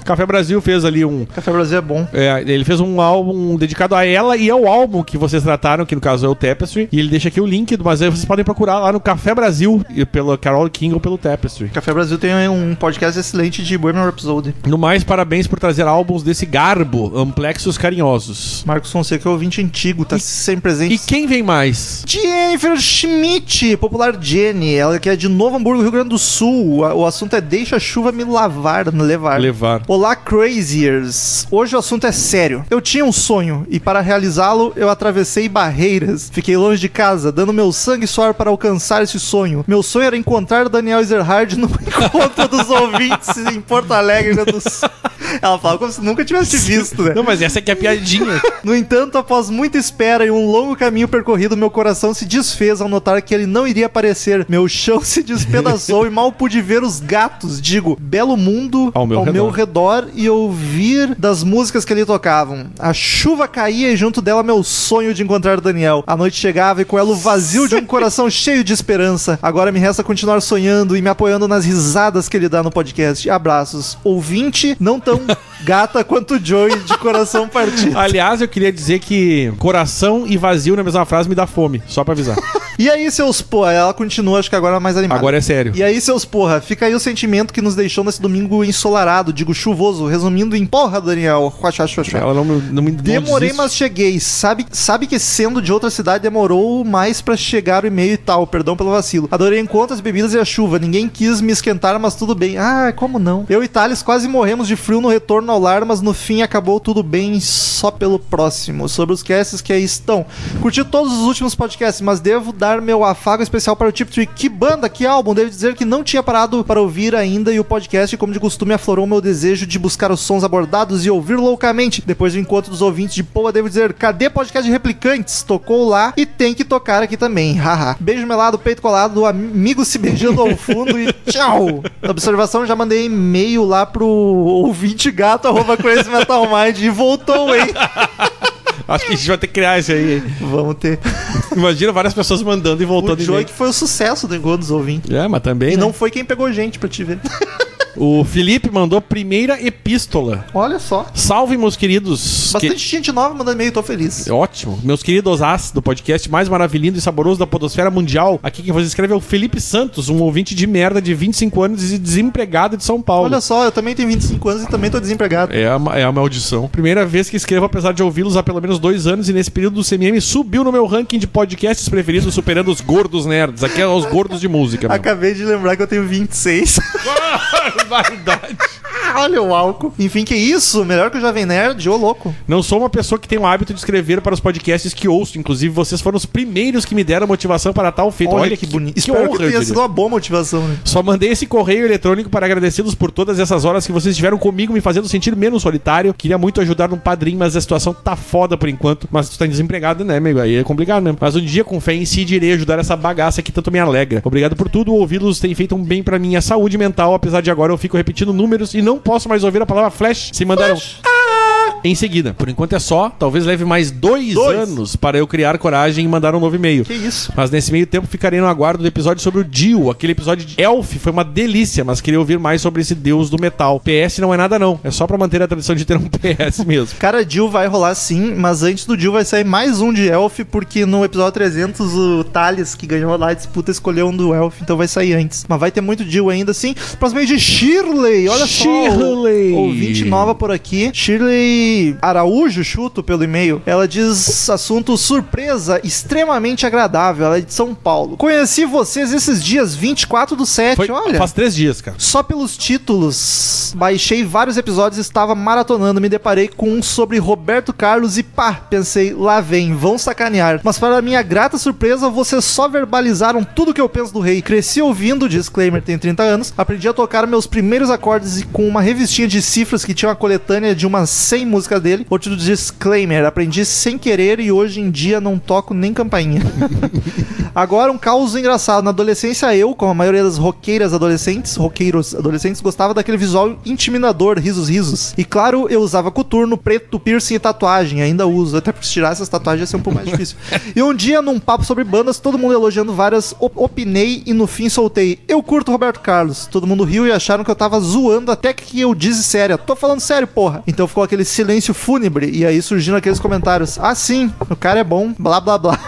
S2: Café Brasil fez ali um
S1: Café Brasil é bom.
S2: é, ele fez um álbum dedicado a ela e ao álbum que vocês trataram, que no caso é o Tapestry. E ele deixa aqui o link, mas aí vocês podem procurar lá no Café Brasil, e pelo Carol King ou pelo Tapestry.
S1: Café Brasil tem um podcast excelente de Bohemian Rhapsody.
S2: No mais, parabéns por trazer álbuns desse garbo, amplexos carinhosos.
S1: Marcos Fonseca é ouvinte antigo, tá sempre presente.
S2: E quem vem mais?
S1: Jennifer Schmidt, popular Jenny, ela que é de Novo Hamburgo, Rio Grande do Sul. A- O assunto é deixa a chuva me lavar, me levar.
S2: Levar.
S1: Olá, Craziers! Hoje o assunto é sério. Eu tinha um sonho e, para realizá-lo, eu atravessei barreiras. Fiquei longe de casa, dando meu sangue e suor para alcançar esse sonho. Meu sonho era encontrar Daniel Ezerhard no encontro dos ouvintes em Porto Alegre, Rio Grande do Sul. Ela fala como se nunca tivesse visto, né?
S2: Não, mas essa aqui é a piadinha.
S1: No entanto, após muita espera e um longo caminho percorrido, meu coração se desfez ao notar que ele não iria aparecer. Meu chão se despedaçou e mal pude ver os gatos, digo, belo mundo
S2: Ao meu redor.
S1: redor e ouvir das músicas que ali tocavam. A chuva caía e junto dela meu sonho de encontrar Daniel. A noite chegava e com ela o vazio de um coração cheio de esperança. Agora me resta continuar sonhando e me apoiando nas risadas que ele dá no podcast. Abraços. Ouvinte, não tão gata quanto o Joey de coração partido.
S2: Aliás, eu queria dizer que coração e vazio na mesma frase me dá fome, só pra avisar.
S1: E aí, seus porra, ela continua, acho que agora mais animada.
S2: Agora é sério.
S1: E aí, seus porra, fica aí o sentimento que nos deixou nesse domingo ensolarado, digo chuvoso, resumindo em porra, Daniel. Quachá, chua, chua.
S2: Ela não, me- não me não
S1: Demorei,
S2: desiste.
S1: mas cheguei. Sabe, sabe que sendo de outra cidade demorou mais pra chegar o e-mail e tal. Perdão pelo vacilo. Adorei o encontro, as bebidas e a chuva. Ninguém quis me esquentar, mas tudo bem. Ah, como não? Eu e Thales quase morremos de frio no retorno ao lar, mas no fim acabou tudo bem só pelo próximo. Sobre os casts que aí estão. Curti todos os últimos podcasts, mas devo dar meu afago especial para o Tip Tree. Que banda, que álbum! Devo dizer que não tinha parado para ouvir ainda e o podcast, como de costume, aflorou meu desejo de buscar os sons abordados e ouvir loucamente. Depois do encontro dos ouvintes de Poa, devo dizer, cadê podcast de replicantes? Tocou lá e tem que tocar aqui também, haha. Beijo melado, peito colado, do amigo se beijando ao fundo e tchau! Observação, já mandei e-mail lá pro ouvinte gato, arroba crazymetalmind e voltou, hein?
S2: Acho que a gente vai ter que criar isso aí.
S1: Vamos ter.
S2: Imagina várias pessoas mandando e voltando
S1: o é Joey que foi o sucesso do Engodo dos Ouvintes.
S2: É, mas também.
S1: E
S2: né?
S1: não foi quem pegou gente pra te ver.
S2: O Felipe mandou a primeira epístola.
S1: Olha só.
S2: Salve, meus queridos.
S1: Bastante gente nova mandando e-mail, tô feliz.
S2: É Ótimo. Meus queridos as do podcast mais maravilhoso e saboroso da podosfera mundial. Aqui quem vos escreve é o Felipe Santos, um ouvinte de merda de 25 anos e desempregado de São Paulo.
S1: Olha só, eu também tenho 25 anos e também tô desempregado.
S8: É a, ma- é a maldição.
S2: Primeira vez que escrevo, apesar de ouvi-los há pelo menos dois anos, e nesse período do CMM subiu no meu ranking de podcasts preferidos, superando os gordos nerds. Aqui é os gordos de música, meu.
S1: Acabei de lembrar que eu tenho 26.
S2: Barbaridade.
S1: Olha o álcool. Enfim, que isso? Melhor que o Jovem Nerd, ô louco.
S2: Não sou uma pessoa que tem o hábito de escrever para os podcasts que ouço. Inclusive, vocês foram os primeiros que me deram motivação para tal feito.
S1: Então, Olha, que bonito. Espero que
S2: eu
S1: tenha
S2: diria.
S1: sido uma boa motivação, né?
S2: Só mandei esse correio eletrônico para agradecê-los por todas essas horas que vocês tiveram comigo, me fazendo sentir menos solitário. Queria muito ajudar um padrinho, mas a situação tá foda por enquanto. Mas tu tá desempregado, né, amigo? Aí é complicado mesmo. Mas um dia, com fé em si, direi ajudar essa bagaça que tanto me alegra. Obrigado por tudo. Ouvi-los tem feito um bem pra minha saúde mental, apesar de agora eu fico repetindo números e não posso mais ouvir a palavra flash. Se mandaram. "Ah", Em seguida, por enquanto é só, talvez leve mais dois,
S1: Dois.
S2: anos para eu criar coragem e mandar um novo e-mail.
S1: Que isso?
S2: Mas nesse meio tempo ficarei no aguardo do episódio sobre o Dio. Aquele episódio de Elf foi uma delícia, mas queria ouvir mais sobre esse deus do metal. PS não é nada não, é só pra manter a tradição de ter um PS mesmo.
S1: Cara, Jill vai rolar sim, mas antes do Jill vai sair mais um de Elf, porque no episódio 300 o Thales, que ganhou lá a disputa, escolheu um do Elf, então vai sair antes. Mas vai ter muito Jill ainda sim. Próximo aí de Shirley, olha
S2: Shirley.
S1: só. Ouvinte nova por aqui. Shirley Araújo, chuto pelo e-mail. Ela diz assunto surpresa, extremamente agradável. Ela é de São Paulo. Conheci vocês esses dias, 24 do 7,
S2: Foi
S1: É, olha.
S2: faz três dias, cara.
S1: Só pelos títulos, baixei vários episódios, estava maratonando, me deparei com um sobre Roberto Carlos e pá, pensei, lá vem, vão sacanear. Mas para minha grata surpresa, vocês só verbalizaram tudo que eu penso do rei. Cresci ouvindo, disclaimer, tem 30 anos, aprendi a tocar meus primeiros acordes e com uma revistinha de cifras que tinha uma coletânea de umas 100 músicas dele. Outro disclaimer, aprendi sem querer e hoje em dia não toco nem campainha. Agora, um caos engraçado. Na adolescência, eu, como a maioria das roqueiras adolescentes, roqueiros adolescentes, gostava daquele visual intimidador, risos, risos. E claro, eu usava coturno, preto, piercing e tatuagem. Ainda uso, até porque se tirar essas tatuagens ia ser um pouco mais difícil. e um dia, num papo sobre bandas, todo mundo elogiando várias, op- opinei e no fim soltei. Eu curto Roberto Carlos. Todo mundo riu e acharam que eu tava zoando até que eu disse séria. Tô falando sério, porra. Então ficou aquele silêncio fúnebre. E aí surgiram aqueles comentários. Ah, sim, o cara é bom, blá blá blá.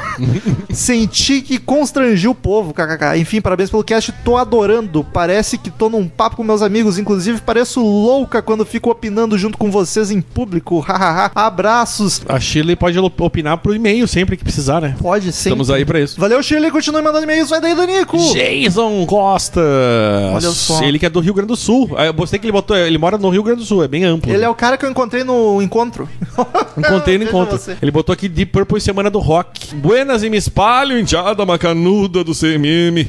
S1: Senti que constrangi o povo, kkk. Enfim, parabéns pelo cast, tô adorando. Parece que tô num papo com meus amigos, inclusive pareço louca quando fico opinando junto com vocês em público, hahaha. Abraços.
S2: A Shirley pode op- opinar pro e-mail sempre que precisar, né?
S1: Pode ser.
S8: Estamos aí pra isso.
S1: Valeu, Shirley, continue mandando e-mails, vai daí, Danico.
S2: Jason Costa.
S1: Uh! Olha só.
S2: Ele que é do Rio Grande do Sul. Ah, Eu gostei que ele botou. Ele mora no Rio Grande do Sul, é bem amplo.
S1: Ele é o cara que eu encontrei no encontro.
S2: Encontrei no
S1: Veja
S2: encontro.
S1: você.
S2: Ele botou aqui Deep Purple e Semana do Rock.
S8: Buenas e me espalho, indiada macanuda do CMM.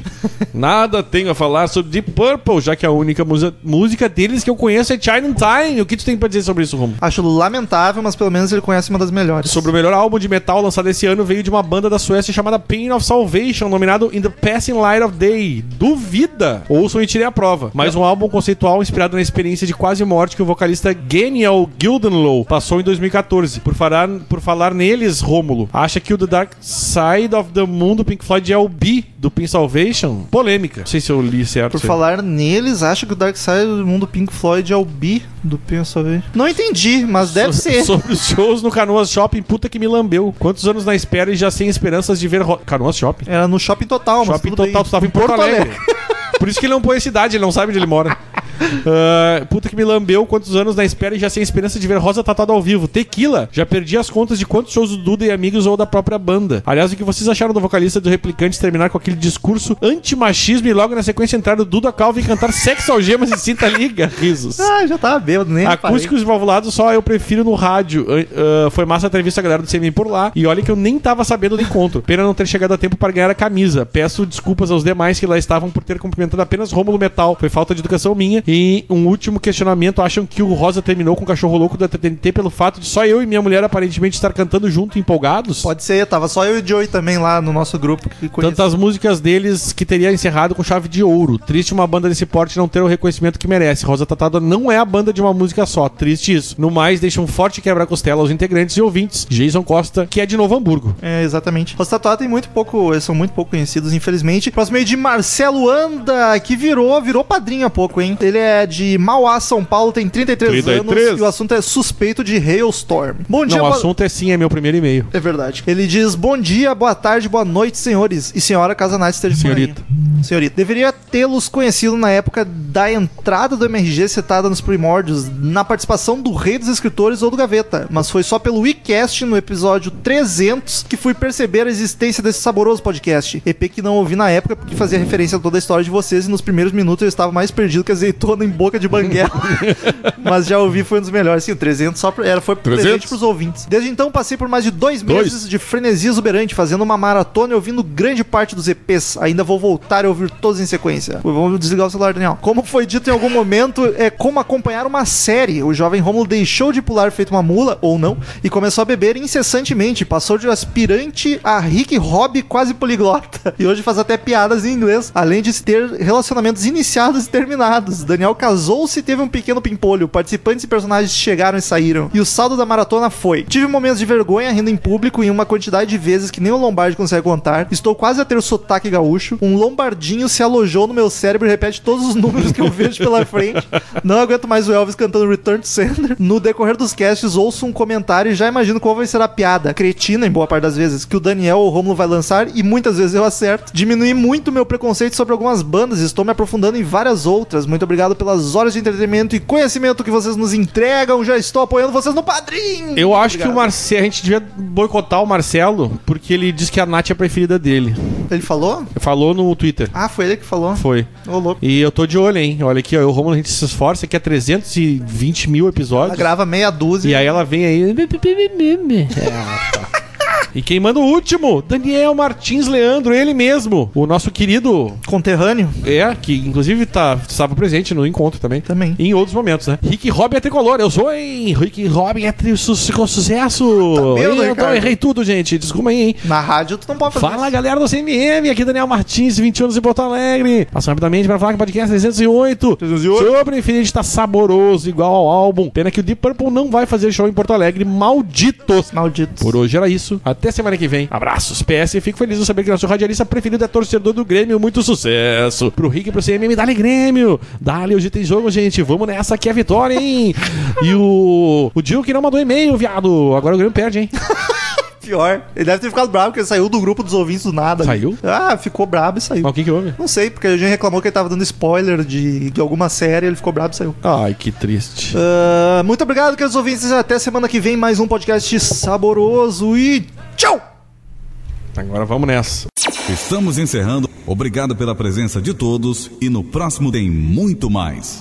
S2: Nada tenho a falar sobre Deep Purple, já que a única musa- música deles que eu conheço é China Time. O que tu tem pra dizer sobre isso, Romo?
S1: Acho lamentável, mas pelo menos ele conhece uma das melhores.
S2: Sobre o melhor álbum de metal lançado esse ano, veio de uma banda da Suécia chamada Pain of Salvation, nominado In the Passing Light of Day. Duvida! Ouçam e tirei a prova. Mais um álbum conceitual inspirado na experiência de quase morte que o vocalista Genial Gildenlow passou em 2014. Por falar, por falar neles, Rômulo, acha que o The Dark Side of the Moon do Pink Floyd é o B do Pain Salvation? Polêmica. Não sei se eu li certo.
S1: Por
S2: isso aí.
S1: falar neles, acho que o Dark Side do mundo Pink Floyd é o bi do Pink Floyd. Não entendi, mas deve ser.
S2: Sobre os shows no Canoas Shopping, puta que me lambeu. Quantos anos na espera e já sem esperanças de ver. ro- Canoas Shopping?
S1: Era no Shopping Total, mas
S2: Shopping
S1: tudo bem.
S2: Total, tu tava em Porto, Alegre. Por isso que ele não põe a cidade, ele não sabe onde ele mora. Ah, puta que me lambeu, quantos anos na espera e já sem esperança de ver Rosa Tatuada ao vivo. Tequila, já perdi as contas de quantos shows do Duda e amigos ou da própria banda. Aliás, o que vocês acharam do vocalista do Replicantes terminar com aquele discurso antimachismo e logo na sequência entrar o Duda Calvo e cantar Sexo Algemas e Cinta Liga? Risos.
S1: Ah, já tava bêbado, nem reparei.
S2: Acústicos valvulados só eu prefiro no rádio. Ah, ah, foi massa a entrevista a galera do CMM por lá. E olha que eu nem tava sabendo do encontro. Pena não ter chegado a tempo para ganhar a camisa. Peço desculpas aos demais que lá estavam por ter cumprimentado apenas Rômulo Metal. Foi falta de educação minha. E um último questionamento: acham que o Rosa terminou com o cachorro louco da TNT pelo fato de só eu e minha mulher aparentemente estar cantando junto empolgados?
S1: Pode ser, tava só eu e o Joey também lá no nosso grupo que conhece.
S2: Tantas músicas deles que teria encerrado com chave de ouro. Triste uma banda desse porte não ter o reconhecimento que merece. Rosa Tatada não é a banda de uma música só. Triste isso. No mais, deixa um forte quebra-costela aos integrantes e ouvintes. Jason Costa, que é de Novo Hamburgo.
S1: É, exatamente. Os tatuados têm muito pouco, eles são muito pouco conhecidos, infelizmente. Próximo aí de Marcelo Anda, que virou, virou padrinho há pouco, hein? Ele é de Mauá, São Paulo, tem 33,
S8: 33.
S1: anos e o assunto é suspeito de Hailstorm. Bom dia,
S2: Não, o
S1: boa-
S2: assunto é sim, é meu primeiro e-mail.
S1: É verdade. Ele diz: Bom dia, boa tarde, boa noite, senhores. E senhora Casanate esteja por aí.
S2: Senhorita.
S1: Senhorita. Deveria tê-los conhecido na época da entrada do MRG citada nos primórdios, na participação do Rei dos Escritores ou do Gaveta. Mas foi só pelo WeCast, no episódio 300, que fui perceber a existência desse saboroso podcast. EP que não ouvi na época porque fazia referência a toda a história de vocês e nos primeiros minutos eu estava mais perdido que azeitona em boca de banguela. Mas já ouvi, foi um dos melhores. Sim, o 300 só pra- era, foi
S8: 300?
S1: presente pros ouvintes. Desde então, passei por mais de dois
S8: Dois.
S1: meses de frenesia exuberante, fazendo uma maratona e ouvindo grande parte dos EPs. Ainda vou voltar e ouvir todos em sequência. Pô, Vamos desligar o celular, Daniel. Como foi dito em algum momento, é como acompanhar uma série. O jovem Romulo deixou de pular feito uma mula, ou não, e começou a beber incessantemente. Passou de aspirante a Rick Hobby quase poliglota. E hoje faz até piadas em inglês, além de ter relacionamentos iniciados e terminados. Daniel casou-se e teve um pequeno pimpolho. Participantes e personagens chegaram e saíram. E o saldo da maratona foi: tive momentos de vergonha rindo em público em uma quantidade de vezes que nem o Lombardi consegue contar. Estou quase a ter o sotaque gaúcho. Um lombardinho se alojou no meu cérebro e repete todos os números que eu vejo pela frente. Não aguento mais o Elvis cantando Return to Sender. No decorrer dos casts, ouço um comentário e já imagino qual vai ser a piada. Cretina, em boa parte das vezes, que o Daniel ou o Romulo vai lançar e muitas vezes eu acerto. Diminui muito meu preconceito sobre algumas bandas e estou me aprofundando em várias outras. Muito obrigado pelas horas de entretenimento e conhecimento que vocês nos entregam. Já estou apoiando vocês no Padrim!
S2: Eu acho que o Marcelo. A gente devia boicotar o Marcelo, porque ele disse que a Nath é a preferida dele.
S1: Ele falou?
S2: Falou no Twitter.
S1: Ah, foi ele que falou.
S2: Foi.
S1: Ô, louco.
S2: E eu tô de olho, hein? Olha aqui, ó. Eu, e o Romulo, a gente se esforça aqui é 320 mil
S1: Ela
S2: episódios.
S1: grava meia
S2: E
S1: dúzia.
S2: aí ela vem aí. É, tá. E quem manda o último? Daniel Martins Leandro, ele mesmo. O nosso querido.
S1: Conterrâneo?
S2: É, que inclusive tá, estava presente no encontro também.
S1: Também.
S2: E em outros momentos, né? Rick Robin é tricolor, eu sou, hein? Rick Robin é tri su su- sucesso!
S1: Tá vendo,
S2: Ih, eu tô-
S1: Ricardo?
S2: errei tudo, gente. Desculpa aí, hein?
S1: Na rádio tu não pode fazer
S2: Fala galera do CMM, aqui Daniel Martins, 20 anos em Porto Alegre. Passando rapidamente para falar que o podcast é 308 sobre Infinity tá saboroso, igual ao álbum. Pena que o Deep Purple não vai fazer show em Porto Alegre, malditos.
S1: isso. Malditos.
S2: Por hoje era isso. Até semana que vem. Abraços, PS. Fico feliz de saber que nosso radialista preferido é torcedor do Grêmio. Muito sucesso. Pro Rick e pro CMM, dá-lhe Grêmio. Dá-lhe, hoje tem jogo, gente. Vamos nessa que é a vitória, hein? e o. O Dio que não mandou e-mail, viado. Agora o Grêmio perde, hein?
S1: Pior. Ele deve ter ficado bravo porque ele saiu do grupo dos ouvintes do nada.
S2: Saiu?
S1: Ah, ficou brabo e saiu.
S2: Mas o que que houve?
S1: Não sei, porque a gente reclamou que ele tava dando spoiler de, de alguma série, ele ficou brabo e saiu.
S2: Ai, que triste.
S1: Ah, muito obrigado, queridos ouvintes. Até semana que vem, mais um podcast saboroso e tchau!
S2: Agora vamos nessa.
S10: Estamos encerrando. Obrigado pela presença de todos e no próximo tem muito mais.